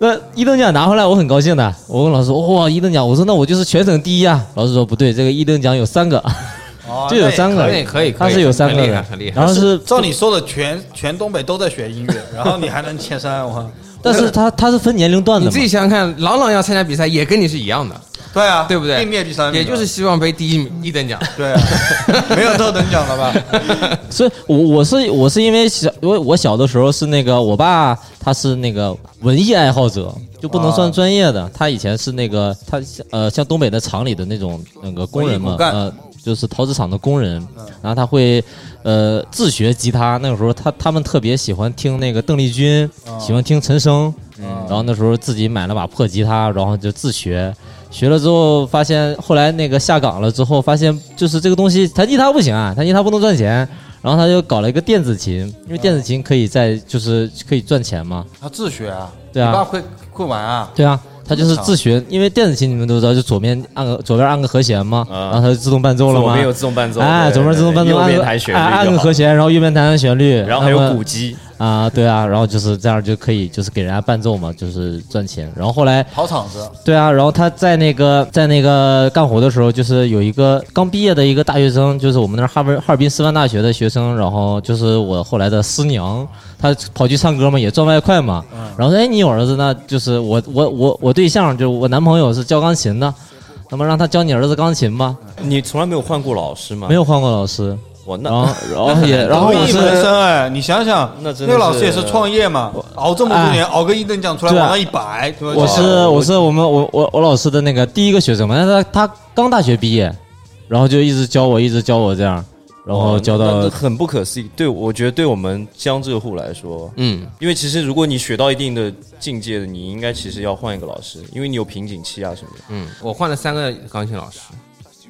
Speaker 6: 那一等奖拿回来，我很高兴的。我跟老师说：“哇，一等奖！”我说：“那我就是全省第一啊！”老师说：“不对，这个一等奖有三个， 就有三个
Speaker 8: 哦可以，可以，
Speaker 6: 它是有三个
Speaker 8: 很厉害，
Speaker 6: 的
Speaker 8: 很厉。害。
Speaker 6: 然后是，
Speaker 4: 照你说的，全全东北都在学音乐，然后你还能前三，我靠！
Speaker 6: 但是它它是分年龄段
Speaker 8: 你
Speaker 6: 的
Speaker 8: 自
Speaker 6: 嘛
Speaker 8: 己。想想看，朗朗要参加比赛也跟你是一样的，
Speaker 4: 对啊，
Speaker 8: 对不对？
Speaker 4: 并列第三名
Speaker 8: 也
Speaker 4: 啊，
Speaker 8: 就是希望杯第一名一等奖。
Speaker 4: 对啊， 没有特等奖了吧？
Speaker 6: 所以，我我是我是因为小，因为我小的时候是那个我爸，他是那个文艺爱好者，就不能算专业的。他以前是那个他呃，像东北的厂里的那种那个工人
Speaker 4: 文艺
Speaker 6: 嘛
Speaker 4: 骨，干
Speaker 6: 呃，就是陶瓷厂的工人，
Speaker 7: 嗯
Speaker 6: 然后他会呃
Speaker 7: 嗯
Speaker 6: 自学吉他。那个时候他他们特别喜欢听那个邓丽君，喜欢听陈升，然后那时候自己买了把破吉他，然后就自学，学了之后发现，后来那个下岗了之后，发现就是这个东西弹吉他不行啊，弹吉他不能赚钱，然后他就搞了一个电子琴，因为电子琴可以在就是可以赚钱嘛，
Speaker 4: 他自学啊，
Speaker 6: 对啊
Speaker 4: 你爸会会玩啊，
Speaker 6: 对啊。他就是自学，因为电子琴你们都知道，就左面按个左边按个和弦嘛，然后它就自动伴 奏了
Speaker 7: 嗯左
Speaker 6: 嘛。
Speaker 7: 边有自动伴奏，
Speaker 6: 哎，
Speaker 7: 对
Speaker 6: 左边自动伴奏，
Speaker 7: 右
Speaker 6: 按
Speaker 7: 边
Speaker 6: 个
Speaker 7: 弹旋
Speaker 6: 哎
Speaker 7: 律
Speaker 6: 按
Speaker 7: 就
Speaker 6: 个
Speaker 7: 好
Speaker 6: 和，弦，然后右边弹弹旋律，
Speaker 7: 然后还有
Speaker 6: 那么
Speaker 7: 鼓机，
Speaker 6: 啊，对啊，然后就是这样就可以，就是给人家伴奏嘛，就是赚钱。然后后来，
Speaker 4: 跑场子，
Speaker 6: 对啊，然后他在那个在那个干活的时候，就是有一个刚毕业的一个大学生，就是我们那儿哈尔哈尔滨师范大学的学生，然后就是我后来的师娘，她跑去唱歌嘛，也赚外快嘛。
Speaker 7: 嗯
Speaker 6: 然后说，哎，你有儿子呢？就是我我我我对象，就是我男朋友是教钢琴的，那么让他教你儿子钢琴吧。
Speaker 7: 你从来没有换过老师吗？
Speaker 6: 没，有换过老师，
Speaker 7: 我那
Speaker 6: 然后 然后也然后我
Speaker 4: 意
Speaker 6: 是。
Speaker 4: 门生哎，你想想，
Speaker 7: 那真的
Speaker 4: 个老师也
Speaker 7: 是
Speaker 4: 是创业嘛，熬这么多年，熬个一等奖出来
Speaker 6: 哎对啊
Speaker 4: 往上一摆，对吧？
Speaker 6: 我是
Speaker 7: 啊
Speaker 6: 我是我们我我我老师的那个第一个学生嘛，但是他他刚大学毕业，然后就一直教我，一直教我这样，然后
Speaker 7: 哇
Speaker 6: 教
Speaker 7: 哦那
Speaker 6: 到
Speaker 7: 那很不可思议。对，我觉得对我们江浙沪来说，
Speaker 8: 嗯，
Speaker 7: 因为其实如果你学到一定的境界，你应该其实要换一个老师，因为你有瓶颈期啊什么的。
Speaker 8: 嗯，我换了三个钢琴老师，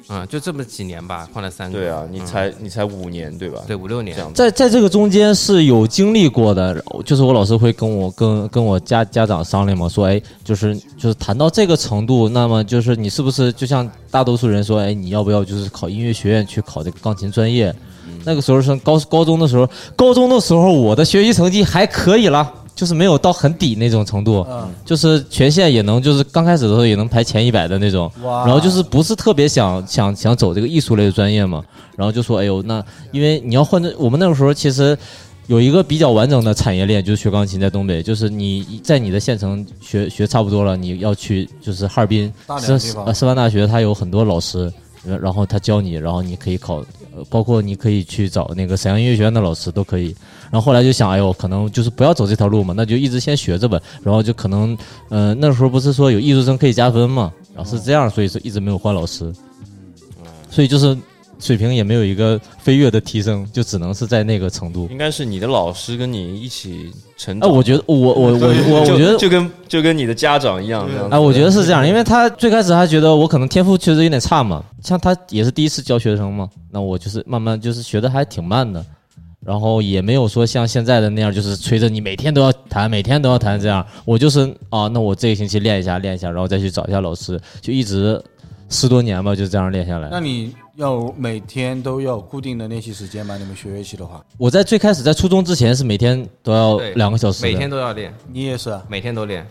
Speaker 8: 嗯，就这么几年吧，换了三个。
Speaker 7: 对啊，你
Speaker 8: 嗯
Speaker 7: 才你才五年对吧？
Speaker 8: 对五六年
Speaker 7: 这，样子。
Speaker 6: 在在这个中间是有经历过的，就是我老师会跟我跟跟我家家长商量嘛，说哎，就是就是谈到这个程度，那么就是你是不是就像大多数人说，哎，你要不要就是考音乐学院去考这个钢琴专业？
Speaker 4: 嗯
Speaker 6: 那个时候是高高中的时候，高中的时候我的学习成绩还可以啦，就是没有到很底那种程度，
Speaker 4: 嗯
Speaker 6: 就是全县也能就是刚开始的时候也能排前一百的那种，
Speaker 4: 哇
Speaker 6: 然后就是不是特别想想想走这个艺术类的专业嘛，然后就说哎呦那因为你要换成我们那个时候其实。有一个比较完整的产业链，就是学钢琴在东北，就是你在你的县城学学差不多了，你要去就是哈尔滨
Speaker 4: 大连地
Speaker 6: 师
Speaker 4: 方
Speaker 6: 呃师范大学，它有很多老师，然然后他教你，然后你可以考，呃包括你可以去找那个沈阳音乐学院的老师都可以。然后后来就想，哎呦，可能就是不要走这条路嘛，那就一直先学着吧。然后就可能，呃，那时候不是说有艺术生可以加分嘛，然后是这样，所以说一直没有换老师，
Speaker 4: 嗯
Speaker 6: 所以就是水平也没有一个飞跃的提升，就只能是在那个程度。
Speaker 7: 应该是你的老师跟你一起成
Speaker 6: 哎、
Speaker 8: 啊
Speaker 7: 长。
Speaker 6: 我觉得我我我我
Speaker 7: 就
Speaker 6: 我觉得
Speaker 7: 就跟就跟你的家长一样啊这样
Speaker 8: 啊
Speaker 7: 子。
Speaker 6: 哎，我觉得是这样，因为他最开始还觉得我可能天赋确实有点差嘛，像他也是第一次教学生嘛，那我就是慢慢就是学的还挺慢的，然后也没有说像现在的那样，就是催着你每天都要弹，每天都要弹这样。我就是啊，那我这个星期练一下，练一下，然后再去找一下老师，就一直十多年吧，就这样练下
Speaker 4: 那
Speaker 6: 来。
Speaker 4: 你要每天都要固定的练习时间吗？你们学乐器的话，
Speaker 6: 我在最开始在初中之前是每天都要
Speaker 8: 对
Speaker 6: 两个小时的，
Speaker 8: 每天都要练，
Speaker 4: 你也是啊？
Speaker 8: 每天都练。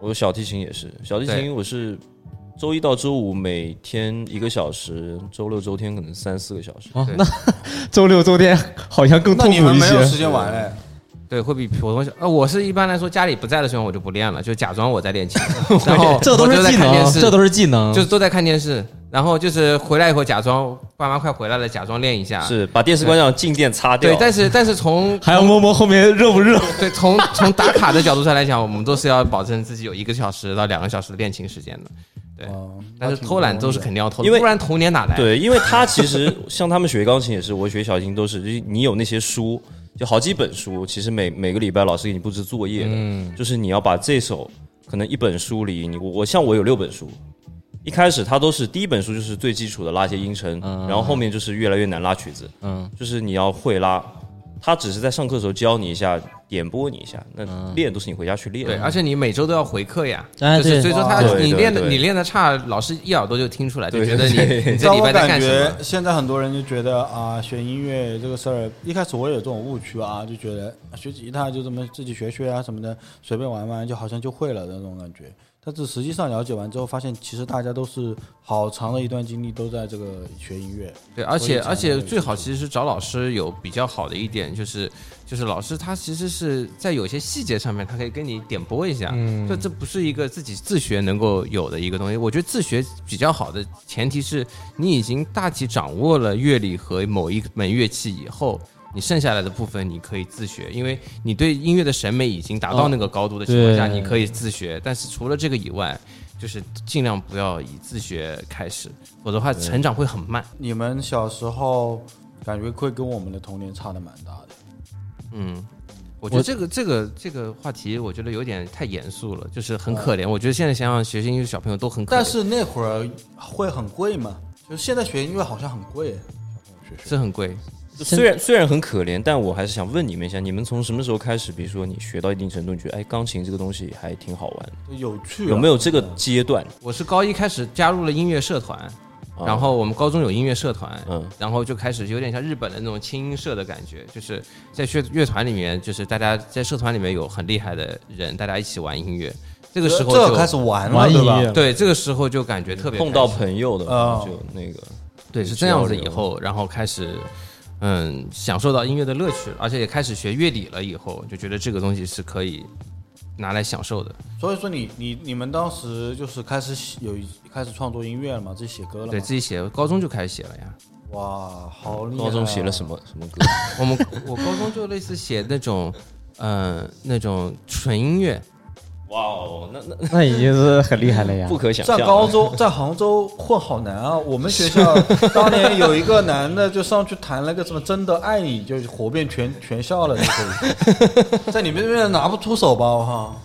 Speaker 7: 我小提琴也是，小提
Speaker 8: 对
Speaker 7: 琴我是周一到周五每天一个小时，周六周天可能三四个小时。
Speaker 6: 啊
Speaker 8: 对，
Speaker 6: 那周六周天好像更
Speaker 4: 那
Speaker 6: 痛苦
Speaker 4: 你们
Speaker 6: 一
Speaker 4: 没有时
Speaker 6: 些。
Speaker 4: 间玩哎嘞？
Speaker 8: 对，会比普通小呃，我是一般来说家里不在的时候我就不练了，就假装我在练琴，然后
Speaker 6: 哦这都
Speaker 8: 我就是在
Speaker 6: 技
Speaker 8: 看电
Speaker 6: 能，
Speaker 8: 视，
Speaker 6: 这都是技
Speaker 7: 嗯
Speaker 6: 能，
Speaker 8: 就是都在看电视，然后就是回来以后假装爸妈快回来了，假装练一下。
Speaker 7: 是把电视关掉，静电擦掉。
Speaker 8: 对，但是但是从
Speaker 6: 还要摸摸后面热不热。
Speaker 8: 对从从打卡的角度上来讲，我们都是要保证自己有一个小时到两个小时的练琴时间的。对，
Speaker 4: 哦
Speaker 8: 但是偷懒都是肯定要偷的，
Speaker 7: 因为
Speaker 8: 不然童年哪来？
Speaker 7: 对，因为 他其实像他们学钢琴也是，我学小提琴都是，就是你有那些书，就好几本书，其实每每个礼拜老师给你布置作业的，
Speaker 8: 嗯
Speaker 7: 就是你要把这首可能一本书里，你我我像我有六本书。一开始它都是第一本书就是最基础的拉一些音程，
Speaker 8: 嗯
Speaker 7: 然后后面就是越来越难拉曲子，
Speaker 6: 嗯，
Speaker 7: 就是你要会拉，他只是在上课的时候教你一下，点拨你一下，那练都是你回家去练的。
Speaker 8: 嗯对，而且你每周都要回课呀，
Speaker 6: 哎
Speaker 8: 就是
Speaker 6: 对
Speaker 8: 所以说他
Speaker 7: 哇对
Speaker 8: 你
Speaker 7: 对
Speaker 8: 练的
Speaker 7: 对
Speaker 8: 你练的差，老师一耳朵就听出来，就
Speaker 7: 对
Speaker 8: 觉得你
Speaker 7: 对
Speaker 8: 你这
Speaker 4: 但
Speaker 8: 礼
Speaker 4: 我
Speaker 8: 拜在
Speaker 4: 感
Speaker 8: 干什
Speaker 4: 觉
Speaker 8: 么。
Speaker 4: 现在很多人就觉得啊，学音乐这个事儿，一开始我也有这种误区啊，就觉得学吉他就这么自己学学啊什么的，随便玩玩，就好像就会了的那种感觉。但是实际上了解完之后，发现其实大家都是好长的一段经历都在这个学音乐。
Speaker 8: 对，而且
Speaker 4: 所以
Speaker 8: 而且
Speaker 4: 才
Speaker 8: 最好其实是找老师有比较好的一点，就是就是老师他其实是在有些细节上面，他可以跟你点拨一下，嗯，就这不是一个自己自学能够有的一个东西。我觉得自学比较好的前提是你已经大体掌握了乐理和某一门乐器以后。你剩下来的部分你可以自学，因为你对音乐的审美已经达到那个高度的情况下，
Speaker 6: 对
Speaker 8: 你可以自学。但是除了这个以外，就是尽量不要以自学开始，否则的话成长会很慢。
Speaker 4: 你们小时候感觉会跟我们的童年差的蛮大的。
Speaker 8: 嗯，我觉得这个这个这个话题，我觉得有点太严肃了，就是很可怜。我觉得现在想想，学习音乐小朋友都很可怜，
Speaker 4: 哦但是那会儿会很贵嘛，就是现在学音乐好像很贵。
Speaker 8: 是很贵。
Speaker 7: 虽然虽然很可怜，但我还是想问你们一下，你们从什么时候开始，比如说你学到一定程度，你觉得哎，钢琴这个东西还挺好玩的，
Speaker 4: 有趣啊、
Speaker 7: 有没有这个阶段？
Speaker 8: 我是高一开始加入了音乐社团，
Speaker 4: 哦
Speaker 7: 啊
Speaker 8: 然后我们高中有音乐社团，
Speaker 7: 嗯
Speaker 8: 然后就开始有点像日本的那种轻音社的感觉，就是在乐乐团里面，就是大家在社团里面有很厉害的人，大家一起玩音乐。这个时候
Speaker 4: 这
Speaker 8: 就
Speaker 4: 开始玩了，
Speaker 6: 玩
Speaker 4: 对
Speaker 6: 音
Speaker 4: 吧？
Speaker 6: 乐
Speaker 8: 对，这个时候就感觉特别
Speaker 7: 碰到
Speaker 8: 开心
Speaker 7: 朋友的
Speaker 4: 啊哎
Speaker 7: 话，就那个
Speaker 8: 对是这样子以后，然后开始嗯享受到音乐的乐趣了，而且也开始学乐理了以后，就觉得这个东西是可以拿来享受的。
Speaker 4: 所以说你你你们当时就是开始写有开始创作音乐了嘛，自己写歌了
Speaker 8: 对
Speaker 4: 嘛？
Speaker 8: 自己写，高中就开始写了呀。
Speaker 4: 哇，好厉害、啊！
Speaker 7: 高中写了什么什 么歌？
Speaker 8: 我们我高中就类似写那种，呃，那种纯音乐，
Speaker 7: 哇哦，那那
Speaker 6: 那已经是很厉害了呀
Speaker 7: 不。可想
Speaker 4: 在
Speaker 7: 象。啊
Speaker 4: 高中， 在杭州混好难啊！我们学 校当年有一个男的，就上去弹了个什么“真的爱你”，就火遍全全校了。那 个在你们那边拿不出手吧？我靠！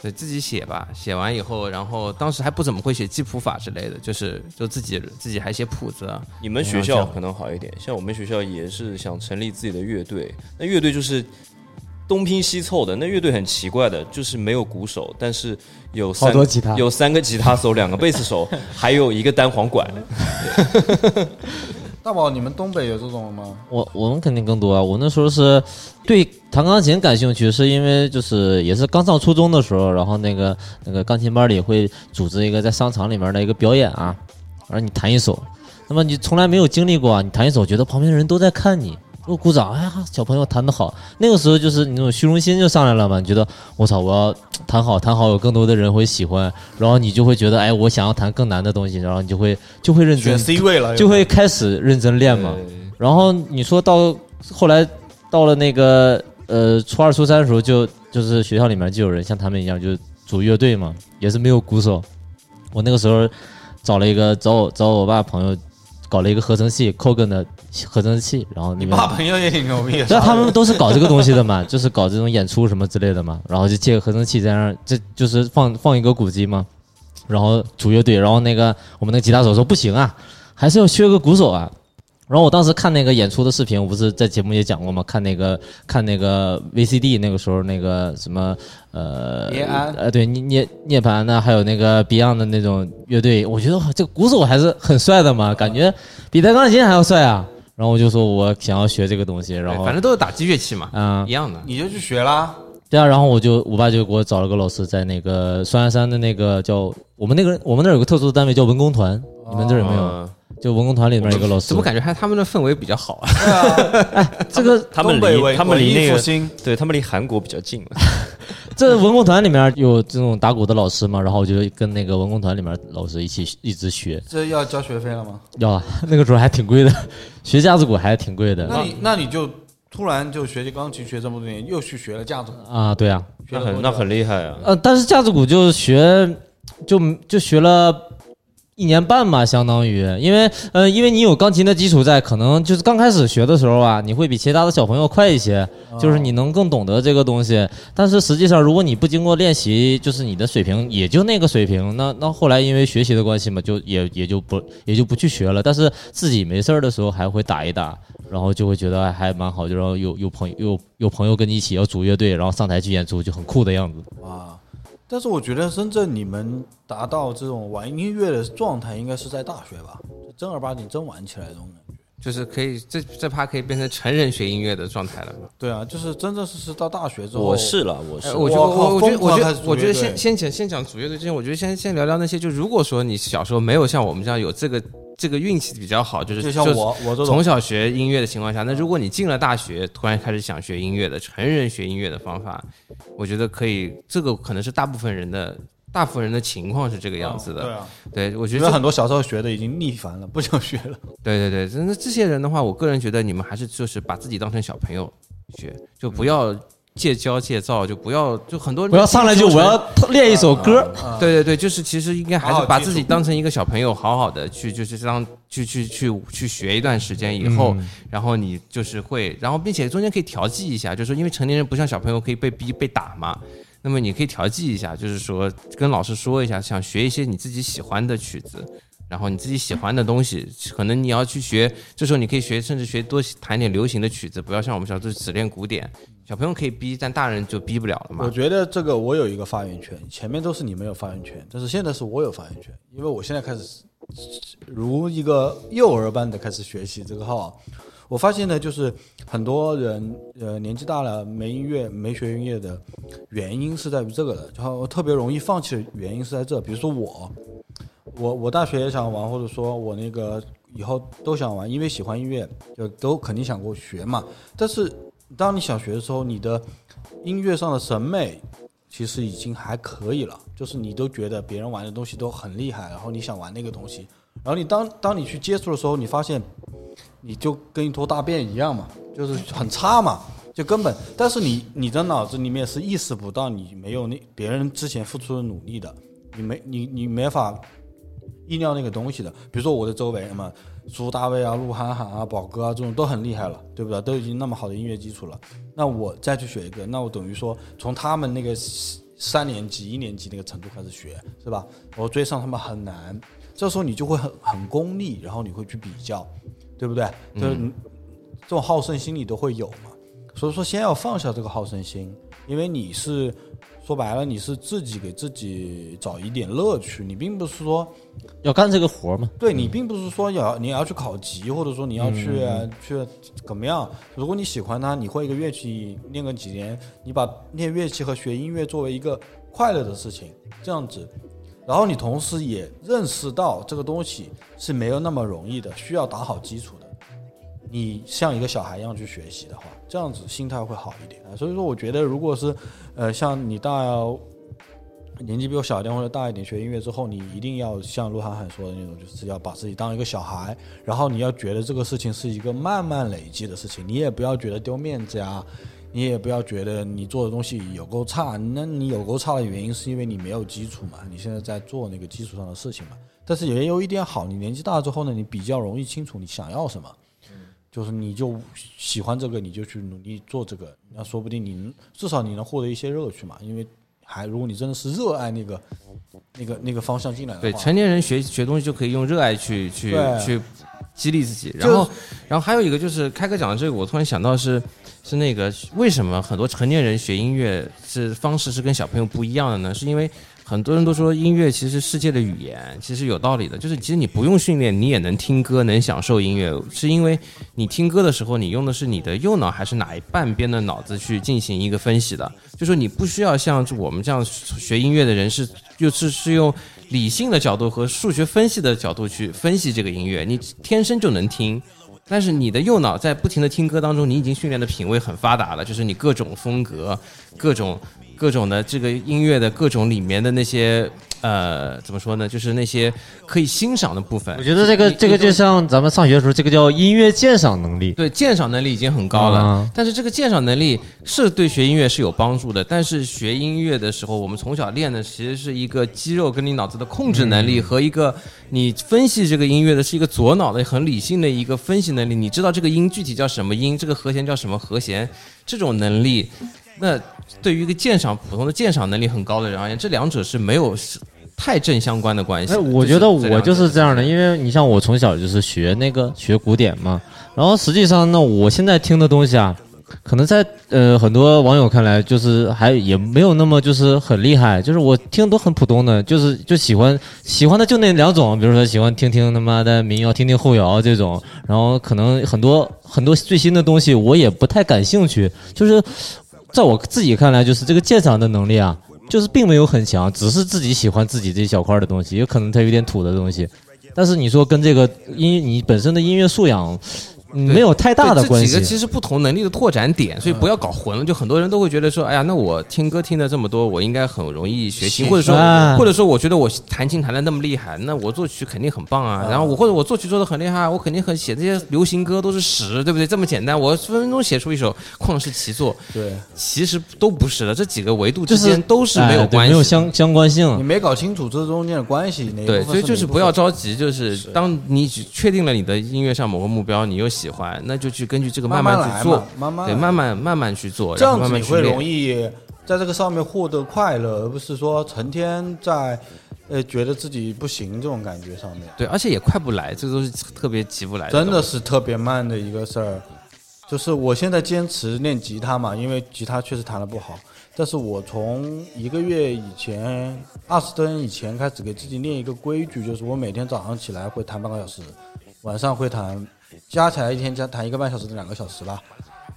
Speaker 8: 对自己写吧。写完以后，然后当时还不怎么会写记谱法之类的，就是就自己自己还写谱子啊。
Speaker 7: 你们学校可能好一点，像我们学校也是想成立自己的乐队，那乐队就是东拼西凑的。那乐队很奇怪的，就是没有鼓手，但是有三
Speaker 6: 好多吉他
Speaker 7: 有三个吉他手，两个贝 斯手，还有一个单簧管。
Speaker 4: 大宝，你们东北有这种吗？
Speaker 6: 我我们肯定更多啊！我那时候是对弹钢琴感兴趣，是因为就是也是刚上初中的时候，然后那个那个钢琴班里会组织一个在商场里面的一个表演啊，然后你弹一首，那么你从来没有经历过啊，你弹一首觉得旁边的人都在看你，给我鼓掌，哎呀，小朋友弹得好，那个时候就是你那种虚荣心就上来了嘛，你觉得我操，我要弹好，弹好有更多的人会喜欢，然后你就会觉得哎，我想要弹更难的东西，然后你就会就会认真
Speaker 4: 选 C 位了，
Speaker 6: 就会开始认真练嘛。然后你说到后来到了那个呃初二初三的时候就，就是学校里面就有人像他们一样就组乐队嘛，也是没有鼓手。我那个时候找了一个找我找我爸朋友搞了一个合成器 Kogan 的合成器，然后里
Speaker 4: 你
Speaker 6: 面
Speaker 4: 爸朋友也挺牛逼的。啊
Speaker 6: 那他们都是搞这个东西的嘛， 就是搞这种演出什么之类的嘛，然后就借个合成器在那儿，这就是放放一个鼓机嘛，然后组乐队，然后那个我们那个吉他手说不行啊，还是要缺个鼓手啊。然后我当时看那个演出的视频，我不是在节目也讲过嘛，看那个看那个 VCD 那个时候那个什么呃
Speaker 4: 叶安
Speaker 6: 呃对涅涅涅槃呢，还有那个 Beyond 的那种乐队，我觉得哇这个鼓手还是很帅的嘛，感觉比弹钢琴还要帅啊。然后我就说我想要学这个东西，然
Speaker 8: 对
Speaker 6: 后
Speaker 8: 反正都是打击乐器嘛，
Speaker 6: 嗯
Speaker 8: 一样的。
Speaker 4: 你就去学啦。
Speaker 6: 对啊，然后我就我爸就给我找了个老师，在那个双鸭山的那个叫我们那个我们那儿有个特殊的单位叫文工团，你们这儿有没有？
Speaker 8: 嗯，
Speaker 6: 就文工团里面一个老师，
Speaker 8: 怎么感觉还他们的氛围比较好啊？
Speaker 6: 这个
Speaker 7: 他
Speaker 4: 东
Speaker 7: 们
Speaker 4: 北文
Speaker 7: 离他们离
Speaker 4: 文艺
Speaker 7: 那
Speaker 4: 复
Speaker 7: 个
Speaker 4: 兴
Speaker 7: 对他们离韩国比 较近嘛。
Speaker 6: 这文工团里面有这种打鼓的老师嘛？然后我就跟那个文工团里面老师一起一直学，
Speaker 4: 这要交学费了吗？
Speaker 6: 要 啊，那个时候还挺贵的，学架子鼓还挺贵的
Speaker 4: 那你那你就突然就学习钢琴学这么多年，又去学了架子鼓，
Speaker 6: 啊，对啊，
Speaker 4: 学
Speaker 7: 那
Speaker 4: 了多久
Speaker 7: 很那很厉害啊！
Speaker 6: 呃，但是架子鼓就学，就就学了一年半吧，相当于，因为呃，因为你有钢琴的基础在，可能就是刚开始学的时候啊，你会比其他的小朋友快一些，就是你能更懂得这个东西。但是实际上，如果你不经过练习，就是你的水平也就那个水平。那那后来因为学习的关系嘛，就也也就不也就不去学了。但是自己没事儿的时候还会打一打，然后就会觉得哎还蛮好，就然后有有朋友有有朋友跟你一起要组乐队，然后上台去演出，就很酷的样子。
Speaker 4: 哇！啊但是我觉得真正你们达到这种玩音乐的状态，应该是在大学吧，就正儿八经真玩起来这种感觉。
Speaker 8: 就是可以，这这趴可以变成成人学音乐的状态了嘛？
Speaker 4: 对啊，就是真正是是到大学之后，
Speaker 7: 我是了，我是
Speaker 8: 哎，
Speaker 7: 啦
Speaker 8: 我觉得
Speaker 4: 哇靠
Speaker 8: 我我觉得
Speaker 4: 疯
Speaker 8: 我
Speaker 4: 狂啊
Speaker 8: 觉
Speaker 4: 开始
Speaker 8: 得
Speaker 4: 组
Speaker 8: 我觉
Speaker 4: 乐
Speaker 8: 得
Speaker 4: 队
Speaker 8: 先先讲先讲组乐队之前，我觉得先先聊聊那些，就如果说你小时候没有像我们这样有这个这个运气比较好，就是
Speaker 4: 就像
Speaker 8: 是
Speaker 4: 我我这
Speaker 8: 从
Speaker 4: 种，啊
Speaker 8: 小学音乐的情况下，那如果你进了大学，突然开始想学音乐的成人学音乐的方法，我觉得可以，这个可能是大部分人的大部分人的情况是这个样子的。
Speaker 4: 对啊，
Speaker 8: 对我觉
Speaker 4: 因
Speaker 8: 得
Speaker 4: 为
Speaker 8: 这
Speaker 4: 很多小时候学的已经逆反了，不想学了。
Speaker 8: 对对对，那这些人的话，我个人觉得你们还是就是把自己当成小朋友学，就不要戒骄戒躁，就不要就很多人
Speaker 6: 嗯不要上来就我要练一首歌，
Speaker 8: 对对对，就是其实应该还
Speaker 1: 啊好
Speaker 8: 是
Speaker 1: 好
Speaker 8: 把
Speaker 1: 接
Speaker 8: 自己
Speaker 1: 触
Speaker 8: 当成一个小朋友，好好的去就是当去去去去学一段时间以后，
Speaker 1: 嗯
Speaker 8: 然后你就是会，然后并且中间可以调剂一下，就是说因为成年人不像小朋友可以被逼被打嘛。那么你可以调剂一下，就是说跟老师说一下，想学一些你自己喜欢的曲子，然后你自己喜欢的东西，可能你要去学，这时候你可以学，甚至学多弹点流行的曲子，不要像我们小时候只练古典。小朋友可以逼，但大人就逼不了了
Speaker 4: 我
Speaker 8: 嘛。
Speaker 4: 觉得这个我有一个发言权，前面都是你没有发言权，但是现在是我有发言权，因为我现在开始如一个幼儿般的开始学习这个号。我发现呢，就是很多人呃年纪大了没音乐没学音乐的原因是在于这个的，然后特别容易放弃的原因是在这，比如说我，我我大学也想玩，或者说我那个以后都想玩，因为喜欢音乐，就都肯定想过学嘛。但是当你想学的时候，你的音乐上的审美其实已经还可以了，就是你都觉得别人玩的东西都很厉害，然后你想玩那个东西，然后你当当你去接触的时候，你发现你就跟一坨大便一样嘛，就是很差嘛，就根本。但是你你的脑子里面是意识不到你没有那别人之前付出的努力的，你没你你没法意料那个东西的。比如说我的周围什么苏大卫啊、鹿晗晗啊、宝哥啊这种都很厉害了，对不对？都已经那么好的音乐基础了，那我再去学一个，那我等于说从他们那个三年级、一年级那个程度开始学，是吧？我追上他们很难，这时候你就会很很功利，然后你会去比较，对不对？就是你这种好胜心你都会有嘛。所以说，先要放下这个好胜心，因为你是说白了，你是自己给自己找一点乐趣，你并不是说
Speaker 6: 要干这个活嘛。
Speaker 4: 对你并不是说要你要去考级，或者说你要去、去怎么样。如果你喜欢它，你会一个乐器，练个几年，你把练乐器和学音乐作为一个快乐的事情，这样子。然后你同时也认识到这个东西是没有那么容易的，需要打好基础的。你像一个小孩一样去学习的话，这样子心态会好一点。所以说，我觉得如果是呃像你大年纪比我小一点或者大一点学音乐之后，你一定要像鹿晗晗说的那种，就是要把自己当一个小孩，然后你要觉得这个事情是一个慢慢累积的事情，你也不要觉得丢面子呀，你也不要觉得你做的东西有够差，那你有够差的原因是因为你没有基础嘛，你现在在做那个基础上的事情嘛。但是也有一点好，你年纪大了之后呢，你比较容易清楚你想要什么。就是你就喜欢这个，你就去努力做这个，那说不定你能至少你能获得一些乐趣嘛。因为还如果你真的是热爱那个那个那个方向进来的
Speaker 8: 对，
Speaker 4: 话，
Speaker 8: 成年人学学东西就可以用热爱去去
Speaker 4: 对
Speaker 8: 去激励自己。
Speaker 4: 就
Speaker 8: 然后，然后还有一个就是开哥讲的这个，我突然想到是是那个为什么很多成年人学音乐是方式是跟小朋友不一样的呢？是因为很多人都说音乐其实是世界的语言，其实有道理的。就是其实你不用训练，你也能听歌，能享受音乐，是因为你听歌的时候，你用的是你的右脑还是哪一半边的脑子去进行一个分析的？就说你不需要像我们这样学音乐的人是，就是是用理性的角度和数学分析的角度去分析这个音乐，你天生就能听。但是你的右脑在不停的听歌当中，你已经训练的品味很发达了，就是你各种风格、各种各种的这个音乐的各种里面的那些呃，怎么说呢？就是那些可以欣赏的部分。
Speaker 6: 我觉得这个
Speaker 8: 你
Speaker 6: 这个就像咱们上学的时候，这个叫音乐鉴赏能力。
Speaker 8: 对鉴赏能力已经很高了，
Speaker 6: 啊
Speaker 8: 但是这个鉴赏能力是对学音乐是有帮助的。但是学音乐的时候，我们从小练的其实是一个肌肉跟你脑子的控制能
Speaker 6: 嗯
Speaker 8: 力和一个你分析这个音乐的是一个左脑的很理性的一个分析能力。你知道这个音具体叫什么音，这个和弦叫什么和弦，这种能力，那对于一个鉴赏普通的鉴赏能力很高的人而言，这两者是没有是太正相关的关系
Speaker 6: 哎，
Speaker 8: 的。
Speaker 6: 我
Speaker 8: 这
Speaker 6: 觉得
Speaker 8: 这
Speaker 6: 我
Speaker 8: 两
Speaker 6: 就
Speaker 8: 者
Speaker 6: 是这样的，因为你像我从小就是学那个学古典嘛，然后实际上呢，我现在听的东西啊，可能在呃很多网友看来就是还也没有那么就是很厉害，就是我听都很普通的，就是就喜欢喜欢的就那两种，比如说喜欢听听他妈的民谣，听听后摇这种，然后可能很多很多最新的东西我也不太感兴趣，就是在我自己看来，就是这个鉴赏的能力啊，就是并没有很强，只是自己喜欢自己这一小块的东西，也可能它有点土的东西。但是你说跟这个音你本身的音乐素养，
Speaker 8: 对
Speaker 1: 没有太大的
Speaker 8: 对
Speaker 1: 关
Speaker 8: 这几个
Speaker 1: 系。
Speaker 8: 其实不同能力的拓展点，所以不要搞混了。就很多人都会觉得说，哎呀，那我听歌听的这么多，我应该很容易学琴，或者说，
Speaker 1: 啊
Speaker 8: 或者说，我觉得我弹琴弹的那么厉害，那我作曲肯定很棒啊。然后我或者我作曲做的很厉害，我肯定很写这些流行歌都是屎，对不对？这么简单，我分分钟写出一首旷世奇作。
Speaker 4: 对，
Speaker 8: 其实都不是的，这几个维度
Speaker 6: 就
Speaker 8: 之
Speaker 6: 是
Speaker 8: 间都是没有
Speaker 6: 哎对
Speaker 8: 关系
Speaker 6: 没有
Speaker 8: 的。
Speaker 6: 相相关
Speaker 4: 你
Speaker 6: 性。
Speaker 4: 没搞清楚这中间的关系，哪一
Speaker 8: 对，
Speaker 4: 部分
Speaker 8: 所以就
Speaker 4: 哪一
Speaker 8: 是
Speaker 4: 部
Speaker 8: 不
Speaker 4: 分
Speaker 8: 要着急，就是当你确定了你的音乐上某个目标，你又喜欢，那就去根据这个
Speaker 4: 慢慢
Speaker 8: 慢
Speaker 4: 来
Speaker 8: 去做
Speaker 4: 嘛，慢慢
Speaker 8: 对，
Speaker 4: 来
Speaker 8: 慢慢慢慢去做，
Speaker 4: 这
Speaker 8: 然后
Speaker 4: 样
Speaker 8: 慢
Speaker 4: 子
Speaker 8: 慢
Speaker 4: 你
Speaker 8: 去
Speaker 4: 会
Speaker 8: 练
Speaker 4: 容易在这个上面获得快乐，而不是说成天在呃觉得自己不行这种感觉上面，
Speaker 8: 对，而且也快不来，这都是特别急不来
Speaker 4: 真的
Speaker 8: 的
Speaker 4: 是特别慢的一个事儿。就是我现在坚持练吉他嘛，因为吉他确实弹的不好，但是我从一个月以前，二十天以前开始给自己练一个规矩，就是我每天早上起来会弹半个小时，晚上会弹，加起来一天加弹一个半小时到两个小时吧。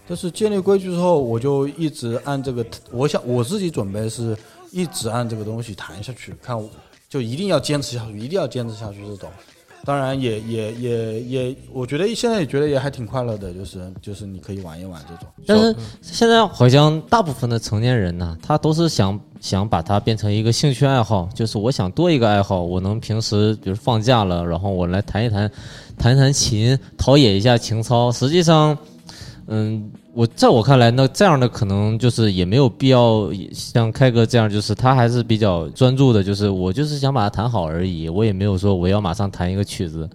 Speaker 4: 但是建立规矩之后，我就一直按这个，我想我自己准备是一直按这个东西弹下去，看我就一定要坚持下去，一定要坚持下去这种。当然也也也也，我觉得现在也觉得也还挺快乐的，就是就是你可以玩一玩这种。
Speaker 6: 但是现在好像大部分的成年人呢，他都是想想把它变成一个兴趣爱好，就是我想多一个爱好，我能平时比如放假了，然后我来弹一弹，弹一弹琴，陶冶一下情操。实际上，嗯，我在我看来，那这样的可能就是也没有必要像开哥这样，就是他还是比较专注的，就是我就是想把它弹好而已，我也没有说我要马上弹一个曲子。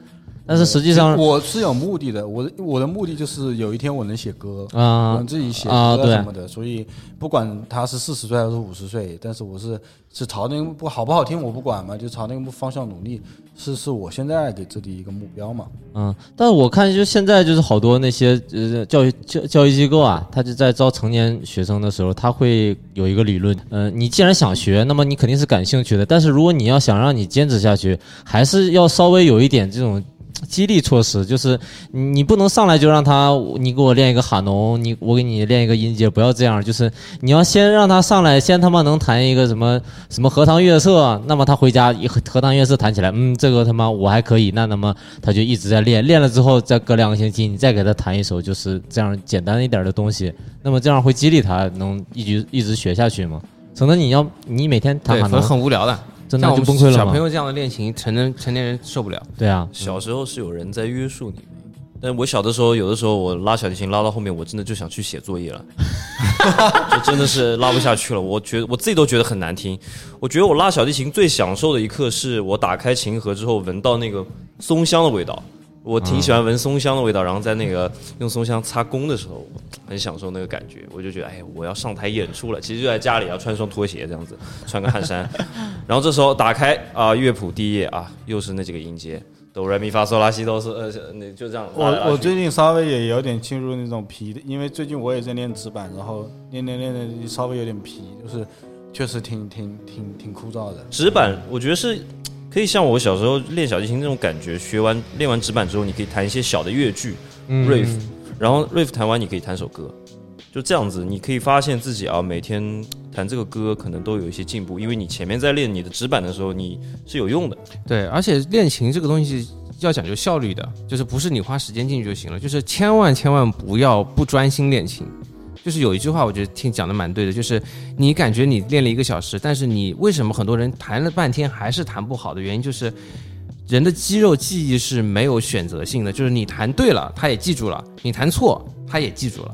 Speaker 6: 但是实际上，
Speaker 4: 我是有目的的，我的我的目的就是有一天我能写歌，
Speaker 6: 啊
Speaker 4: 我能自己写
Speaker 6: 啊
Speaker 4: 歌
Speaker 6: 对
Speaker 4: 什么的。所以不管他是四十岁还是五十岁，但是我是是朝那个不好不好听我不管嘛，就朝那个方向努力，是是我现在给自己一个目标嘛。
Speaker 6: 嗯，但是我看就现在就是好多那些呃教育教教育机构啊，他就在招成年学生的时候，他会有一个理论，嗯、你既然想学，那么你肯定是感兴趣的，但是如果你要想让你坚持下去，还是要稍微有一点这种。激励措施就是你你不能上来就让他，你给我练一个哈农，你我给你练一个音阶，不要这样。就是你要先让他上来，先他妈能弹一个什么什么荷塘月色，那么他回家一荷塘月色弹起来，嗯，这个他妈我还可以，那那么他就一直在练，练了之后再隔两个星期，你再给他弹一首就是这样简单一点的东西，那么这样会激励他能一直一直学下去吗？成能你要你每天弹
Speaker 8: 对，
Speaker 6: 哈
Speaker 8: 很
Speaker 6: 农，
Speaker 8: 很无聊的，
Speaker 6: 真的
Speaker 8: 像我
Speaker 6: 就
Speaker 8: 们
Speaker 6: 崩溃了
Speaker 8: 小
Speaker 6: 吗
Speaker 8: 朋友这样的练琴，成人成年人受不了。
Speaker 6: 对啊，
Speaker 7: 小时候是有人在约束你的，但我小的时候，有的时候我拉小提琴拉到后面，我真的就想去写作 业了，就真的是拉不下去了。我觉得我自己都觉得很难听。我觉得我拉小提琴最享受的一刻，是我打开琴盒之后闻到那个松香的味道。我挺喜欢闻松香的味道，然后在那个用松香擦弓的时候，我很享受那个感觉。我就觉得，哎，我要上台演出了。其实就在家里，要穿双拖鞋这样子，穿个汗衫，然后这时候打开啊、乐谱第一页啊，又是那几个音阶，哆来咪发嗦拉西哆是呃，那就这样。拉来拉
Speaker 4: 我我
Speaker 7: 去
Speaker 4: 最近稍微也有点进入那种皮的，因为最近我也在练纸板，然后练练练的稍微有点皮，就是确实挺挺挺挺枯燥的。
Speaker 7: 纸板，我觉得是可以像我小时候练小提琴那种感觉，学完练完纸板之后，你可以弹一些小的乐句、瑞 riff，然后 riff 弹完你可以弹首歌，就这样子，你可以发现自己啊，每天弹这个歌可能都有一些进步，因为你前面在练你的纸板的时候，你是有用的。
Speaker 8: 对，而且练琴这个东西要讲究效率的，就是不是你花时间进去就行了，就是千万千万不要不专心练琴。就是有一句话，我觉得听讲的蛮对的，就是你感觉你练了一个小时，但是你为什么很多人弹了半天还是弹不好的原因，就是人的肌肉记忆是没有选择性的，就是你弹对了，他也记住了；你弹错，他也记住了。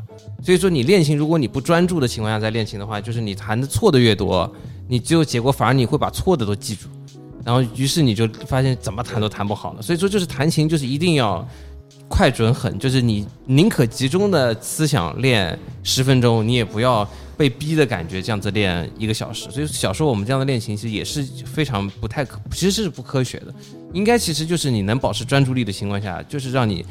Speaker 8: 所以说，你练琴，如果你不专注的情况下在练琴的话，就是你弹的错的越多，你最后结果反而你会把错的都记住。然后于是你就发现怎么弹都弹不好了。所以说，就是弹琴就是一定要快准狠，就是你宁可集中的思想练十分钟，你也不要被逼的感觉这样子练一个小时。所以小时候我们这样的练琴其实也是非常不太可，其实是不科学的。应该其实就是你能保持专注力的情况下，就是让你。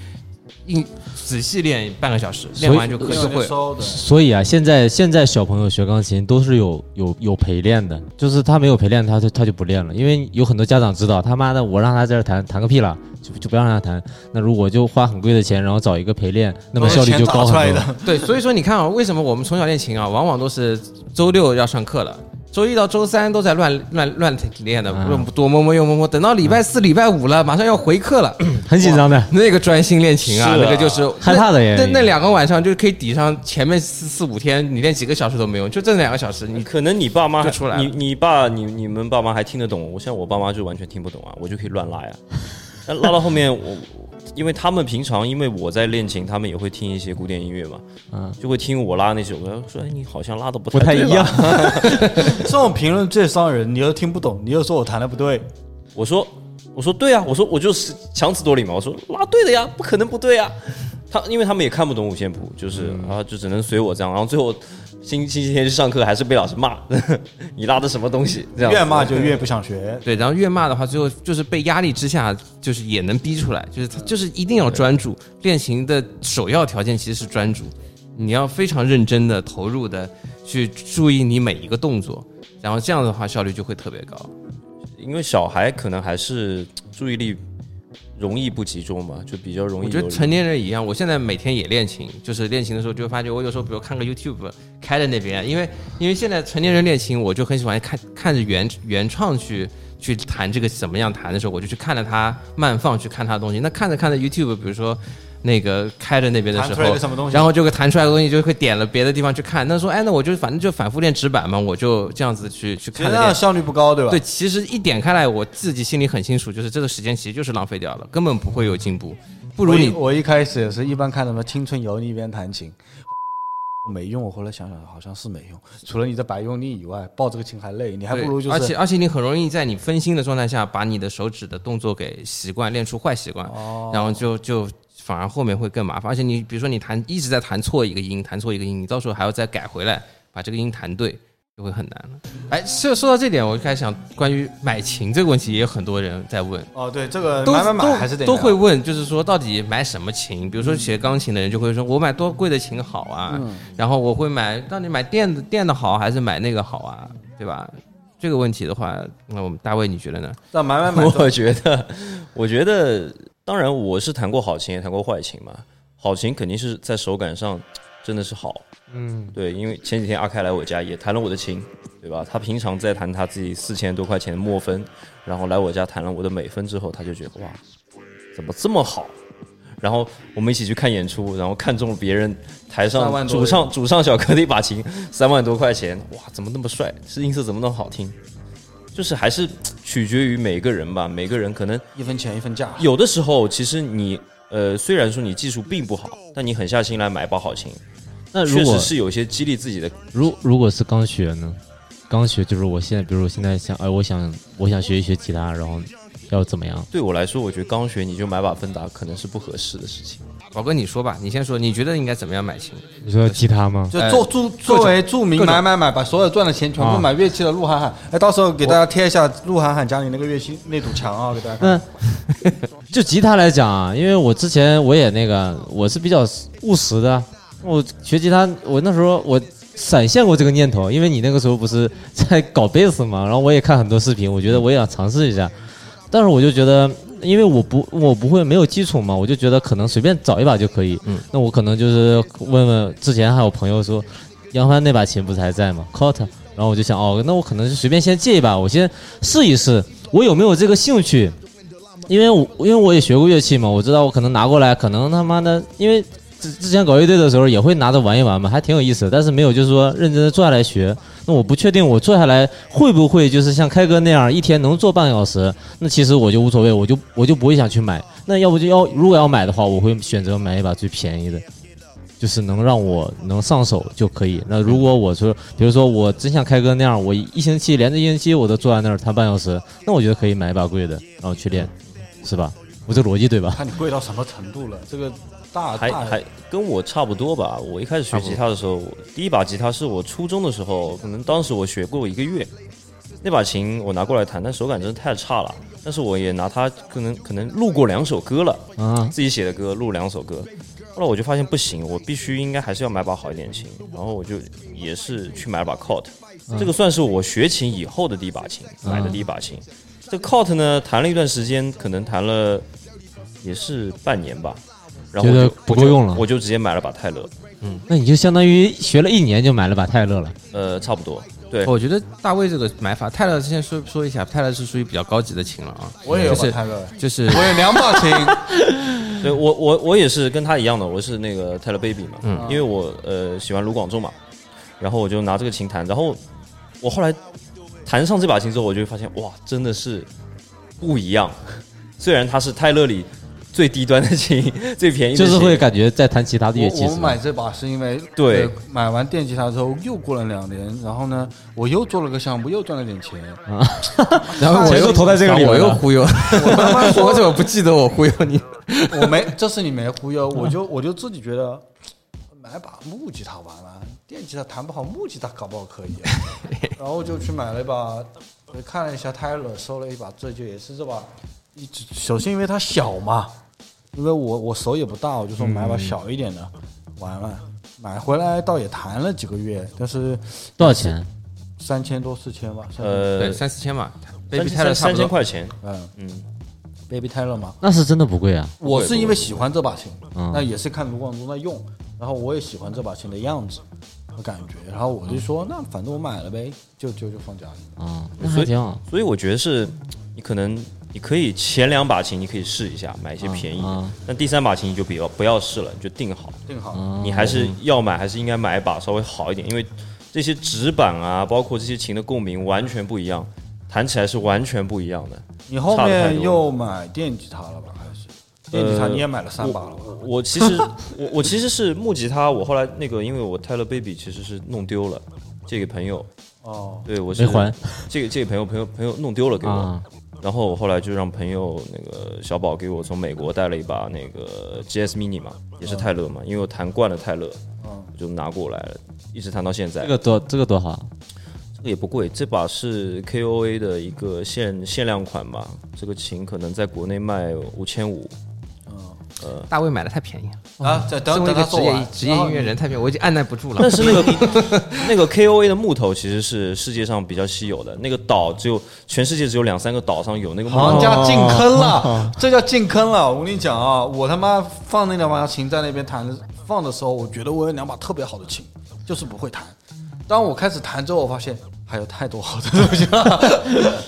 Speaker 8: 硬仔细练半个小时，
Speaker 6: 所以
Speaker 8: 练完就可就会了。
Speaker 4: 收的。
Speaker 6: 所以啊，现在现在小朋友学钢琴都是有有有陪练的，就是他没有陪练，他就他就不练了，因为有很多家长知道他妈的，我让他在这儿弹弹个屁了，就就不要让他弹。那如果就花很贵的钱，然后找一个陪练，那么效率就高
Speaker 4: 出来
Speaker 6: 很
Speaker 4: 的
Speaker 6: 多。。
Speaker 8: 对，所以说你看啊，为什么我们从小练琴啊，往往都是周六要上课了。周一到周三都在乱乱乱练的，
Speaker 6: 嗯
Speaker 8: 不多摸摸又摸摸，等到礼拜四、礼拜五了，马上要回课了，
Speaker 6: 很紧张的，
Speaker 8: 那个专心练琴啊，
Speaker 7: 是啊
Speaker 8: 那个就是
Speaker 6: 害怕的也
Speaker 8: 那那那两个晚上就可以抵上前面四四五天，你练几个小时都没用，就这两个小时，你
Speaker 7: 嗯可能你爸妈
Speaker 8: 就出来了
Speaker 7: 你你爸你你们爸妈还听得懂，我像我爸妈就完全听不懂啊，我就可以乱拉呀。 但拉到后面我，因为他们平常因为我在练琴，他们也会听一些古典音乐嘛，
Speaker 6: 嗯
Speaker 7: 就会听我拉那首歌，说哎你好像拉的不
Speaker 6: 不太
Speaker 7: 对啊
Speaker 6: 一
Speaker 7: 吧
Speaker 6: 样。
Speaker 4: 这种评论最伤人，你又听不懂，你又说我弹的不对，
Speaker 7: 我说我说对啊，我说我就是强词夺理嘛，我说拉对的呀，不可能不对呀。他因为他们也看不懂五线谱，就是
Speaker 6: 嗯
Speaker 7: 啊，就只能随我这样。然后最后星星期天去上课，还是被老师骂， 你拉的什么东西？这样
Speaker 4: 越骂就越不想 学。
Speaker 8: 对，然后越骂的话，最后就是被压力之下，就是也能逼出来，就是他就是一定要专注。练琴的首要条件其实是专注，你要非常认真的、投入的去注意你每一个动作，然后这样的话效率就会特别高。
Speaker 7: 因为小孩可能还是注意力容易不集中嘛，就比较容易
Speaker 8: 我
Speaker 7: 有。
Speaker 8: 觉得成年人一样，我现在每天也练琴，就是练琴的时候就会发觉，我有时候比如看个 YouTube 开在那边，因为因为现在成年人练琴，我就很喜欢看看着原原创去去弹这个怎么样弹的时候，我就去看着他慢放去看他的东西。那看着看着 YouTube，比如说。那个开着那边的时
Speaker 4: 弹出来
Speaker 8: 候
Speaker 4: 个什么东，西
Speaker 8: 然后就会弹出来的东西，就会点了别的地方去看。那说，哎，那我就反正就反复练指板嘛，我就这样子去
Speaker 4: 其
Speaker 8: 去看
Speaker 4: 实
Speaker 8: 着
Speaker 4: 那
Speaker 8: 练
Speaker 4: 样。效率不高，对吧？
Speaker 8: 对，，其实一点开来，我自己心里很清楚，就是这个时间其实就是浪费掉了，根本不会有进步。
Speaker 4: 不
Speaker 8: 不如你
Speaker 4: 我一开始也是一般看什么《青春油腻》一边弹琴。没用，我后来想想好像是没用，除了你在白用力以外，抱这个琴还累，你还不
Speaker 8: 对，
Speaker 4: 如就
Speaker 8: 而
Speaker 4: 是
Speaker 8: 且而且你很容易在你分心的状态下，把你的手指的动作给习惯练出坏习
Speaker 4: 哦
Speaker 8: 惯，然后就就反而后面会更麻烦。而且你比如说你弹一直在弹错一个音，弹错一个音，你到时候还要再改回来把这个音弹对，就会很难了。哎，说说到这点，我就开始想关于买琴这个问题，也有很多人在问。
Speaker 4: 哦，对，这个
Speaker 8: 都
Speaker 4: 买买买
Speaker 8: 都
Speaker 4: 还是得
Speaker 8: 都
Speaker 4: 买嗯
Speaker 8: 会问，就是说到底买什么琴？比如说学钢琴的人就会说，我买多贵的琴好啊，然后我会买，到底买电的电的好还是买那个好啊？对吧？这个问题的话，那我们大卫你觉得呢？
Speaker 4: 那买买买，
Speaker 7: 我觉得，我觉得，当然我是弹过好琴，也弹过坏琴嘛。好琴肯定是在手感上真的是好，嗯，对，因为前几天阿开来我家也弹了我的琴，对吧？他平常在弹他自己四千多块钱的墨分，然后来我家弹了我的美分之后，他就觉得哇，怎么这么好？然后我们一起去看演出，然后看中了别人台
Speaker 8: 三
Speaker 7: 上
Speaker 8: 万多
Speaker 7: 主唱主唱小哥的一把琴，三万多块钱，哇，怎么那么帅？是音色怎么那么好听？就是还是取决于每个人吧，每个人可能
Speaker 4: 一分钱一分价。
Speaker 7: 有的时候，其实你呃，虽然说你技术并不好，但你狠下心来买把好琴，
Speaker 6: 那如
Speaker 7: 确
Speaker 6: 果
Speaker 7: 实是有一些激励自己的。
Speaker 6: 如如果是刚学呢？刚学就是我现在，比如我现在想，哎，我想我想学一学吉他，然后要怎么样？
Speaker 7: 对我来说，我觉得刚学你就买把芬达可能是不合适的事情。
Speaker 8: 宝哥你说吧，你先说，你觉得应该怎么样买琴？
Speaker 6: 你说吉他吗？
Speaker 4: 就
Speaker 8: 哎
Speaker 4: 做著作为著名
Speaker 8: 各种
Speaker 4: 买买买，把所有赚的钱全部
Speaker 6: 啊
Speaker 4: 买乐器的鹿晗晗，哎，到时候给大家贴一下鹿晗晗家里那个乐器那堵墙啊，给大家看。
Speaker 6: 那就吉他来讲啊，因为我之前我也那个，我是比较务实的。我学吉他，我那时候我闪现过这个念头，因为你那个时候不是 在搞贝斯嘛，然后我也看很多视频，我觉得我也想尝试一下，但是我就觉得，因为我不我不会没有基础嘛，我就觉得可能随便找一把就可以。嗯，那我可能就是问问之前还有朋友说，杨帆那把琴不是还在吗？Cot，然后我就想哦，那我可能就随便先借一把，我先试一试，我有没有这个兴趣？因为我因为我也学过乐器嘛，我知道我可能拿过来，可能他妈的，因为之之前搞乐队的时候也会拿着玩一玩嘛，还挺有意思的，但是没有就是说认真的坐下来学。那我不确定我坐下来会不会就是像开哥那样一天能坐半个小时，那其实我就无所谓，我就我就不会想去买。那要不就要如果要买的话，我会选择买一把最便宜的。就是能让我能上手就可以。那如果我说，比如说我真像开哥那样，我一一星期连着一星期我都坐在那儿弹半小时，那我觉得可以买一把贵的，然后去练，是吧？我这逻辑对吧？
Speaker 4: 看你贵到什么程度了，这个大
Speaker 7: 还
Speaker 4: 大
Speaker 7: 还跟我差不多吧。我一开始学吉他的时候，我第一把吉他是我初中的时候，可能当时我学过一个月。那把琴我拿过来弹，但手感真的太差了。但是我也拿它，可能可能录过两首歌了，
Speaker 6: 啊，
Speaker 7: 自己写的歌录两首歌，后来我就发现不行，我必须应该还是要买把好一点的琴，然后我就也是去买了把 Cot，、
Speaker 6: 嗯
Speaker 7: 这个算是我学琴以后的第一把琴，买的第一把琴。这个 Cot 呢，弹了一段时间，可能弹了也是半年吧，然后
Speaker 6: 觉
Speaker 7: 我
Speaker 6: 得
Speaker 7: 就
Speaker 6: 不够用了
Speaker 7: 我就我就直接买了把泰勒，
Speaker 6: 那你就相当于学了一年就买了把泰勒了，
Speaker 7: 呃，差不多，对
Speaker 8: 我觉得大卫这个买法，泰勒先说说一下，泰勒是属于比较高级的琴了啊。
Speaker 4: 我也有
Speaker 8: 就
Speaker 4: 把
Speaker 8: 是
Speaker 4: 泰勒
Speaker 8: 就是
Speaker 1: 我有两把琴，
Speaker 8: 嗯
Speaker 7: 对我我我也是跟他一样的，我是那个 Tyler Baby 嘛，
Speaker 8: 嗯
Speaker 7: 因为我呃喜欢卢广仲嘛，然后我就拿这个琴弹，然后我后来弹上这把琴之后，我就发现哇，真的是不一样。虽然它是泰勒里最低端的琴，最便宜的
Speaker 6: 就
Speaker 7: 琴，
Speaker 6: 是会感觉在弹其他的乐器
Speaker 4: 我我
Speaker 6: 是吧
Speaker 4: 买这把是因为
Speaker 7: 对
Speaker 4: 呃买完电吉他之后又过了两年，然后呢，我又做了个项目，又赚了点钱。
Speaker 6: 嗯
Speaker 8: 然后我
Speaker 6: 钱
Speaker 8: 又
Speaker 6: 都投在这个里
Speaker 8: 我
Speaker 6: 面
Speaker 8: 又
Speaker 6: 了
Speaker 8: 忽悠， 我怎么不记得我忽悠你？
Speaker 4: 我没，这次你没忽悠，我就我就自己觉得，买把木吉他完了，电吉他弹不好，木吉他搞不好可以。啊 然后就去买了一把，我看了一下 Tyler，收了一把，这就也是这把。一直首先因为它小嘛，因为我我手也不大，我就说买
Speaker 6: 嗯
Speaker 4: 把小一点的。完了，买回来倒也弹了几个月，但是
Speaker 6: 多少钱？
Speaker 4: 三千多四千吧。三千多
Speaker 8: 对，
Speaker 7: 呃
Speaker 8: 三四千吧
Speaker 7: 三
Speaker 8: ，Baby 泰勒差
Speaker 7: 三三
Speaker 8: 不
Speaker 7: 千
Speaker 8: 多。
Speaker 7: 块钱，
Speaker 4: 嗯
Speaker 7: 嗯，
Speaker 4: ，Baby Tyler 嘛，
Speaker 6: 那是真的不贵啊。
Speaker 4: 我是因为喜欢这把琴，
Speaker 6: 嗯
Speaker 4: 那也是看卢广仲在用，然后我也喜欢这把琴的样子和感觉，然后我就
Speaker 7: 嗯
Speaker 4: 说，那反正我买了呗，就就就放家里。
Speaker 6: 啊，那
Speaker 7: 所
Speaker 6: 还
Speaker 7: 以
Speaker 6: 挺好。
Speaker 7: 所以我觉得是你可能你可以前两把琴你可以试一下，买一些
Speaker 8: 啊
Speaker 7: 便宜的，
Speaker 6: 嗯嗯
Speaker 7: 但第三把琴你就比较不要试了，你就定好。嗯
Speaker 4: 正好，
Speaker 7: 你还
Speaker 6: 哦
Speaker 7: 是要买，还是应该买一把稍微好一点，因为这些指板啊，包括这些琴的共鸣完全不一样，弹起来是完全不一样的。
Speaker 4: 你后
Speaker 7: 差得太
Speaker 4: 面
Speaker 7: 多呃
Speaker 4: 又买电吉他了吧？还是电吉他你也买了三把了吧？
Speaker 7: 我其 实我我其实是木吉他，我后来那个因为我 Tyler Baby 其实是弄丢了，这个朋友
Speaker 4: 哦，
Speaker 7: 对我是
Speaker 6: 没还
Speaker 7: 这个这个朋友朋友朋友弄丢了给我，
Speaker 6: 啊，
Speaker 7: 然后我后来就让朋友那个小宝给我从美国带了一把那个 GS Mini 嘛，也是泰勒嘛，因为我弹惯了泰勒，
Speaker 6: 哦
Speaker 4: 嗯
Speaker 7: 我就拿过来了，一直弹到现在
Speaker 6: 这。个多这个多好。
Speaker 7: 这个也不贵，这把是 KOA 的一个限限量款吧，这个琴可能在国内卖五千五。
Speaker 8: 大卫买的太便宜了，
Speaker 4: 啊，再
Speaker 8: 作
Speaker 4: 等
Speaker 8: 嗯为一
Speaker 4: 等他
Speaker 8: 个职
Speaker 4: 做完
Speaker 8: 业，职业音乐人太便宜，我已经按耐不住了
Speaker 7: 但。是那个那个 KOA 的木头其实是世界上比较稀有的，那个岛只有全世界只有两三个岛上有那个木
Speaker 4: 行
Speaker 7: 头。
Speaker 4: 家进坑了，这叫进坑了。我跟你讲啊，我他妈放那两把琴在那边弹的放的时候，我觉得我有两把特别好的琴，就是不会弹。当我开始弹之后，我发现还有太多好的东西了。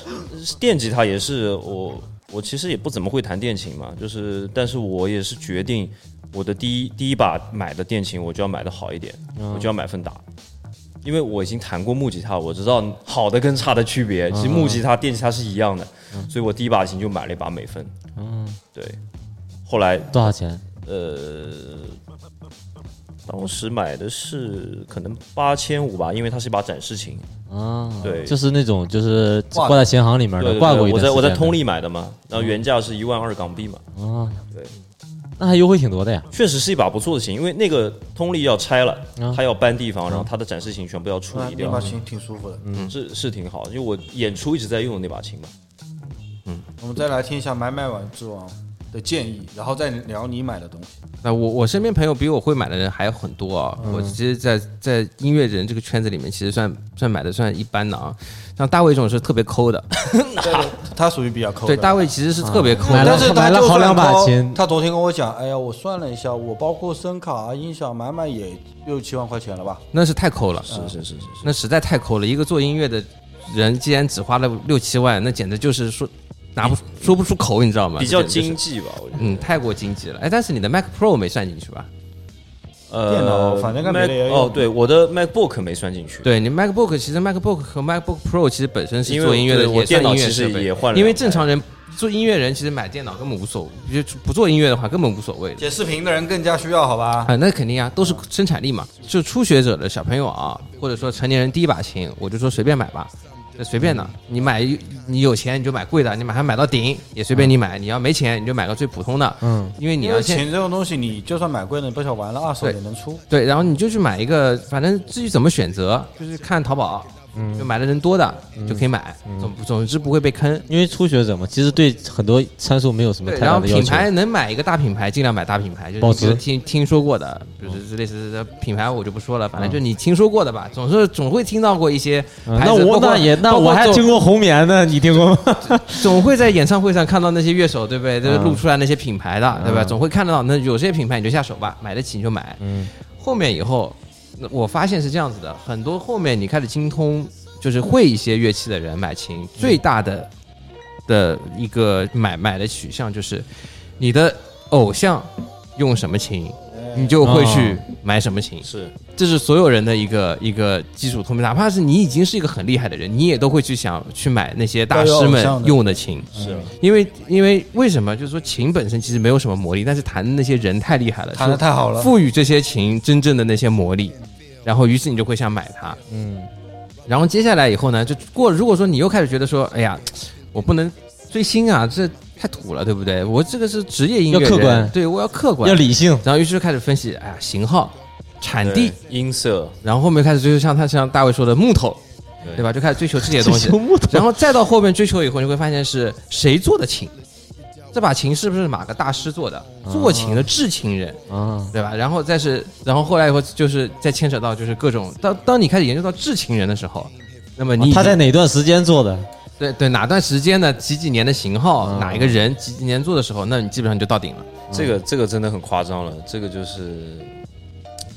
Speaker 7: 电吉他也是我我其实也不怎么会弹电琴嘛，就是但是我也是决定我的第一第一把买的电琴我就要买的好一点，
Speaker 6: 嗯
Speaker 7: 我就要买芬达。因为我已经弹过木吉他，我知道好的跟差的区别。其实木
Speaker 6: 嗯
Speaker 7: 吉他、电吉他是一样的，所以我第一把琴就买了一把美芬。
Speaker 6: 嗯，
Speaker 7: 对，后来
Speaker 6: 多少钱？
Speaker 7: 呃，当时买的是可能八千五吧，因为它是一把展示琴。
Speaker 6: 啊，
Speaker 7: 对
Speaker 6: 就是那种就是
Speaker 4: 挂
Speaker 6: 挂在琴行里面
Speaker 7: 对
Speaker 6: 的，
Speaker 7: 对
Speaker 6: 挂过
Speaker 7: 对，
Speaker 6: 一
Speaker 7: 我
Speaker 6: 段
Speaker 7: 在我在
Speaker 6: 时间的
Speaker 7: 通力买的嘛，然后原价是一万二港币嘛，
Speaker 6: 啊，
Speaker 7: 对，
Speaker 6: 那还优惠挺多的呀。
Speaker 7: 确实是一把不错的琴，因为那个通力要拆了
Speaker 6: 啊，
Speaker 7: 它要搬地方，然后它的展示琴全部要处理
Speaker 4: 啊那
Speaker 7: 掉嗯
Speaker 4: 把，琴挺舒服的。
Speaker 7: 是是挺好，因为我演出一直在用的那把琴嘛。
Speaker 4: 我们再来听一下买买碗之王的建议，然后再聊你买的东西。
Speaker 8: 那我我身边朋友比我会买的人还有很多啊、我其实在，在音乐人这个圈子里面，其实算算买的算一般的啊。像大卫这种是特别抠的，
Speaker 4: 他属于比较抠的。
Speaker 8: 对，大卫其实是特别抠
Speaker 6: 买
Speaker 8: 的。
Speaker 6: 了
Speaker 4: 但是他
Speaker 6: 买了
Speaker 4: 就
Speaker 6: 好
Speaker 4: 算
Speaker 6: 两把
Speaker 4: 高
Speaker 6: 琴
Speaker 4: 他昨天跟我讲，哎呀，我算了一下，我包括声卡、音响买买也六七万块钱了吧？
Speaker 8: 那是太抠了，
Speaker 7: 是是是是是，
Speaker 8: 那实在太抠了。一个做音乐的人，既然只花了六七万，那简直就是说拿不出说不出口，你知道吗？
Speaker 7: 比较
Speaker 8: 这简直
Speaker 7: 经
Speaker 8: 就是，
Speaker 7: 济吧，我觉得。
Speaker 8: 嗯，太过经济了。哎，但是你的 Mac Pro 没算进去吧？
Speaker 7: 呃，
Speaker 4: 电脑反正干别的
Speaker 7: Mac
Speaker 4: 也有
Speaker 7: 哦，对，我的 MacBook 没算进去。
Speaker 8: 对你 MacBook，其实 MacBook 和 MacBook Pro 其实本身是
Speaker 7: 因为
Speaker 8: 做音乐的，
Speaker 7: 对我
Speaker 8: 也算
Speaker 7: 电脑
Speaker 8: 音乐
Speaker 7: 其实
Speaker 8: 设备
Speaker 7: 也换了
Speaker 8: 因为
Speaker 7: 两台
Speaker 8: 正常人做音乐人其实买电脑根本无所谓，就不做音乐的话根本无所谓的。
Speaker 4: 剪视频的人更加需要，好吧？
Speaker 8: 啊，那肯定啊，都
Speaker 7: 嗯
Speaker 8: 是生产力嘛。就初学者的小朋友啊，或者说成年人第一把琴，我就说随便买吧，就随便的。
Speaker 7: 嗯
Speaker 8: 你买，你有钱你就买贵的，你马上买到顶也随便
Speaker 7: 嗯
Speaker 8: 你买。你要没钱你就买个最普通的，嗯，因为你
Speaker 4: 因
Speaker 8: 要
Speaker 4: 为
Speaker 8: 先
Speaker 4: 琴这种东西，你就算买贵了，你不想玩了，二手
Speaker 8: 对
Speaker 4: 也能出。
Speaker 8: 对，然后你就去买一个，反正至于怎么选择，就是看淘宝，嗯，就买的人多的就可以买，
Speaker 6: 嗯
Speaker 8: 总总之不会被坑。
Speaker 6: 因为初学者嘛，其实对很多参数没有什么
Speaker 8: 对，
Speaker 6: 太
Speaker 8: 然
Speaker 6: 大
Speaker 8: 后
Speaker 6: 的要
Speaker 8: 品
Speaker 6: 求。
Speaker 8: 牌能买一个大品牌，尽量买大品牌，就是
Speaker 6: 保
Speaker 8: 你
Speaker 6: 值
Speaker 8: 觉得听听说过的，
Speaker 6: 嗯
Speaker 8: 就是类似的品牌我就不说了，反正就你听说过的吧，总是总会听到过一些
Speaker 6: 嗯
Speaker 8: 牌
Speaker 6: 那
Speaker 8: 子。包
Speaker 6: 我
Speaker 8: 括
Speaker 6: 那也那
Speaker 8: 包括
Speaker 6: 我还
Speaker 8: 总
Speaker 6: 听过红棉呢，你听过吗？
Speaker 8: 总会在演唱会上看到那些乐手，对不对？就是露出来那些品牌的，对吧？总会看得到。那有些品牌你就下手吧，买得起你就买。嗯，后面以后，那我发现是这样子的，很多后面你开始精通就是会一些乐器的人买琴，最大的的一个买买的取向就是你的偶像用什么琴，你就会去买什么琴。
Speaker 7: 是
Speaker 8: 这是所有人的一个一个基础通病，哪怕是你已经是一个很厉害的人，你也都会去想去买那些大师们用的琴，
Speaker 7: 是，
Speaker 8: 因为因为为什么？就是说琴本身其实没有什么魔力，但是弹的那些人太厉害了，
Speaker 4: 弹的太好了，
Speaker 8: 赋予这些琴真正的那些魔力，然后于是你就会想买它，嗯，然后接下来以后呢，就过如果说你又开始觉得说，哎呀，我不能追星啊，这太土了，对不对？我这个是职业音乐人，
Speaker 6: 要客观
Speaker 8: 对我要客观，
Speaker 6: 要理性，
Speaker 8: 然后于是就开始分析，哎呀，型号、产地
Speaker 7: 对，音色
Speaker 8: 然后后面开始追求像他像大卫说的木头，
Speaker 7: 对
Speaker 8: 对吧？就开始追求这些东 西，然后再到后面追求以后，你会发现是谁做的琴，这把琴是不是哪个大师做的？做琴的制琴人，
Speaker 6: 啊，
Speaker 8: 对吧？然后再是，然后后来以后就是再牵扯到就是各种，当当你开始研究到制琴人的时候，那么你已经、
Speaker 6: 哦他在哪段时间做的？
Speaker 8: 对对哪段时间呢？几几年的型号，哪一个人几几年做的时候，那你基本上就到顶
Speaker 4: 嗯
Speaker 8: 了。
Speaker 7: 这个这个真的很夸张了，这个就是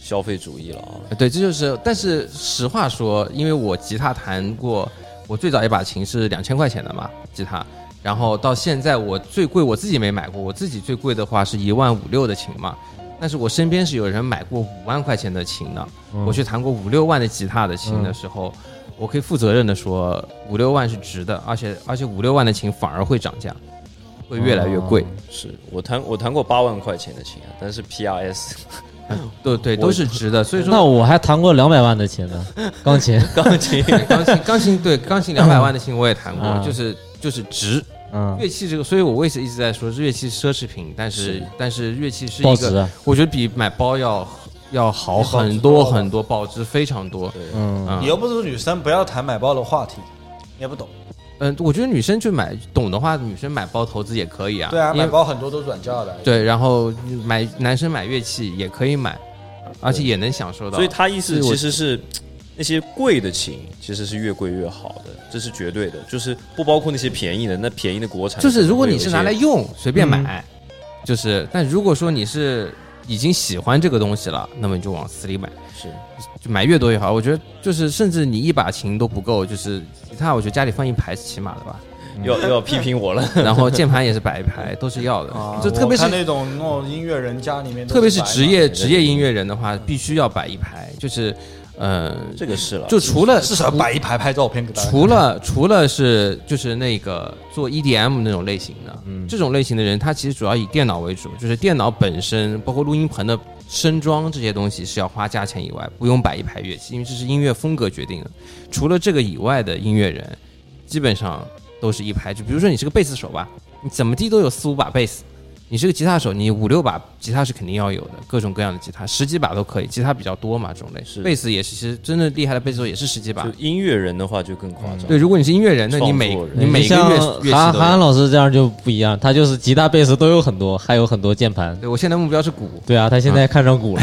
Speaker 7: 消费主义了啊。
Speaker 8: 对，这就是。但是实话说，因为我吉他弹过，我最早一把琴是两千块钱的嘛，吉他。然后到现在我最贵我自己没买过，我自己最贵的话是一万五六的琴嘛。但是我身边是有人买过五万块钱的琴的，
Speaker 6: 嗯
Speaker 8: 我去弹过五六万的吉他的琴的时候，我可以负责任的说，五六万是值的，而且而且五六万的琴反而会涨价，会越来越贵。
Speaker 6: 哦
Speaker 7: 是我弹我弹过八万块钱的琴啊，但是 PRS
Speaker 8: 对对，都是值的。所以说
Speaker 6: 那我还弹过两百万的琴呢，钢琴。
Speaker 7: 钢琴
Speaker 8: 钢琴，钢琴对钢琴两百万的琴我也弹过，
Speaker 6: 啊
Speaker 8: 就是就是值。
Speaker 6: 嗯，
Speaker 8: 乐器这个，所以我为此一直在说，乐器奢侈品，但是但是乐器是
Speaker 6: 保
Speaker 8: 一
Speaker 6: 值
Speaker 8: 个
Speaker 6: 啊，
Speaker 8: 我觉得比买包要要好很多很多，保值非常多。嗯
Speaker 4: 你又不是女生，不要谈买包的话题，你也不懂。
Speaker 8: 嗯，我觉得女生去买，懂的话，女生买包投资也可以啊。
Speaker 4: 对啊，
Speaker 8: 因为
Speaker 4: 买包很多都转价的。
Speaker 8: 对，然后买男生买乐器也可以买，而且也能享受到。
Speaker 7: 所以他意思
Speaker 8: 啊所以我
Speaker 7: 其实是那些贵的琴其实是越贵越好的，这是绝对的，就是不包括那些便宜的。那便宜的国产
Speaker 8: 就是如果你是拿来
Speaker 7: 有一些
Speaker 8: 用，随便买，就是但如果说你是已经喜欢这个东西了，那么你就往死里买。
Speaker 7: 是
Speaker 8: 就买越多越好。我觉得就是，甚至你一把琴都不够，就是吉他，我觉得家里放一排是起码的 吧。
Speaker 7: 又要又要批评我了，
Speaker 8: 然后键盘也是摆一排，都是要的。就特别
Speaker 4: 啊哦我看
Speaker 8: 是
Speaker 4: 那种那种音乐人家里面都
Speaker 8: 特
Speaker 4: 摆满了，
Speaker 8: 别是职业职业音乐人的话，必须要摆一排，就是呃，
Speaker 7: 这个是了，
Speaker 8: 就除了
Speaker 4: 至少摆一排拍照片给大家看。
Speaker 8: 除了除了是就是那个做 EDM 那种类型的，这种类型的人，他其实主要以电脑为主，就是电脑本身，包括录音棚的声装这些东西是要花价钱以外，不用摆一排乐器，因为这是音乐风格决定的。除了这个以外的音乐人，基本上都是一排。就比如说你是个贝斯手吧，你怎么地都有四五把贝斯。你是个吉他手，你五六把吉他是肯定要有的，各种各样的吉他，十几把都可以。吉他比较多嘛，这种类
Speaker 7: 是
Speaker 8: 贝斯也是，其实真的厉害的贝斯手也是十几把
Speaker 7: 就。音乐人的话就更夸张。
Speaker 8: 嗯对，如果你是音乐人，那你
Speaker 7: 创
Speaker 8: 每
Speaker 7: 作人
Speaker 8: 你每个
Speaker 6: 像
Speaker 8: 乐乐器
Speaker 6: 韩
Speaker 8: 都
Speaker 6: 韩寒
Speaker 8: 有。
Speaker 6: 老师这样就不一样，他就是吉他、贝斯都有很多，还有很多键盘。
Speaker 8: 对我现在目标是鼓，
Speaker 6: 对啊，他现在看上 鼓了。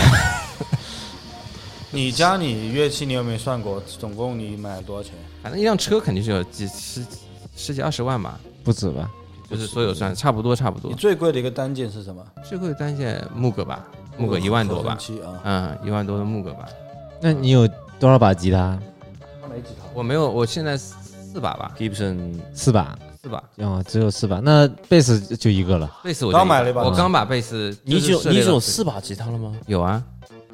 Speaker 4: 你家里乐器你有没有算过？总共你买了多少钱？
Speaker 8: 反正一辆车肯定是有几十十几二十万吧，
Speaker 6: 不止
Speaker 8: 嗯
Speaker 6: 吧？
Speaker 8: 就是所有算差不多差不多
Speaker 4: 你。最贵的一个单件是什么？嗯
Speaker 8: 最贵的单线木格吧，木格一万多吧
Speaker 4: 合，成器啊，
Speaker 8: 嗯，一万多的木格吧。
Speaker 6: 那你有多少把吉他？
Speaker 4: 没几套。
Speaker 8: 我没有，我现在四把吧，
Speaker 7: Gibson
Speaker 6: 四把
Speaker 8: 四把。
Speaker 6: 啊，只有四把。那贝斯就一个了。
Speaker 8: 贝斯我就
Speaker 4: 刚买了一把
Speaker 8: 我刚把贝斯，
Speaker 7: 你
Speaker 8: 就
Speaker 7: 只有
Speaker 8: 是
Speaker 7: 你
Speaker 8: 涉
Speaker 7: 只
Speaker 8: 猎
Speaker 7: 有
Speaker 8: 到
Speaker 7: 四把吉他了吗？
Speaker 8: 有啊，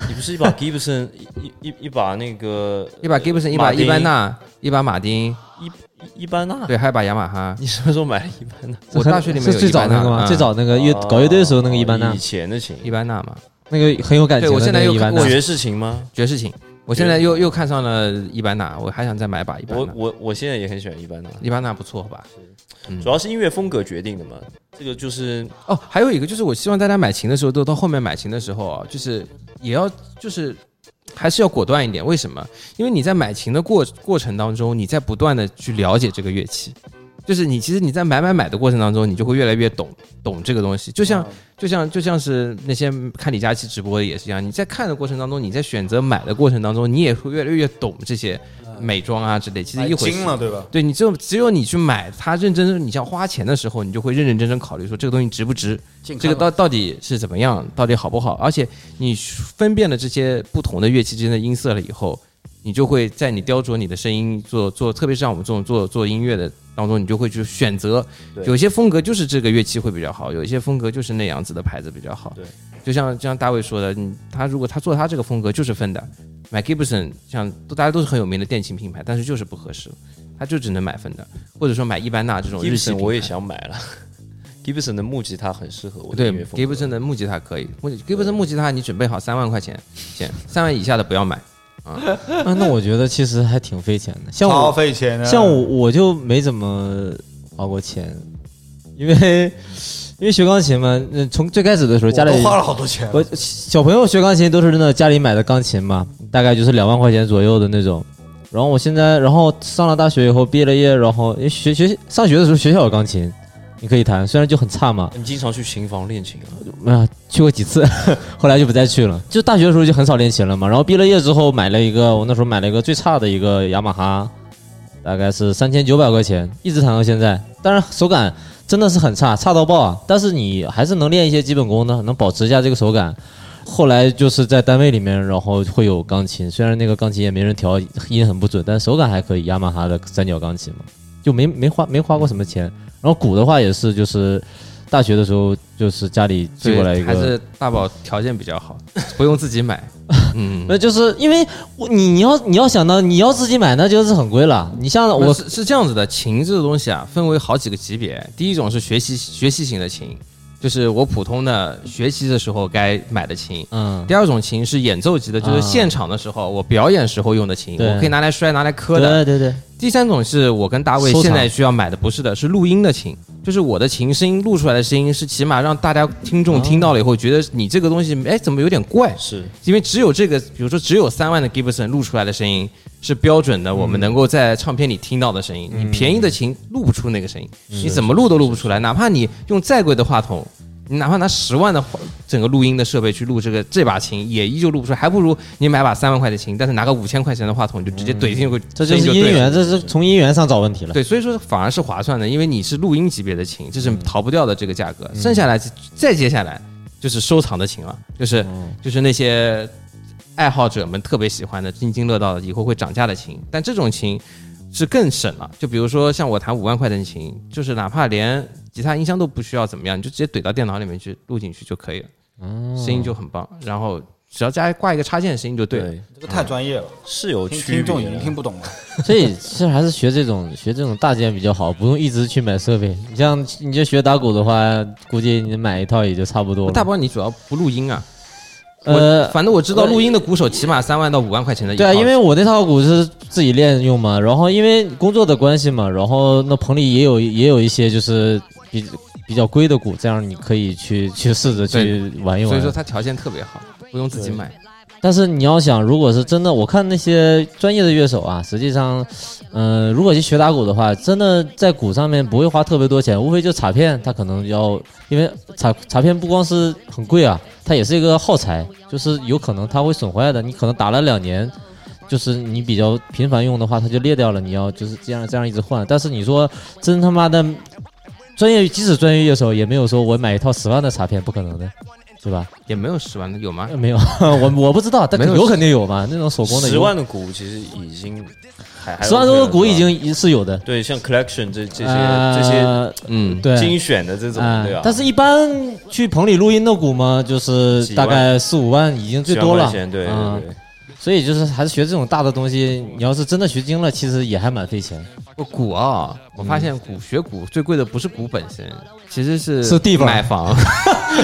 Speaker 7: 你不是一把 Gibson 一一一把那个
Speaker 8: 一把 Gibson，一
Speaker 7: 马
Speaker 8: 把
Speaker 7: 丁
Speaker 8: 伊班纳，一把马丁，
Speaker 7: 一一般纳？
Speaker 8: 对，还有一把雅马哈。
Speaker 7: 你什么时候买了 一般纳？
Speaker 8: 我大学里面有
Speaker 6: 是最
Speaker 8: 一
Speaker 6: 早
Speaker 8: 班纳
Speaker 6: 那个吗？
Speaker 8: 嗯
Speaker 6: 最早那个乐搞乐队的时候那个一般
Speaker 7: 哦
Speaker 6: 纳
Speaker 7: 以，前的琴，
Speaker 8: 啊伊班纳嘛，
Speaker 6: 那个很有感情
Speaker 8: 对我
Speaker 6: 的
Speaker 8: 现在
Speaker 6: 那个
Speaker 8: 又
Speaker 6: 一啊般纳
Speaker 8: 我。
Speaker 7: 爵士琴吗？
Speaker 8: 爵士琴。我现在又又看上了伊班纳，我还想再买一把伊班
Speaker 7: 我
Speaker 8: 纳。
Speaker 7: 我我现在也很喜欢一般纳，
Speaker 8: 伊班纳不错吧？嗯
Speaker 7: 主要是音乐风格决定的嘛。这个就是
Speaker 8: 哦，还有一个就是，我希望大家买琴的时候，都到后面买琴的时候啊，就是也要就是还是要果断一点。为什么？因为你在买琴的过过程当中，你在不断的去了解这个乐器，就是你其实你在买买买的过程当中，你就会越来越懂懂这个东西。就像就像就像是那些看李佳琦直播的也是一样，你在看的过程当中，你在选择买的过程当中，你也会越来越懂这些美妆啊之类，其实一回事
Speaker 4: 惊。了对吧？
Speaker 8: 对你只有只有你去买它，认真你像花钱的时候，你就会认认真真考虑说这个东西值不值，这个到到底是怎么样，到底好不好？而且你分辨了这些不同的乐器之间的音色了以后，你就会在你雕琢你的声音做做，特别是像我们这种做做音乐的当中，你就会去选择，
Speaker 7: 对
Speaker 8: 有些风格就是这个乐器会比较好，有一些风格就是那样子的牌子比较好。
Speaker 7: 对，
Speaker 8: 就像就像大卫说的，你他如果他做他这个风格就是芬达买 Gibson 像都大家都是很有名的电琴品牌，但是就是不合适，他就只能买芬达，或者说买伊班纳这种日系
Speaker 7: Gibson
Speaker 8: 品牌。
Speaker 7: 哦我也想买了，Gibson 的木吉他很适合我的
Speaker 8: 对
Speaker 7: 音乐风格。
Speaker 8: ，Gibson 的木吉他可以，木 Gibson 木吉他你准备好三万块钱，先三万以下的不要买。
Speaker 6: 啊，那我觉得其实还挺费钱的。像
Speaker 4: 好
Speaker 6: 我，
Speaker 4: 费钱啊的。
Speaker 6: 像我，我就没怎么花过钱，因为因为学钢琴嘛，那从最开始的时候
Speaker 4: 我
Speaker 6: 家里
Speaker 4: 都花了好多钱了，
Speaker 6: 我小朋友学钢琴都是那家里买的钢琴嘛，大概就是两万块钱左右的那种。然后我现在，然后上了大学以后毕了业，然后因为学学上学的时候学校有钢琴，你可以弹，虽然就很差嘛，
Speaker 7: 你经常去琴房练琴啊？
Speaker 6: 啊，去过几次，后来就不再去了。就大学的时候就很少练琴了嘛。然后毕了业之后买了一个，我那时候买了一个最差的一个雅马哈，大概是三千九百块钱，一直弹到现在。当然手感真的是很差，差到爆啊！但是你还是能练一些基本功的，能保持一下这个手感。后来就是在单位里面，然后会有钢琴，虽然那个钢琴也没人调，音很不准，但手感还可以。雅马哈的三角钢琴嘛，就没没花没花过什么钱。然后鼓的话也是，就是大学的时候就是家里寄过来一
Speaker 8: 还
Speaker 6: 个，
Speaker 8: 是大宝条件比较好，不用自 己买。嗯，
Speaker 6: 那就是因为我你你要你要想到你要自己买，那就是很贵了。你像
Speaker 8: 我
Speaker 6: 我
Speaker 8: 是是这样子的，琴这个东西啊，分为好几个级别。第一种是学习学习型的琴，就是我普通的学习的时候该买的琴。
Speaker 6: 嗯，
Speaker 8: 第二种琴是演奏级的，就是
Speaker 6: 啊
Speaker 8: 现场的时候、我表演时候用的琴，
Speaker 6: 对
Speaker 8: 我可以拿来摔、拿来磕的。
Speaker 6: 对对对，
Speaker 8: 第三种是我跟大卫
Speaker 6: 收藏
Speaker 8: 现在需要买的，不是的，是录音的琴，就是我的琴声音录出来的声音是起码让大家听众听到了以后觉得你这个东西，哎，怎么有点怪？
Speaker 7: 是
Speaker 8: 因为只有这个，比如说只有三万的 Gibson 录出来的声音是标准的，我们能够在唱片里听到的声
Speaker 6: 嗯
Speaker 8: 音。你便宜的琴录不出那个声音，你怎么录都录不出来。哪怕你用再贵的话筒，你哪怕拿十万的话整个录音的设备去录这个这把琴，也依旧录不出来。还不如你买把三万块的琴，但是拿个五千块钱的话筒，你就直接怼进去，
Speaker 6: 嗯这就
Speaker 8: 声音
Speaker 6: 是
Speaker 8: 对
Speaker 6: 音
Speaker 8: 了
Speaker 6: 源，这是从音源上找问题了。
Speaker 8: 对，所以说反而是划算的，因为你是录音级别的琴，这是逃不掉的这个价格。剩下来再接下来就是收藏的琴了，就是、就是那些爱好者们特别喜欢的、津津乐道的，以后会涨价的琴。但这种琴是更省了，就比如说像我弹五万块钱的琴，就是哪怕连吉他音箱都不需要怎么样，你就直接怼到电脑里面去录进去就可以了，声音就很棒。然后只要加挂一个插件，声音就对了。
Speaker 4: 这个太专业了，
Speaker 7: 是有
Speaker 4: 听
Speaker 7: 区别的。
Speaker 4: 听众已经听不懂了。
Speaker 6: 所以其实还是学这种学这种大件比较好，不用一直去买设备。你像你就学打鼓的话，估计你买一套也就差不多
Speaker 8: 大
Speaker 6: 了。
Speaker 8: 宝，你主要不录音啊？
Speaker 6: 呃
Speaker 8: 我反正我知道录音的鼓手起码三万到五万块钱的一套。
Speaker 6: 对啊，因为我那套鼓是自己练用嘛，然后因为工作的关系嘛，然后那棚里也有也有一些就是比比较贵的鼓，这样你可以去去试着去玩一玩。
Speaker 8: 所以说他条件特别好，不用自己买。
Speaker 6: 但是你要想，如果是真的，我看那些专业的乐手啊，实际上，嗯、如果去学打鼓的话，真的在鼓上面不会花特别多钱，无非就镲片，它可能要，因为镲镲片不光是很贵啊，它也是一个耗材，就是有可能它会损坏的。你可能打了两年，就是你比较频繁用的话，它就裂掉了，你要就是这样这样一直换。但是你说真他妈的专业，即使专业乐手也没有说我买一套十万的镲片，不可能的，对吧？
Speaker 8: 也没有十万的，有吗
Speaker 6: 呃？ 没有，我我不知道，但
Speaker 8: 没有
Speaker 6: 有肯定有吧？那种手工的有
Speaker 7: 十万的鼓其实已经还还
Speaker 6: 十万
Speaker 7: OK
Speaker 6: 多
Speaker 7: 了
Speaker 6: 的鼓
Speaker 7: 是吧
Speaker 6: 已经是有的，
Speaker 7: 对，像 collection 这这些、
Speaker 6: 呃
Speaker 8: 嗯，
Speaker 7: 这
Speaker 6: 对
Speaker 7: 些精选的这种，
Speaker 6: 啊
Speaker 7: 对吧？
Speaker 6: 但是一般去棚里录音的鼓嘛，就是
Speaker 7: 几
Speaker 6: 大
Speaker 7: 万
Speaker 6: 概四五万已经最
Speaker 7: 10,000
Speaker 6: 多了
Speaker 7: 块，钱对
Speaker 6: 嗯
Speaker 7: 对对，
Speaker 6: 所以就是还是学这种大的东西，你要是真的学精了，其实也还蛮费钱，
Speaker 8: 我鼓啊，我发现鼓学鼓最贵的不是鼓本身，其实是
Speaker 6: 是地方
Speaker 8: 买 房。 嗯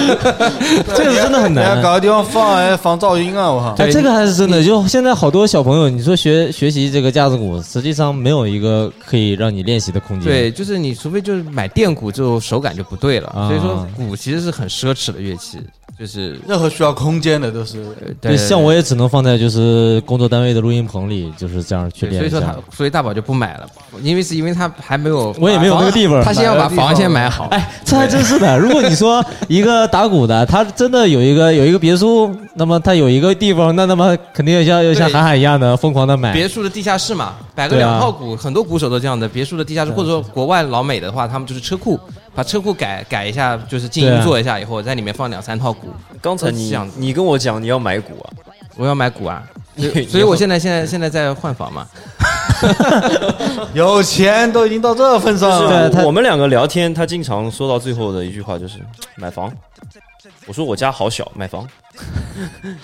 Speaker 6: 这个是真的很
Speaker 4: 大家
Speaker 8: 啊
Speaker 7: 啊
Speaker 6: 难。啊
Speaker 4: 搞个地方放哎，防噪音啊！我靠，
Speaker 6: 哎，这个还是真的，就现在好多小朋友，你说学学习这个架子鼓，实际上没有一个可以让你练习的空间。
Speaker 8: 对，就是你除非就是买电鼓，就手感就不对了。
Speaker 6: 啊
Speaker 8: 所以说鼓其实是很奢侈的乐器，就是
Speaker 4: 任何需要空间的都是
Speaker 8: 呃
Speaker 6: 对，
Speaker 8: 对
Speaker 6: 像我也只能放在就是工作单位的录音棚里，就是这样去
Speaker 8: 对
Speaker 6: 练
Speaker 8: 所以
Speaker 6: 一
Speaker 8: 说他
Speaker 6: 下。，
Speaker 8: 所以大宝就不买了，因为是因为他还没有，
Speaker 6: 我也没有那个地方
Speaker 8: 他先要把房先买好。
Speaker 6: 哎，这还真是的。 如果你说一个打鼓的，他真的有一个有一个别墅，那么他有一个地方，那那么肯定要像要像
Speaker 8: 对
Speaker 6: 韩寒一样的疯狂的买。
Speaker 8: 别墅的地下室嘛，摆个
Speaker 6: 哎对啊
Speaker 8: 两套鼓，很多鼓手都这样的。别墅的地下室，或者说国外老美的话，他们就是车库，把车库改改一下，就是静
Speaker 6: 对啊
Speaker 8: 音做一下以后，在里面放两三套鼓。
Speaker 7: 刚才你
Speaker 8: 这样子
Speaker 7: 你跟我讲你要买鼓啊，
Speaker 8: 我要买鼓啊，所以我现在现在现在在换房嘛，
Speaker 4: 有钱都已经到这份
Speaker 6: 呃
Speaker 4: 上
Speaker 7: 就
Speaker 4: 了，
Speaker 8: 啊
Speaker 7: 是我们两个聊天，他经常说到最后的一句话就是买房。我说我家好小，买房。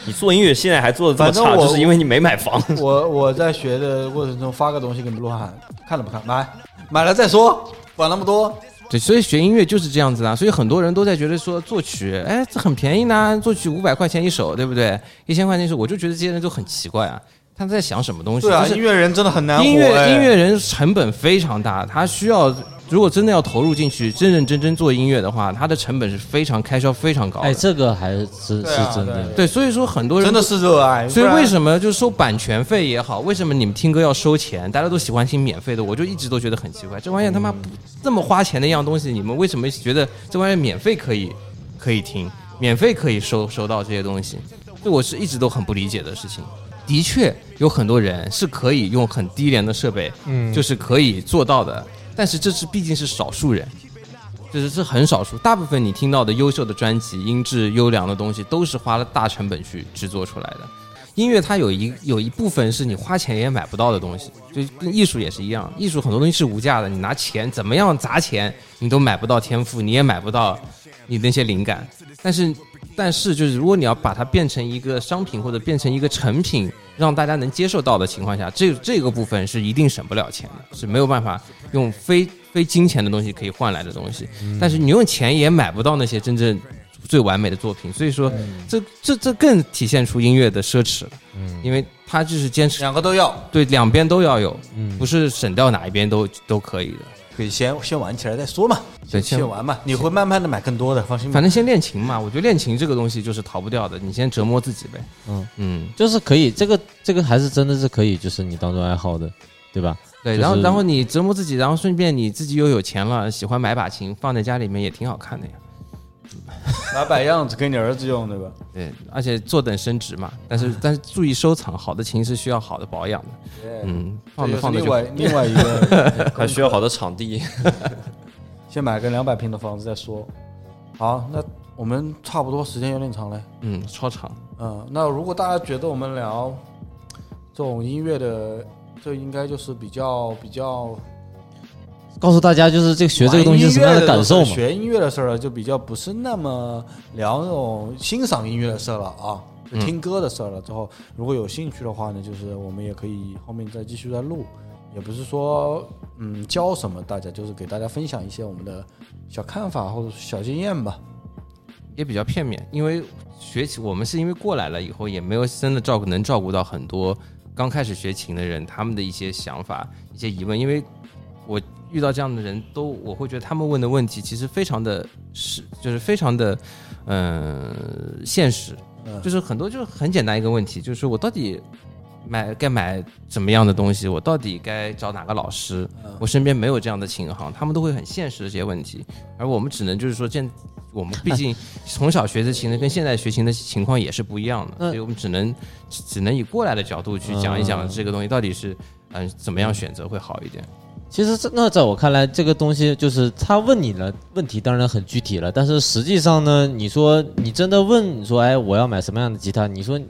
Speaker 7: 你做音乐现在还做的这么
Speaker 4: 反
Speaker 7: 差，
Speaker 4: 正我
Speaker 7: 就是因为你没买房。
Speaker 4: 我我在学的过程中发个东西给鹿晗，看了不看？买，买了再说，管那么多。
Speaker 8: 对，所以学音乐就是这样子啊。所以很多人都在觉得说作曲，哎，这很便宜呐、作曲五百块钱一首，对不对？一千块钱一首，我就觉得这些人都很奇怪啊，他们在想什么东西？
Speaker 4: 对啊，
Speaker 8: 就是
Speaker 4: 音乐人真的很难火。
Speaker 8: 音乐
Speaker 4: 哎
Speaker 8: 音乐人成本非常大，他需要如果真的要投入进去，认认真真做音乐的话，他的成本是非常开销非常高的。
Speaker 6: 哎，这个还是是
Speaker 4: 对啊
Speaker 6: 真
Speaker 4: 对
Speaker 6: 的。
Speaker 8: 对，所以说很多人
Speaker 4: 真的是热爱。
Speaker 8: 所以
Speaker 4: 不然
Speaker 8: 为什么就是收版权费也好，为什么你们听歌要收钱？大家都喜欢听免费的，我就一直都觉得很奇怪，这玩意儿他妈不这么花钱的一样东西，你们为什么觉得这玩意儿免费可以 可以听，免费可以收收到这些东西？这我是一直都很不理解的事情。的确有很多人是可以用很低廉的设备，嗯，就是可以做到的，但是这是毕竟是少数人。就是这很少数，大部分你听到的优秀的专辑、音质优良的东西，都是花了大成本去制作出来的。音乐它有一有一部分是你花钱也买不到的东西，就跟艺术也是一样，艺术很多东西是无价的，你拿钱怎么样砸钱，你都买不到天赋，你也买不到你那些灵感。但是，但是就是如果你要把它变成一个商品或者变成一个成品，让大家能接受到的情况下，这这个部分是一定省不了钱的，是没有办法用非非金钱的东西可以换来的东西。但是你用钱也买不到那些真正最完美的作品，所以说这这这更体现出音乐的奢侈了，因为它就是坚持
Speaker 4: 两个都要，
Speaker 8: 对两边都要有，不是省掉哪一边都都可以的。
Speaker 4: 可以先先玩起来再说嘛，
Speaker 8: 对
Speaker 4: 先
Speaker 8: 先
Speaker 4: 玩嘛，你会慢慢的买更多的，放心吧。
Speaker 8: 反正先练琴嘛，我觉得练琴这个东西就是逃不掉的，你先折磨自己呗。
Speaker 6: 嗯
Speaker 8: 嗯，
Speaker 6: 就是可以，这个这个还是真的是可以，就是你当做爱好的，对吧？
Speaker 8: 对，
Speaker 6: 就是
Speaker 8: 然后然后你折磨自己，然后顺便你自己又有钱了，喜欢买把琴放在家里面也挺好看的呀。
Speaker 4: 买摆样子给你儿子用，对吧？
Speaker 8: 对，而且坐等升值嘛，但
Speaker 4: 嗯
Speaker 8: 是但是注意收藏，好的琴是需要好的保养的。嗯，放
Speaker 4: 这
Speaker 8: 着
Speaker 4: 就是
Speaker 8: 放着
Speaker 4: 另
Speaker 8: 就
Speaker 4: 外另外一 个，
Speaker 7: 还需要好的场地，
Speaker 4: 先买个两百平的房子再说。好，那我们差不多时间有点长了。
Speaker 8: 嗯超长。
Speaker 4: 嗯，那如果大家觉得我们聊这种音乐的，这应该就是比较比较
Speaker 6: 告诉大家，就是这个学这个东西是什么样的感受
Speaker 4: 玩音乐的都
Speaker 6: 嘛
Speaker 4: 是？学音乐的事儿了，就比较不是那么聊那种欣赏音乐的事儿了啊，
Speaker 6: 嗯
Speaker 4: 就听歌的事儿了。之后如果有兴趣的话呢，就是我们也可以后面再继续再录，也不是说嗯教什么大家，就是给大家分享一些我们的小看法或者是小经验吧。
Speaker 8: 也比较片面，因为学琴我们是因为过来了以后，也没有真的照顾能照顾到很多刚开始学琴的人他们的一些想法、一些疑问。因为我遇到这样的人都，我会觉得他们问的问题其实非常的是，就是非常的嗯、呃现实，就是很多就是很简单一个问题，就是我到底。买该买什么样的东西？我到底该找哪个老师？我身边没有这样的琴行，他们都会很现实的这些问题，而我们只能就是说现我们毕竟从小学的琴呢，跟现在学琴的情况也是不一样的，所以我们只能只只能以过来的角度去讲一讲这个东西到底是嗯、怎么样选择会好一点。
Speaker 6: 其实这那在我看来，这个东西就是他问你了问题，当然很具体了，但是实际上呢，你说你真的问你说，哎，我要买什么样的吉他？你说，哎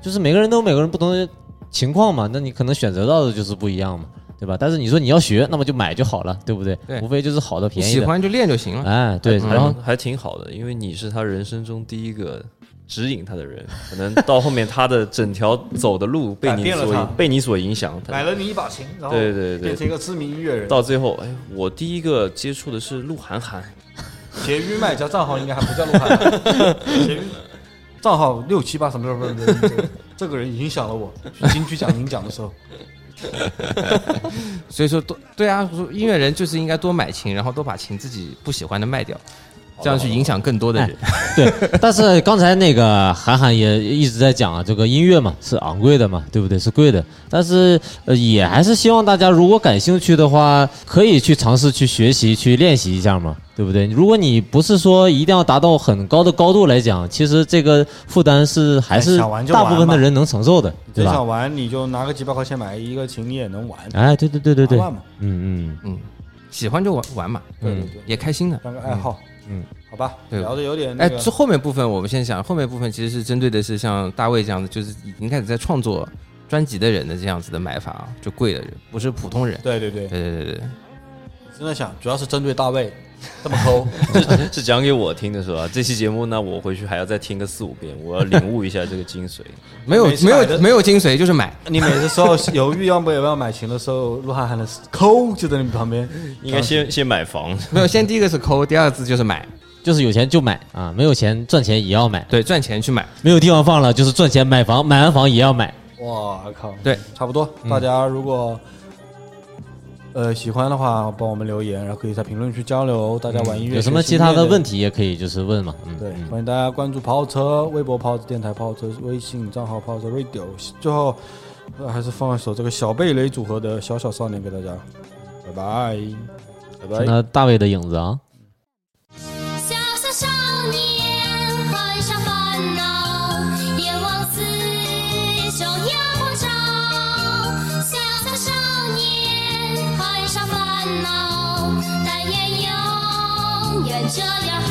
Speaker 6: 就是每个人都有每个人不同的情况嘛，那你可能选择到的就是不一样嘛，对吧？但是你说你要学，那么就买就好了，对不对？
Speaker 8: 对
Speaker 6: 无非就是好的
Speaker 8: 你
Speaker 6: 便宜
Speaker 8: 喜
Speaker 6: 的，
Speaker 8: 欢就练就行了。
Speaker 6: 哎，对，
Speaker 7: 还
Speaker 6: 然后
Speaker 7: 还挺好的，因为你是他人生中第一个指引他的人，可能到后面他的整条走的路被
Speaker 4: 改
Speaker 7: 你
Speaker 4: 变了他
Speaker 7: 所被你所影响，他
Speaker 4: 买了你一把琴，然后
Speaker 7: 对对对
Speaker 4: 变成一个知名音乐人。
Speaker 7: 到最后，哎，我第一个接触的是鹿 晗晗，
Speaker 4: 结余卖家账号应该还不叫鹿晗，结余账号六七八什么什么什么，这个人影响了我去金曲奖领奖的时 候。
Speaker 8: 所以说多对啊，说音乐人就是应该多买琴，然后多把琴自己不喜欢的卖掉，这样去影响更多的人。
Speaker 6: 对，但是刚才那个韩寒也一直在讲啊，这个音乐嘛是昂贵的嘛，对不对？是贵的，但是呃也还是希望大家如果感兴趣的话，可以去尝试去学习去练习一下嘛，对不对？如果你不是说一定要达到很高的高度来讲，其实这个负担是还是
Speaker 4: 想玩就玩
Speaker 6: 大
Speaker 4: 嘛
Speaker 6: 部分的人能承受的，
Speaker 4: 真
Speaker 6: 对吧
Speaker 4: 想？玩，你就拿个几百块钱买一个琴，你也能玩。
Speaker 6: 哎，对对对对对，
Speaker 4: 玩玩
Speaker 6: 嗯
Speaker 4: 嘛
Speaker 6: 嗯，
Speaker 8: 嗯，喜欢就玩玩嘛，
Speaker 4: 对嗯对对，
Speaker 8: 也开心的。
Speaker 4: 当个爱好。
Speaker 6: 嗯，
Speaker 4: 好吧，
Speaker 8: 对
Speaker 4: 聊的有点那，
Speaker 8: 哎
Speaker 4: 个
Speaker 8: 这。后面部分我们先想，后面部分其实是针对的是像大卫这样的，就是已经开始在创作专辑的人的这样子的买法啊，就贵的人，不是普通人。
Speaker 4: 对对对，
Speaker 8: 对对对对，
Speaker 4: 真的想，主要是针对大卫这么抠，
Speaker 7: 是是讲给我听的是吧？这期节目呢，我回去还要再听个四五遍，我要领悟一下这个 精髓。
Speaker 8: 没有
Speaker 4: 每次
Speaker 8: 没
Speaker 4: 买的
Speaker 8: 有没有精髓就是买，
Speaker 4: 你每次说要犹豫要不要买琴的时候，鹿晗喊的是抠就在你旁边，
Speaker 7: 应该先先买房，
Speaker 8: 没有先第一个是抠，第二个字就 是买，
Speaker 6: 就是有钱就买啊，没有钱赚钱也要买，
Speaker 8: 对，赚钱去买。
Speaker 6: 没有地方放了就是赚钱买房，买完房也要买。
Speaker 4: 哇靠！
Speaker 8: 对，
Speaker 4: 差不多。
Speaker 6: 嗯
Speaker 4: 大家如果、呃喜欢的话，帮我们留言，然后可以在评论区交流。大家玩音乐、
Speaker 6: 有什么其他的问
Speaker 4: 题？
Speaker 6: 题也可以就是问嘛，嗯，
Speaker 4: 对，欢迎大家关注跑车微博、跑车电台、跑车微信账号、跑车 radio。最后、呃还是放一首这个小贝雷组合的《小小少年》给大家，拜拜，拜
Speaker 6: 看。到大卫的影子啊。
Speaker 1: 小小少年，含上烦恼，也忘词，胸有光照。小小少年，含上烦恼，但愿永远这样好。